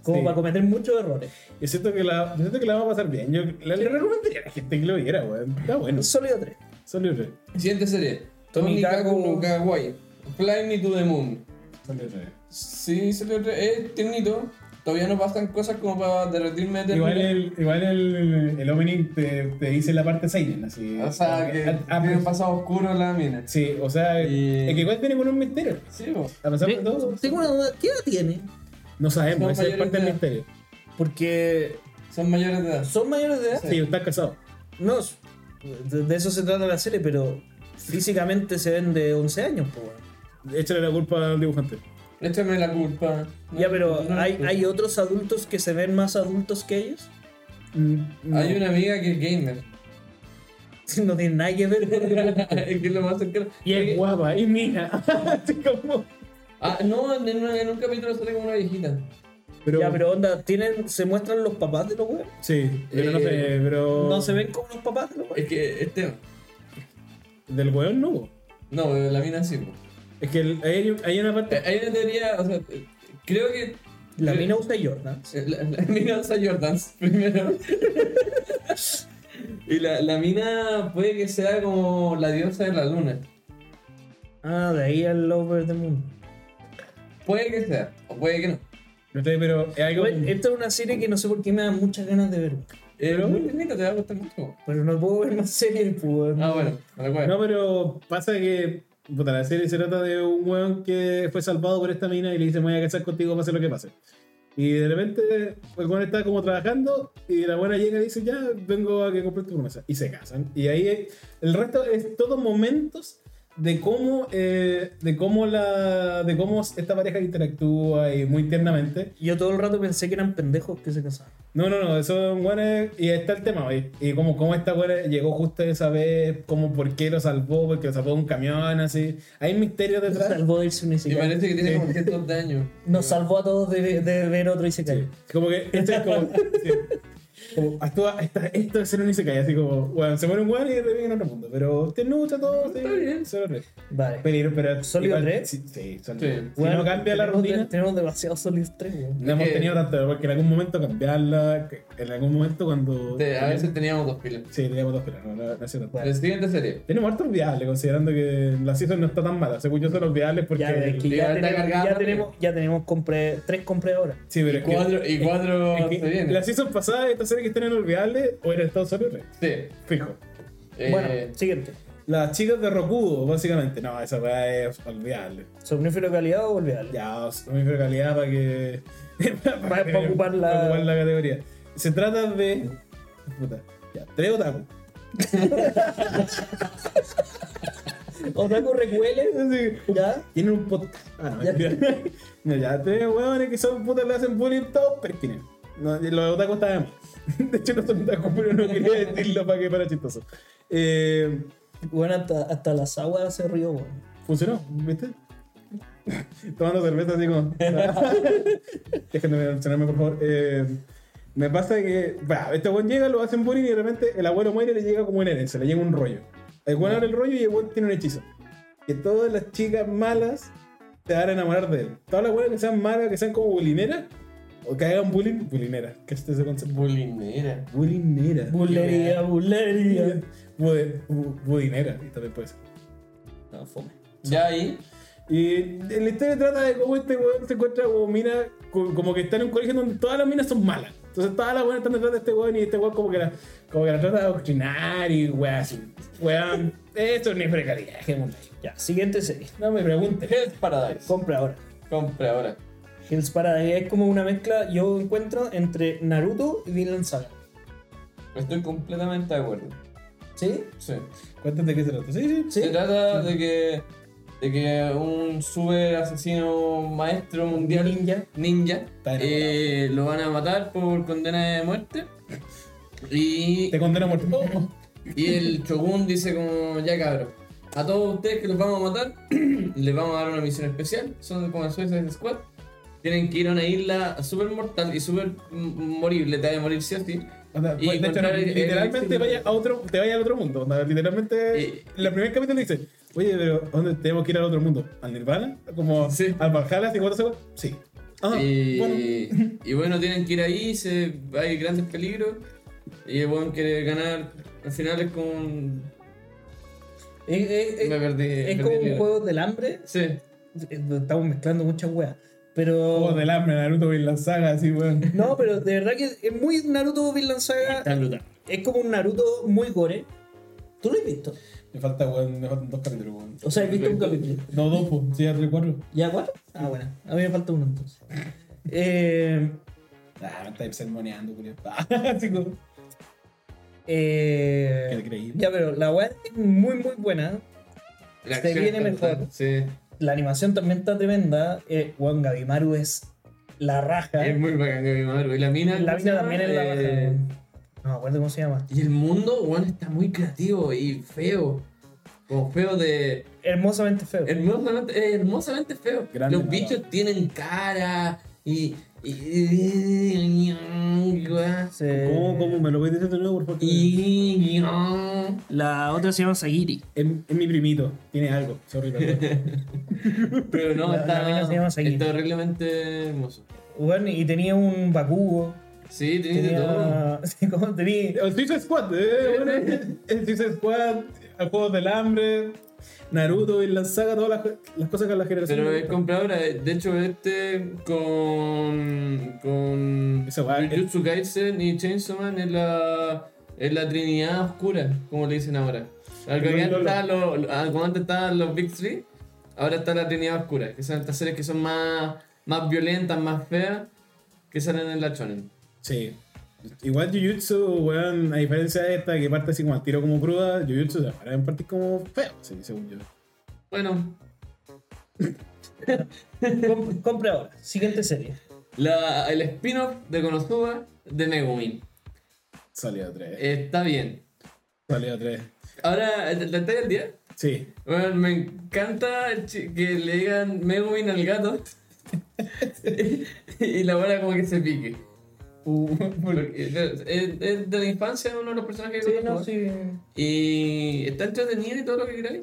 A: Como
B: Sí.
A: para cometer muchos errores.
B: Yo siento que la, yo siento que la va a pasar bien. Yo le, le recomendaría a la gente que lo viera, weón. Está bueno.
A: Sólido 3.
B: Sony 3.
C: Siguiente serie.
A: Tomikaku-
C: Tomikaku no Kawaii. Fly Me to the Moon.
B: Sony 3.
C: Sí, se le re- es tiernito. Todavía no pasan cosas como para derretirme de
B: Igual el, igual el, el opening te, te dice la parte seinen, así.
C: O sea, que
B: Ah, ah,
C: tiene un pasado oscuro en la mina.
B: sí, o sea,
C: Y-
B: es que igual tiene con un misterio.
C: Sí, po.
B: A pesar de todo,
A: Tengo una duda, ¿qué edad tiene?
B: no sabemos,
C: Son
B: esa es
C: mayores de
B: parte del
C: edad.
B: misterio.
A: Porque
C: son mayores de edad.
A: son mayores de edad.
B: Sí, estás casado.
A: No, de, de eso se trata la serie, pero físicamente se ven de 11 años. po, weón.
B: Échale la culpa al dibujante.
C: Échame la culpa. No,
A: ya, pero
C: no, no,
A: hay,
C: no.
A: hay otros adultos que se ven más adultos que ellos. [laughs]
B: Mm, no.
C: Hay una amiga que es gamer.
A: No tiene nada que ver con
C: [laughs]
A: el-
C: Es que es lo más cercano.
B: Y es guapa, y mira. [laughs] así como...
C: Ah, no, en, un- en un capítulo sale como una viejita.
B: pero,
A: Ya, pero onda, tienen, se muestran los papás de los weones.
B: Sí, pero no
C: Eh,
B: sé, pero.
A: No se ven como los papás de los weones.
C: Es que este.
B: Del weón no hubo.
C: No, de la mina sí. po.
B: Es que el- hay, hay una parte.
C: Eh, Hay una teoría, o sea, eh, creo que.
A: La
C: creo-
A: mina usa Jordans.
C: Eh, La, [laughs] la mina usa Jordans [laughs] primero. y la, la mina puede que sea como la diosa de la luna.
A: Ah, de ahí al Over the Moon.
C: Puede que sea, o puede que no.
B: No sé, pero es algo.
A: Bueno, eh, esta es una serie que no sé por qué me da muchas ganas de ver.
C: Eh, pero muy lindo, te va a gustar mucho.
A: Pero no puedo ver más series, pues. weón.
C: Ah, bueno, no lo puedo.
B: No, pero pasa que puta, la serie se trata de un weón que fue salvado por esta mina y le dice, me voy a casar contigo, pase lo que pase. Y de repente el weón está como trabajando y la buena llega y dice, ya, vengo a que compres tu promesa. Y se casan. Y ahí eh, el resto es todos momentos de cómo, eh, de cómo la, de cómo esta pareja interactúa y muy tiernamente.
A: Yo todo el rato pensé que eran pendejos que se casaban.
B: No, no, no, son buenos. eh, Y ahí está el tema, hoy. Y como, como esta buena llegó justo esa vez, como por qué lo salvó, porque lo salvó de un camión, así. Hay misterios
A: Nos
B: detrás.
A: salvó de irse un
C: Y
A: Isekai.
C: parece que tiene como ciertos daños.
A: Nos salvó a todos de, de ver otro Isekai.
B: Sí. Como que esto es como. sí. Como actúa, esta- esto es ser un Isekai, así como, bueno, se muere un weón y revive en otro mundo. Pero usted no gusta todo, sí,
C: bien.
B: Solo tres.
A: Vale.
B: Peligro, pero.
A: ¿Sólido
B: igual-
A: tres?
B: Sí, sí, sólido
C: Sí.
B: tres. Si
A: Bueno,
B: no cambia la
A: tenemos de-
B: rutina.
A: tenemos demasiado Solid 3, weón.
B: No hemos
C: que-
B: tenido tanto, porque en algún momento cambiarla, que- en algún momento cuando.
C: Te- a veces teníamos dos pilas.
B: Sí, teníamos dos, pero no, no, no ha sido tanto.
C: La siguiente serie.
B: Tenemos hartos viables, considerando que la season no está tan mala. Según yo, son los viables porque.
A: Ya, es que ya,
C: Legal, está
A: tenemos,
C: cargada
A: ya,
C: rápido.
A: tenemos,
B: eh.
A: ya tenemos compre- tres compradoras.
B: Sí, pero
C: Y
B: es que-
C: cuatro, y cuatro
B: es que
C: se vienen.
B: la season pasada, esta serie que están en los viables, o era Estados Unidos,
C: Sí.
B: fijo.
C: Eh,
A: Bueno, siguiente.
B: Las chicas de Rokudo, básicamente. No, esa weá es olvidable.
A: Somnífero de calidad o olvidable.
B: Ya, os- muy de calidad para que.
A: [laughs] Para-
B: [laughs]
A: para ocupar la-
B: para ocupar la categoría. Se trata de. Puta. Ya, tres otaku.
A: [laughs] Otaku recuele,
B: Así,
A: ya.
B: Tienen un podcast. Ah, no, mentira. no, ya, tres huevones que son putas le hacen bullying todos pertinentes. [laughs] No, los otaku está de más. De hecho, no son otaku, pero no quería decirlo para que fuera chistoso. Eh,
A: Bueno, hasta, hasta las aguas se rió, weón.
B: Funcionó, ¿viste? [laughs] Tomando cerveza así como. [laughs] Déjenme mencionarme, por favor. Eh, me pasa que. Bah, este buen llega, lo hacen bullying y de repente el abuelo muere y le llega como una herencia, le llega un rollo. El buen abre el rollo y el buen tiene un hechizo. Que todas las chicas malas te van a enamorar de él. Todas las buenas que sean malas, que sean como bulineras, o que hagan bullying, bulineras. ¿Qué es ese concepto?
C: Bulinera.
B: Bulinera.
A: Bulería, bulería.
B: Budinera, y también puede ser.
A: No, fome.
C: Ya ahí.
B: Y la historia trata de cómo este weón se encuentra como mina, co- como que está en un colegio donde todas las minas son malas. Entonces todas las buenas están detrás de este weón y este weón como que la, como que la trata de adoctrinar y weón así. Weón, esto es ni precariedad, dejémoslo ahí.
A: Ya, siguiente serie.
B: No me preguntes.
C: Hell's Paradise.
A: Compra ahora.
C: Compre ahora.
A: Hills Paradise es como una mezcla, yo encuentro, entre Naruto y Vinland Saga.
C: Estoy completamente de acuerdo.
A: ¿Sí?
C: Sí.
B: Cuéntate de qué se trata. Sí, sí, Mm.
A: ¿Sí?
C: Se trata de que, de que un super asesino maestro mundial
A: Ninja.
C: ninja,
B: Está enamorado.
C: eh, lo van a matar por condena de muerte. Y,
B: Te condena a muerte. Oh, oh.
C: y el Shogun dice como, ya cabrón, a todos ustedes que los vamos a matar, [clears throat] les vamos a dar una misión especial, son como el Suicide Squad. Tienen que ir a una isla super mortal y super mm, morible, te vas a morir sí o sí.
B: Onda,
C: Y
B: pues, de hecho,
C: encontrar el- el
B: literalmente
C: éxito.
B: vaya a otro, te vaya al otro mundo. Onda, literalmente,
C: Y-
B: la primera capítulo dice, oye, pero ¿dónde tenemos que ir al otro mundo? ¿Al Nirvana? ¿Como
C: Sí.
B: al Valhalla? ¿50 segundos? Sí. Ah,
C: y,
B: bueno.
C: y bueno, tienen que ir ahí, se, hay grandes peligros. Y el weón quiere ganar. Al final es como un.
A: Es, es- es-
C: me perdí.
A: es
C: perdí
A: como
C: el
A: un
C: hilo.
A: juego del hambre.
C: Sí.
A: Estamos mezclando muchas weas. Pero.
B: Juegos Oh, del hambre, Naruto y la saga, así, weón.
A: No, pero de verdad que es muy Naruto Vinland Saga.
D: brutal.
A: Es como un Naruto muy gore. ¿Tú lo has visto?
B: Me falta, weón, me faltan dos capítulos, weón.
A: O sea, he visto un capítulo.
B: No, dos, po. Sí, ya tres, cuatro.
A: ¿Ya cuatro? Ah, bueno. A mí me falta uno entonces. Eh,
B: Ah, me estáis sermoneando, culiao. [laughs] Ah, Así como.
A: eh,
B: Qué creíble.
A: ya, pero la wea es muy, muy buena.
C: La
A: Se
C: acción
A: viene
C: está-
A: mejor.
C: Sí.
A: La animación también está tremenda. Eh, Juan Gabimaru es la raja.
C: Es muy bacán que mi madre. Y la mina.
A: La
C: ¿cómo se
A: mina
C: llama?
A: también es la raja.
C: Eh,
A: weón. No me acuerdo cómo se llama.
C: Y el mundo, weón, está muy creativo y feo. Como feo de.
A: Hermosamente feo.
C: Hermosamente, eh, hermosamente feo.
B: Grande
C: Los
B: nada.
C: bichos tienen cara y. y- y- y- y- weón.
A: Se-
B: ¿Cómo, cómo? ¿Me lo voy diciendo de nuevo, por favor?
C: Y.
D: La otra se llama Sagiri.
B: Es, es mi primito. Tiene algo.
A: [laughs]
B: Sorry, perdón. Eh,
C: Pero no,
A: La- la mina se llama
C: está,
A: Seguir.
C: está horriblemente hermoso.
A: Weón, y tenía un Bakugo.
C: Sí, tenés de todo.
A: [laughs] Tenía. ¿Cómo tenía?
B: el Suicide Squad, eh, bueno, El Suicide Squad, el Juego del Hambre, Naruto y la saga, todas las, las cosas que la generación.
A: eh,
C: Pero es compradora. De hecho, este con. con.
B: Esa weá, el-
C: Jujutsu Kaisen y Chainsaw Man es la. es la Trinidad Oscura, como le dicen ahora. Al que
B: Lo-
C: antes
B: lo-
C: estaba lo- lo- al- ah, como antes estaban los Big Three, ahora está la Trinidad Oscura, que son estas series que son más, más violentas, más feas, que salen en la Shonen.
B: Sí. Igual Jujutsu, weón, a diferencia de esta que parte así como al tiro como cruda, Jujutsu se para en partir como feo, sí, según yo.
C: Bueno,
A: Com- Compra ahora. Siguiente serie.
C: la, el spin-off de Konosuba de Megumin.
B: Salió tres.
C: Está bien.
B: Salió tres.
C: Ahora, ¿te te estáis al día?
B: Sí.
C: Bueno, me encanta el chi- que le digan Megumin al gato. [laughs] y la buena como que se pique.
A: Uh,
C: Porque Es es de, la infancia uno de los personajes que conozco.
A: sí.
C: Y está entretenido y todo lo que queráis.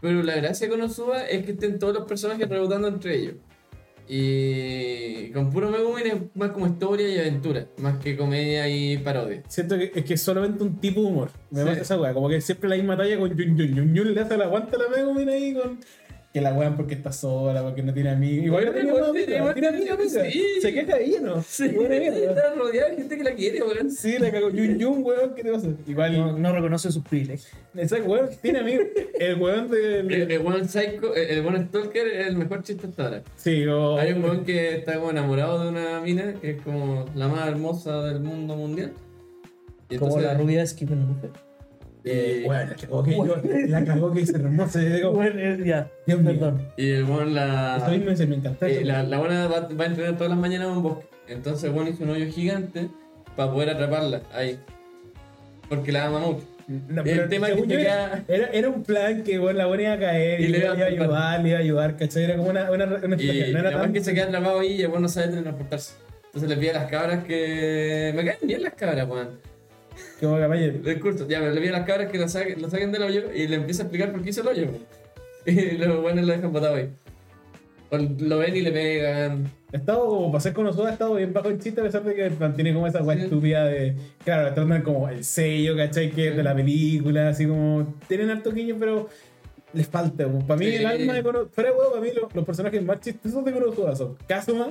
C: Pero la gracia de Konosuba es que estén todos los personajes rebotando entre ellos. Y con puro Megumin es más como historia y aventura, más que comedia y parodia.
B: Siento que es que es solamente un tipo de humor. Me
C: Sí.
B: pasa esa weá. Como que siempre la misma talla con Yun Yun Yun Yun le hace la guanta a la Mega Man ahí con. Que la wean porque está sola, porque no tiene amigos. Igual no tiene
C: Igual
B: amigos.
C: tiene- igual
B: Tiene
C: tiene-
B: amigos, amiga.
C: sí.
B: Se queja ahí, ¿no?
C: Sí,
B: Buena mierda.
C: [laughs] está rodeada de gente que la quiere, weón.
B: Sí, la cagó. Yun Yun, weón, ¿qué te pasa?
A: No,
B: Igual.
A: no reconoce sus privilegios.
B: Ese weón tiene amigos. El weón
C: [laughs] El,
B: del.
C: el buen psycho, el, el buen stalker es el mejor chiste hasta ahora.
B: Sí, o.
C: Hay un weón que está como enamorado de una mina que es como la más hermosa del mundo mundial. Y
A: Como
C: entonces-
A: la rubia de Skip and Buffet.
B: Eh, weón, la cagó que yo- la cagó que es hermosa. yo digo,
A: Bueno, eh, ya.
B: Dios mío.
A: Perdón.
C: Y el weón la.
B: Estoy me me encanta.
C: eh, la, la buena va, va a entrenar todas las mañanas a un bosque. Entonces el weón hizo un hoyo gigante para poder atraparla ahí. Porque la ama mucho.
B: No,
C: El
B: pero
C: tema es que
B: según yo
C: te
B: era,
C: queda-
B: era, era un plan que bueno, la buena iba a caer,
C: Y
B: y
C: le
B: le iba,
C: iba a
B: a
C: salvar.
B: ayudar, le iba a ayudar, ¿cachai? Era como una, una, una estrategia,
C: Y
B: no era
C: además
B: tan...
C: que se queda atrapado ahí y el weón no sabe teletransportarse. Entonces le pide a las cabras que. Me caen bien las cabras, weón.
B: Como que, vaya,
C: El culto. Ya, pero le pide a las cabras que lo saquen, lo saquen del hoyo y le empieza a explicar por qué hizo el hoyo, [laughs] weón. Y los buenos lo dejan botado ahí. O lo ven y le pegan.
B: ha estado como para ser con nosotros, ha estado bien bajo el chiste, a pesar de que mantiene como esa guay
C: Sí.
B: estúpida de. Claro, tratan como el sello, ¿cachai? Que es de la película, así como. Tienen harto guiño, pero les falta. como, Para mí,
C: Sí.
B: el alma de Konosuba. Fuera de huevo, para mí, lo- los, personajes más chistosos de Konosuba son Kazuma,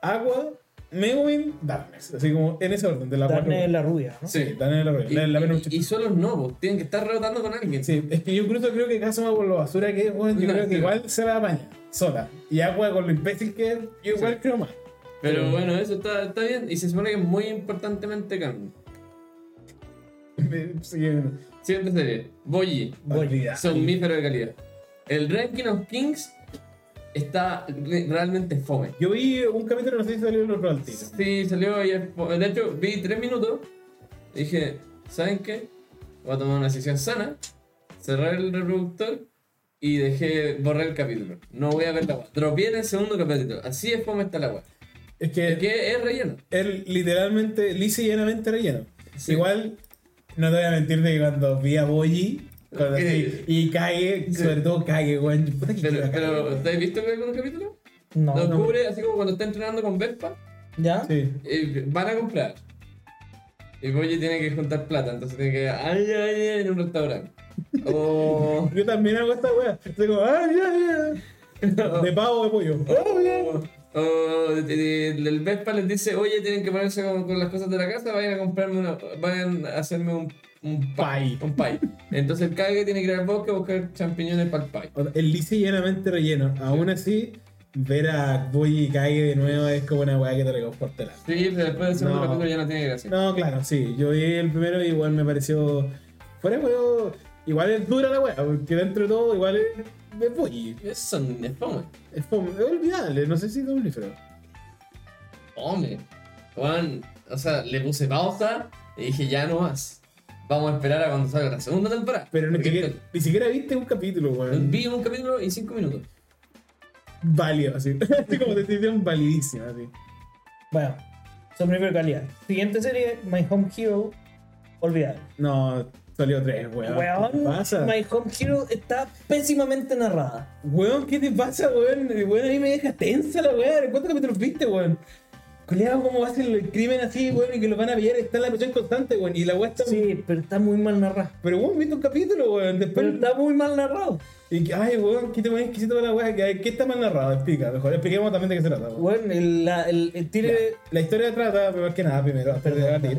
B: Agua, Megumin, Darkness. Así como en ese orden, de la
A: Darna es
B: cuatro-
A: la rubia, ¿no?
C: Sí.
B: Darkness es la
C: Y,
B: primera, la- la menos
C: y- y solo los novos, tienen que estar rebotando con alguien.
B: Sí, es que yo incluso creo que Kazuma por lo basura que es, bueno, yo
C: No,
B: creo que
C: sí.
B: igual se la apaña sola. Y Agua con lo imbécil que es, yo igual
C: Sí.
B: creo más. [laughs]
C: Pero bueno, eso está, está bien y se supone que es muy importantemente canon.
B: Sí, bueno.
C: Siguiente serie, Boyi,
B: Olvidar.
C: somnífero de calidad. El Ranking of Kings está re- realmente fome.
B: Yo vi un capítulo, no sé si salió en los royalties.
C: Sí, salió y es po- De hecho, vi tres minutos. y Dije, ¿saben qué? Voy a tomar una decisión sana. Cerrar el reproductor y dejé borrar el capítulo. No voy a ver la web. Dropié en el segundo capítulo. Así es fome está la web.
B: Es
C: Es
B: que
C: que es relleno.
B: él literalmente, lisa y llanamente relleno.
C: Sí.
B: Igual, no te voy a mentir de que cuando vi a Boyi, cuando así,
C: Sí.
B: y cague,
C: Sí.
B: sobre todo cague, weón. Puta que
C: Pero,
B: llora Kage,
C: pero
B: weón.
C: ¿te has visto algún capítulo?
A: No,
C: Lo
A: no.
C: cubre así como cuando está entrenando con Vespa.
A: ¿Ya?
B: Sí.
C: eh, van a comprar. Y Boye tiene que juntar plata, entonces tiene que. ¡Ay, ay, ay! En un restaurante. Oh. O.
B: Yo también hago esta wea. Estoy como, ah, ya, ya. De pavo de pollo. Ah, ya.
C: O o- el Vespa les dice, oye, tienen que ponerse con, con las cosas de la casa, vayan a comprarme una, vayan a hacerme un, un
B: Pie.
C: Un pie. Entonces el cague tiene que ir al bosque a buscar champiñones para el pie.
B: O sea, El lice y llanamente relleno. Aún así, ver a Boyi y Kage de nuevo es como una weá que te reconforta el alma.
C: Sí, pero después del segundo
B: No.
C: capítulo ya no tiene gracia.
B: No, claro, sí. Yo vi el primero y igual me pareció. Fuera de juego. Igual es dura la weá, porque dentro de todo igual es. es Boyi.
C: Es son es fome.
B: Es, fome, es olvidable, no sé si es doblífero.
C: Fome. Juan, o sea, le puse pausa y dije, ya no más. Vamos a esperar a cuando salga la segunda temporada.
B: Pero no, es
C: Porque
B: que, ni siquiera viste un capítulo,
C: esto-
B: weón.
C: Vi un capítulo y cinco minutos.
B: Válido, así. [laughs] así como decisión validísima, así.
A: Bueno, somnífero de calidad. Siguiente serie, My Home Hero, olvidar.
B: No, salió tres, weón. ¿Qué te
A: Weón,
B: pasa?
A: My Home Hero está pésimamente narrada.
B: Weón, ¿qué te pasa, weón? Weón, a mí me deja tensa la weá. ¿Cuántos capítulos viste, weón? Culeado, ¿cómo hacen el crimen así, weón? Y que los van a pillar, está en la presión constante, weón. Y la weá está.
A: Sí, pero está muy mal narrado.
B: Pero weón, viste un capítulo, weón.
A: Pero
B: Después.
A: está muy mal narrado.
B: Y que, ay, weón, ¿qué te pones exquisito con la weá? ¿Qué qué está mal narrado? Explica, mejor. Expliquemos también de qué se trata, weón.
A: Bueno, el, la- el- el tiro de-
B: La historia trata, primero que nada, primero, antes de debatir.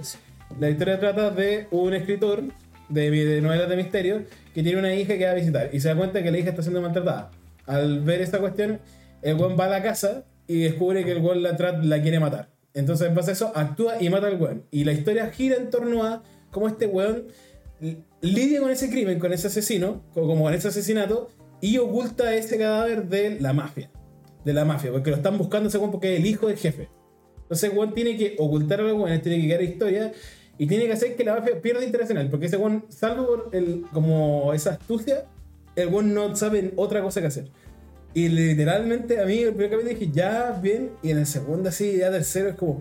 B: La historia trata de un escritor de, mi- de novelas de misterio que tiene una hija que va a visitar y se da cuenta que la hija está siendo maltratada. Al ver esta cuestión, el buen va a la casa y descubre que el buen la, tra- la quiere matar. Entonces, en base a eso, actúa y mata al buen. Y la historia gira en torno a cómo este weón li- lidia con ese crimen, con ese asesino, co- como con ese asesinato, y oculta ese cadáver de la mafia. De la mafia, porque lo están buscando según porque es el hijo del jefe. Entonces, Juan tiene que ocultar algo, Juan tiene que crear historia y tiene que hacer que la mafia pierda interés en él. Porque ese Juan, salvo por el, como esa astucia, el Juan no sabe otra cosa que hacer. Y literalmente a mí el primer capítulo dije, ya, bien. Y en el segundo, así, ya tercero, es como,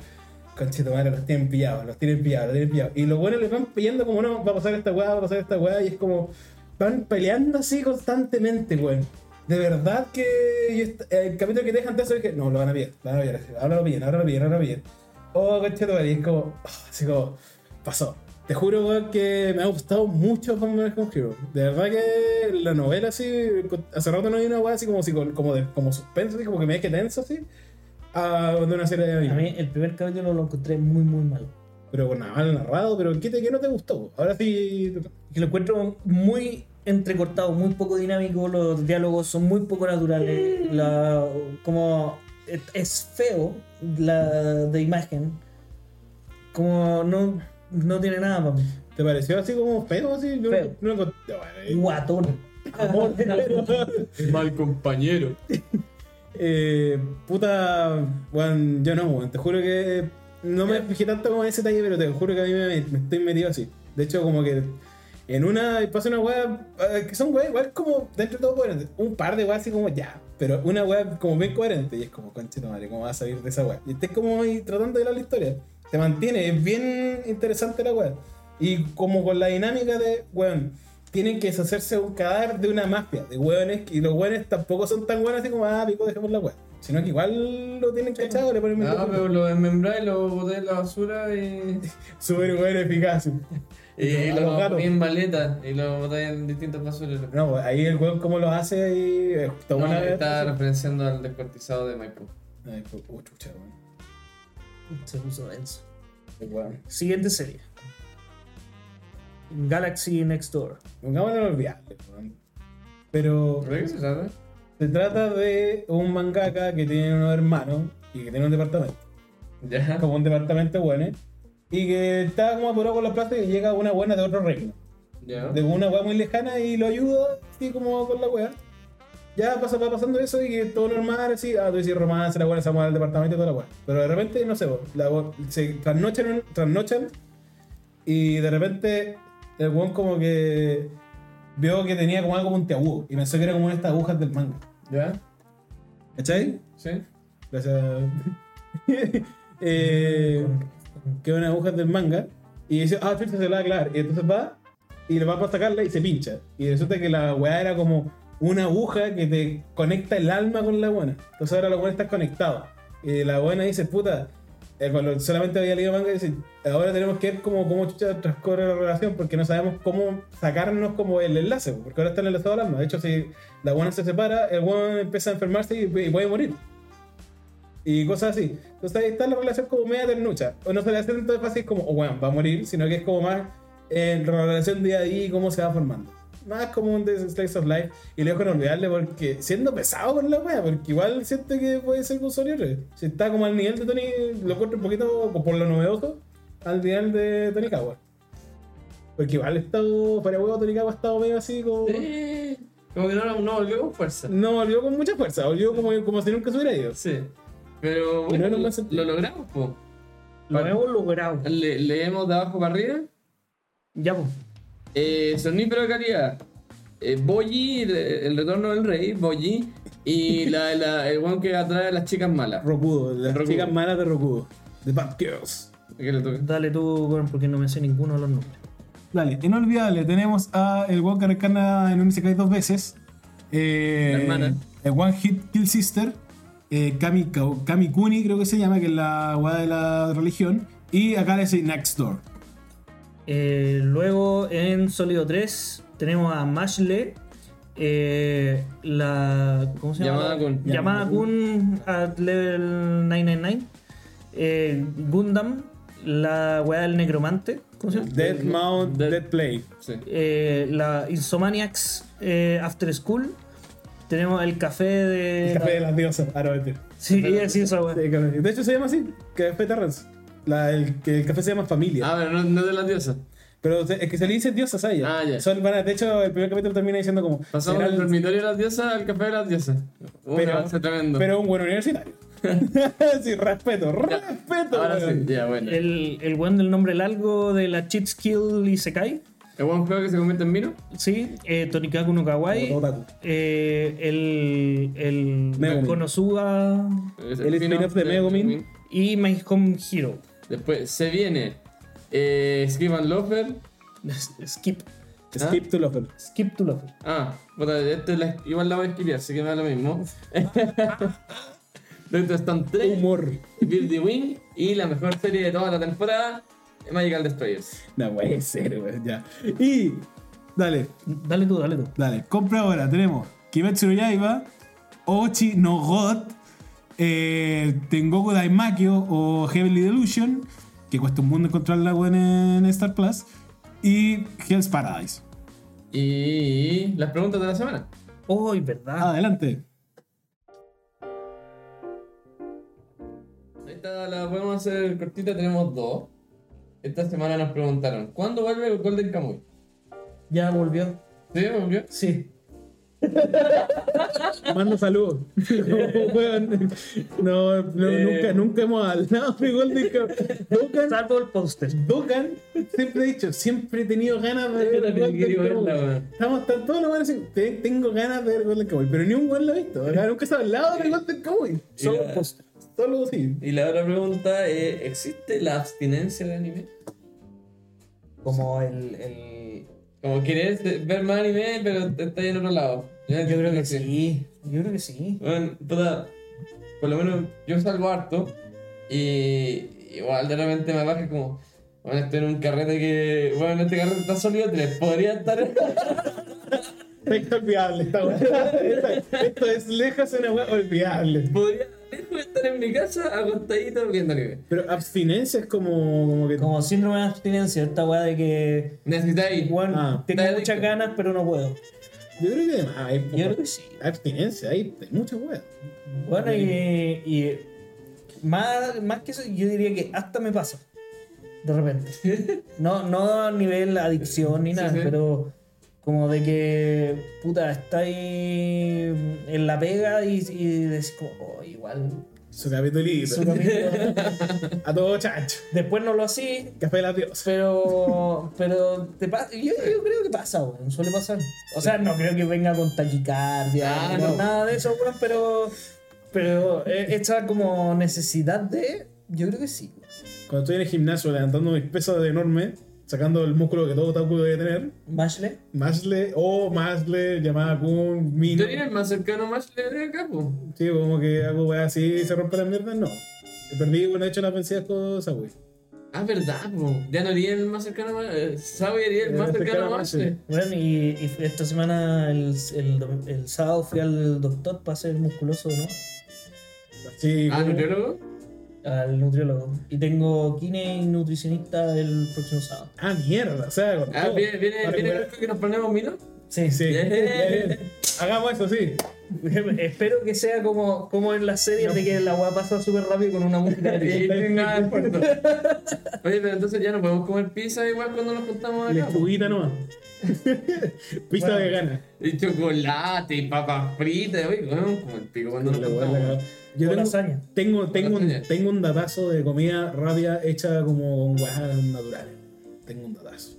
B: conchito, madre, los tienen pillados, los tienen pillados, los tienen pillados. Y los buenos les van pillando, como, no, va a pasar esta weá, va a pasar esta weá. Y es como, van peleando así constantemente, weón. De verdad que yo est- el capítulo que te dejan de eso dije, no, lo van a pillar, lo van a pillar, ahora lo pillan, ahora lo pillan, ahora lo pillan. Oh, conchito, madre, y es como, ah, así como, pasó. Te juro, weón, que me ha gustado mucho Batman con Hero. De verdad que la novela, así, con- hace rato no hay una weá así como, psico- como, de, como suspenso, así como que me deje tenso, así, a, de una serie de
A: A
B: anime.
A: mí el primer capítulo lo encontré muy, muy mal.
B: Pero con nada mal narrado, pero ¿qué, te, qué no te gustó? Ahora sí,
A: Que lo encuentro muy entrecortado, muy poco dinámico, los diálogos son muy poco naturales, la, como es- es feo la de imagen, como no, no tiene nada para mí.
B: ¿te pareció así como feo? Así? Yo
A: Feo.
B: No, no,
A: Eh,
B: bueno, eh,
A: Guatón.
B: amor, pero-
C: Mal compañero.
B: Eh, puta, weón, yo no, weón, te juro que no me fijé tanto como en ese detalle, pero te juro que a mí me, me estoy metido así. De hecho, como que En una pasa una weá eh, que son weas igual como dentro de todo coherentes. Un par de weas así como ya, pero una wea como bien coherente. Y es como, conche tu madre, ¿cómo vas a salir de esa wea? Y estés como ahí tratando de hilar la historia. Te mantiene, es bien interesante la wea. Y como con la dinámica de, weón, tienen que deshacerse de un cadáver de una mafia, de weones. Y los weones tampoco son tan buenos así como, ah, pico, dejemos la wea. Sino que igual lo tienen cachado, le ponen
C: No,
B: micrófono.
C: Ah, pero lo desmembráis, lo boté en la basura y.
B: Súper weón eficaz.
C: Eh, Y
B: A
C: lo
B: los gatos.
C: botáis en maletas y lo botáis en distintas basureros.
B: No, pues, ahí el weón como lo hace y eh,
C: No,
B: toma una
C: está referenciando al descuartizado de Maipú.
B: Ay, pues, oh, chucha, weón.
A: Se puso denso.
B: Qué weón.
A: Siguiente serie. Galaxy Next Door.
B: Pongámonos en olvidable, weón. Pero
C: ¿De qué se trata?
B: se trata de un mangaka que tiene unos hermanos y que tiene un departamento.
C: Ya.
B: Como un departamento bueno, Y que está como apurado con la plata y llega una buena de otro reino.
C: Ya.
B: de una weá muy lejana y lo ayuda, así como con la weá. Ya pasa, va pasando eso y que todo normal, así, ah, tú dices romance, la weá, esa weá del departamento y toda la weá. Pero de repente, no sé, po, la weá- se trasnochan, en- trasnochan y de repente el weón como que vio que tenía como algo puntiagudo y pensó que era como una de estas agujas del manga.
C: Ya.
B: ¿Cachai?
C: Sí.
B: Gracias. [laughs] eh, que una aguja del manga. Y dice, ah, chucha, se la va a aclarar. Y entonces va y le va a atacarla y se pincha. Y resulta que la weá era como una aguja que te conecta el alma con la buena. Entonces ahora la buena está conectada. Y la buena dice, puta, eh, cuando solamente había leído manga, dice, ahora tenemos que ver cómo, cómo chucha transcurre la relación porque no sabemos cómo sacarnos como el enlace. Porque ahora está enlazado al alma. De hecho, si la buena se separa, el weón empieza a enfermarse y, y puede morir y cosas así. Entonces ahí está la relación como media ternucha. O no se le hace tanto de fácil como, oh, bueno, va a morir, sino que es como más en la relación día a día y cómo se va formando. Más como un des- Slice of Life. Y lo dejo en olvidarle porque siendo pesado con la wea, porque igual siento que puede ser consolero. Si está como al nivel de Tony, lo encuentro un poquito, por lo novedoso, al nivel de Tony Kawa. Porque igual he estado, para huevo, Tony Kawa ha estado medio así como.
C: Sí. Como que no, no volvió con fuerza.
B: No, volvió con mucha fuerza, volvió como, como si nunca se hubiera ido.
C: Sí. Pero
B: Pero
C: bueno,
B: no me hace-
C: lo logramos, po.
A: Lo hemos logrado.
C: Le, leemos de abajo para arriba.
A: Ya, pues.
C: Eh, Sonífero de calidad. Eh, Boyi, el, el retorno del rey, Boyi. Y la, la- el weón que atrae a las chicas malas.
B: Rokudo, las
C: Rokudo.
B: chicas malas de Rokudo. The Bad Girls.
C: ¿Qué le toca?
A: Dale tú, Goran, porque no me sé ninguno de los nombres.
B: Dale, inolvidable. Tenemos a el one que reencarna en un Isekai dos veces. Eh,
C: La hermana.
B: El One Hit Kill Sister. eh, Kami, Kau- Kami Kuni, creo que se llama, que es la guada de la religión. Y acá le dice Next Door.
A: Eh, luego en Sólido 3 tenemos a Mashle. eh, la. ¿Cómo se llama?
C: Llamada Kun.
A: Llamada Kun at level 999. eh, Gundam. La weá del necromante. ¿Cómo se llama?
B: Dead Mount,
C: Dead-
B: Dead, Play.
C: Sí.
A: Eh, la Insomaniacs eh, After School. Tenemos el café de.
B: El café de las diosas. Ah, no, mentira.
A: Sí, iba a decir esa weá.
B: Sí, café. De hecho, se llama así: Café Terrence. La- el, que el café se llama Familia.
C: Ah, pero no, no es de las diosas.
B: Pero se- es que se le dice diosas a ella.
C: Ah, ya.
B: Son, van a- de hecho, el primer capítulo termina diciendo como.
C: Pasamos
B: será
C: del
B: el-
C: dormitorio de las diosas al café de las diosas. Un
B: Pero-
C: avance tremendo.
B: Pero un
C: [laughs]
B: buen universitario. sí, respeto, respeto.
C: Ahora
B: weón.
C: sí, ya, bueno. El,
A: El, el weón del nombre largo de la cheat skill y se cae.
C: buen juego que se convierte en vino.
A: Sí, eh, Tonikaku no Kawaii.
B: Como todo otaku.
A: eh, el. El.
B: Megumin.
A: Konosuba.
C: Es
B: El spin-off de Megumin.
A: Y My Home Hero. [laughs]
C: Después se viene eh, Skip and Lofer.
A: Skip.
B: Skip to Lover.
A: Skip to love.
C: Ah, puta, este la- igual la voy a esquivar, así que me da lo mismo. [laughs] Dentro están tres.
B: Humor.
C: Build the Wing y la mejor serie de toda la temporada, Magical Destroyers.
B: No puede ser, weón, ya. Y. Dale,
A: Dale tú, dale tú.
B: dale. Compra ahora. Tenemos Kimetsu no Yaiba, Ochi no God, eh, Tengoku Daimakyo o Heavenly Delusion, que cuesta un mundo encontrarla weón, en Star Plus, y Hell's Paradise.
C: Y las preguntas de la semana.
A: Oh, es
C: Ah.
A: verdad.
B: Adelante.
C: Esta la podemos hacer cortita, tenemos dos. Esta semana nos preguntaron, ¿cuándo vuelve el Golden Kamuy?
A: Ya volvió.
C: ¿Sí? ¿Volvió?
A: Sí.
C: [laughs]
B: Mando saludos. No, weón. No, no,
C: Eh.
B: nunca, nunca hemos hablado [laughs] de Golden Kamuy. Duncan,
A: Salvo el póster.
B: Duncan, siempre he dicho, siempre he tenido ganas de ver
C: también
B: Golden
C: quería
B: Kamuy.
C: verla, weón.
B: Estamos tan todos los buenos así, "Te- tengo ganas de ver Golden Kamuy, pero ni un weón lo ha visto. Acá nunca se ha hablado de Golden Kamuy.
A: Solo
C: la-
A: el póster.
B: Solo sí.
C: Y la otra pregunta es, ¿existe la abstinencia de anime?
A: Como el. el...
C: Como querés ver más anime, pero te estás en otro lado. Yo creo que
A: Sí, yo creo que sí.
C: Bueno, puta, por lo menos yo salgo harto y igual de repente me baja como, bueno, estoy en un carrete que, bueno, este carrete está sólido 3, podría estar...
B: Esto es olvidable,
C: [laughs]
B: esta weá. Esta- Esto es lejos de una weá olvidable.
C: podría dejo de estar en mi casa acostadito viendo anime.
B: Pero abstinencia es como, como que.
A: Como síndrome de abstinencia, esta weá de que.
C: Necesitáis...
A: Bueno,
B: Ah.
A: tengo
C: Está
A: muchas
C: adicto.
A: ganas, pero no puedo.
B: Yo creo que además hay
A: Yo creo
B: poco-
A: que sí.
B: abstinencia, hay, hay muchas weas.
A: Bueno, y, y más, más que eso, yo diría que hasta me pasa. De
C: [laughs]
A: repente. No, no a nivel adicción ni
C: Sí,
A: nada,
C: sí.
A: pero como de que, puta, estáis en la pega y, y decís como, oh, igual.
B: Su capitulito.
A: su
C: [laughs]
A: camino".
B: A todo chacho.
A: Después no lo hacís,
B: Café de la diosa.
A: pero, pero te pa- yo, yo creo que pasa, weón, suele pasar. O sea, no creo que venga con taquicardia,
C: Ah,
A: no,
C: no.
A: nada de eso, weón, pero, pero eh, esta como necesidad de, yo creo que sí.
B: Cuando estoy en el gimnasio levantando mis pesas de enorme, sacando el músculo que todo otaku debe tener,
A: Mashle,
B: Masle o Masle, llamada Kun, Min.
C: ¿Tú eres más cercano más leve de acá, po?
B: Sí, como que hago weas así y se rompe la mierda, no. Perdí, bueno, de hecho las vencidas con Sawi.
C: Ah, verdad, po. Ya no haría el más cercano más... eh, Sabe haría el
B: Eh,
C: más cercano
B: cercano a
C: más...
B: Mashle.
C: eh.
A: bueno, y, y esta semana el, el, dom- el sábado fui al doctor para ser musculoso, ¿no?
B: Sí,
C: Ah,
B: como-
C: nutriólogo.
A: Al nutriólogo. Y tengo kine y nutricionista el próximo sábado.
B: Ah, mierda, o sea, con
C: Ah,
B: todo.
C: viene, viene,
B: Para
C: viene el
B: recuperar-
C: grupo que nos ponemos mino.
A: Sí, [laughs]
B: Sí,
C: Bien.
B: bien. Hagamos eso, sí.
A: Espero que sea como, como en las series de que la weá pasa súper rápido con una música.
C: [laughs] Y no hay nada de esfuerzo. [laughs] Oye, pero entonces ya no podemos comer pizza igual cuando nos juntamos acá. po.
B: Lechuguita nomás. [laughs] Pizza
A: Bueno.
B: vegana.
C: Y chocolate, y papas fritas, oye, comemos como el pico cuando nos
B: La wea, la
C: juntamos.
B: cagada. Yo
A: O
B: tengo,
A: lasaña.
B: tengo, tengo, un,
C: lasaña.
B: tengo un datazo de comida rápida hecha como con guajas naturales. Tengo un datazo.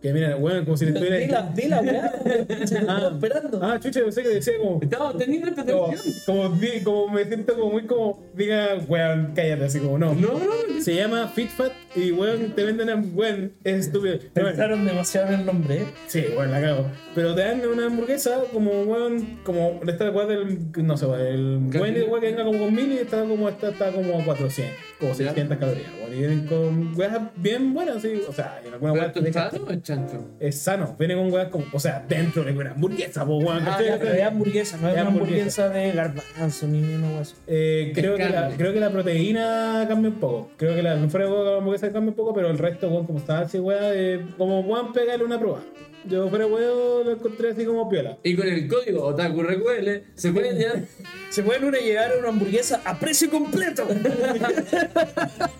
B: Que mira, bueno, como si le
A: Di la,
B: estuviera.
A: di la weá, weón. Se me está
B: Ah.
A: esperando.
B: Ah, chucha, yo sé que decía como.
C: Estamos teniendo esta
B: Como,
C: atención.
B: como, di- como me siento como muy como. Diga, weón, cállate, así como no.
C: No, no,
B: Se llama FitFat y weón, te venden a. Weón, es estúpido. Bueno,
A: Pensaron demasiado en el nombre, eh.
B: Sí, bueno, la cago. Pero te dan una hamburguesa como, weón, como de esta weá del, no sé, weón, el
C: Casi.
B: weón de weá que venga como con mil y está como, está, está como a 400, como
C: Ya.
B: 600 calorías, weón. Y vienen con weas bien buenas, sí. O sea, en alguna
C: ¿Pero
B: weá
C: esto
B: te
C: es
B: deja-
C: sano o es chancho?
B: es sano. Viene con weas como, o sea, dentro de una hamburguesa, pues weón.
C: Ah,
B: ¿cachai?
C: ya,
B: O sea,
A: Pero es hamburguesa, no es
B: Es
A: una
B: hamburguesa.
A: hamburguesa de garbanzo ni una weá así.
B: Eh, creo, que la,
C: carne.
B: creo que la proteína cambia un poco. Creo que la fuera de huevo la hamburguesa cambia un poco, pero el resto, weón, como está así, weón, eh, como weón, pegarle una prueba. Yo fuera de huevo lo encontré así como piola.
C: Y con el código Otaku Recuele se pueden llevar.
A: Se pueden una llegar a una hamburguesa a precio
B: [laughs]
A: completo.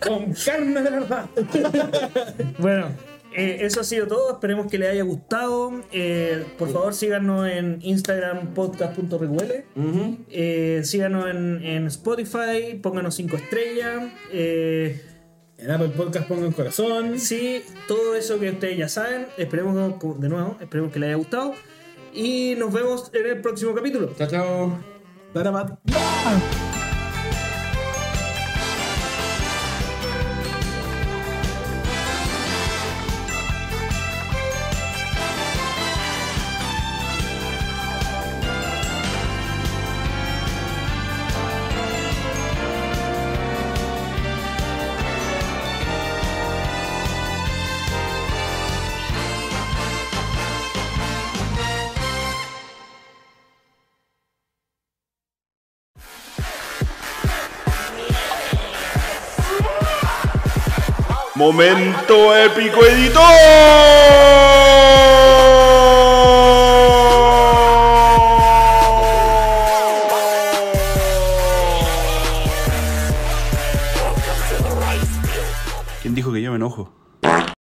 B: Con carne de verdad.
A: Bueno, eh, eso ha sido todo. Esperemos que les haya gustado. Eh, por favor, síganos en Instagram podcast.recuele.
C: Ujú.
A: Eh, síganos en, en Spotify, pónganos 5 estrellas. eh,
B: En Apple Podcast pongan corazón.
A: sí, todo eso que ustedes ya saben. Esperemos, que- de nuevo, esperemos que les haya gustado. Y nos vemos en el próximo capítulo.
C: Chao, chao.
B: Tarapap.
F: Momento épico editor.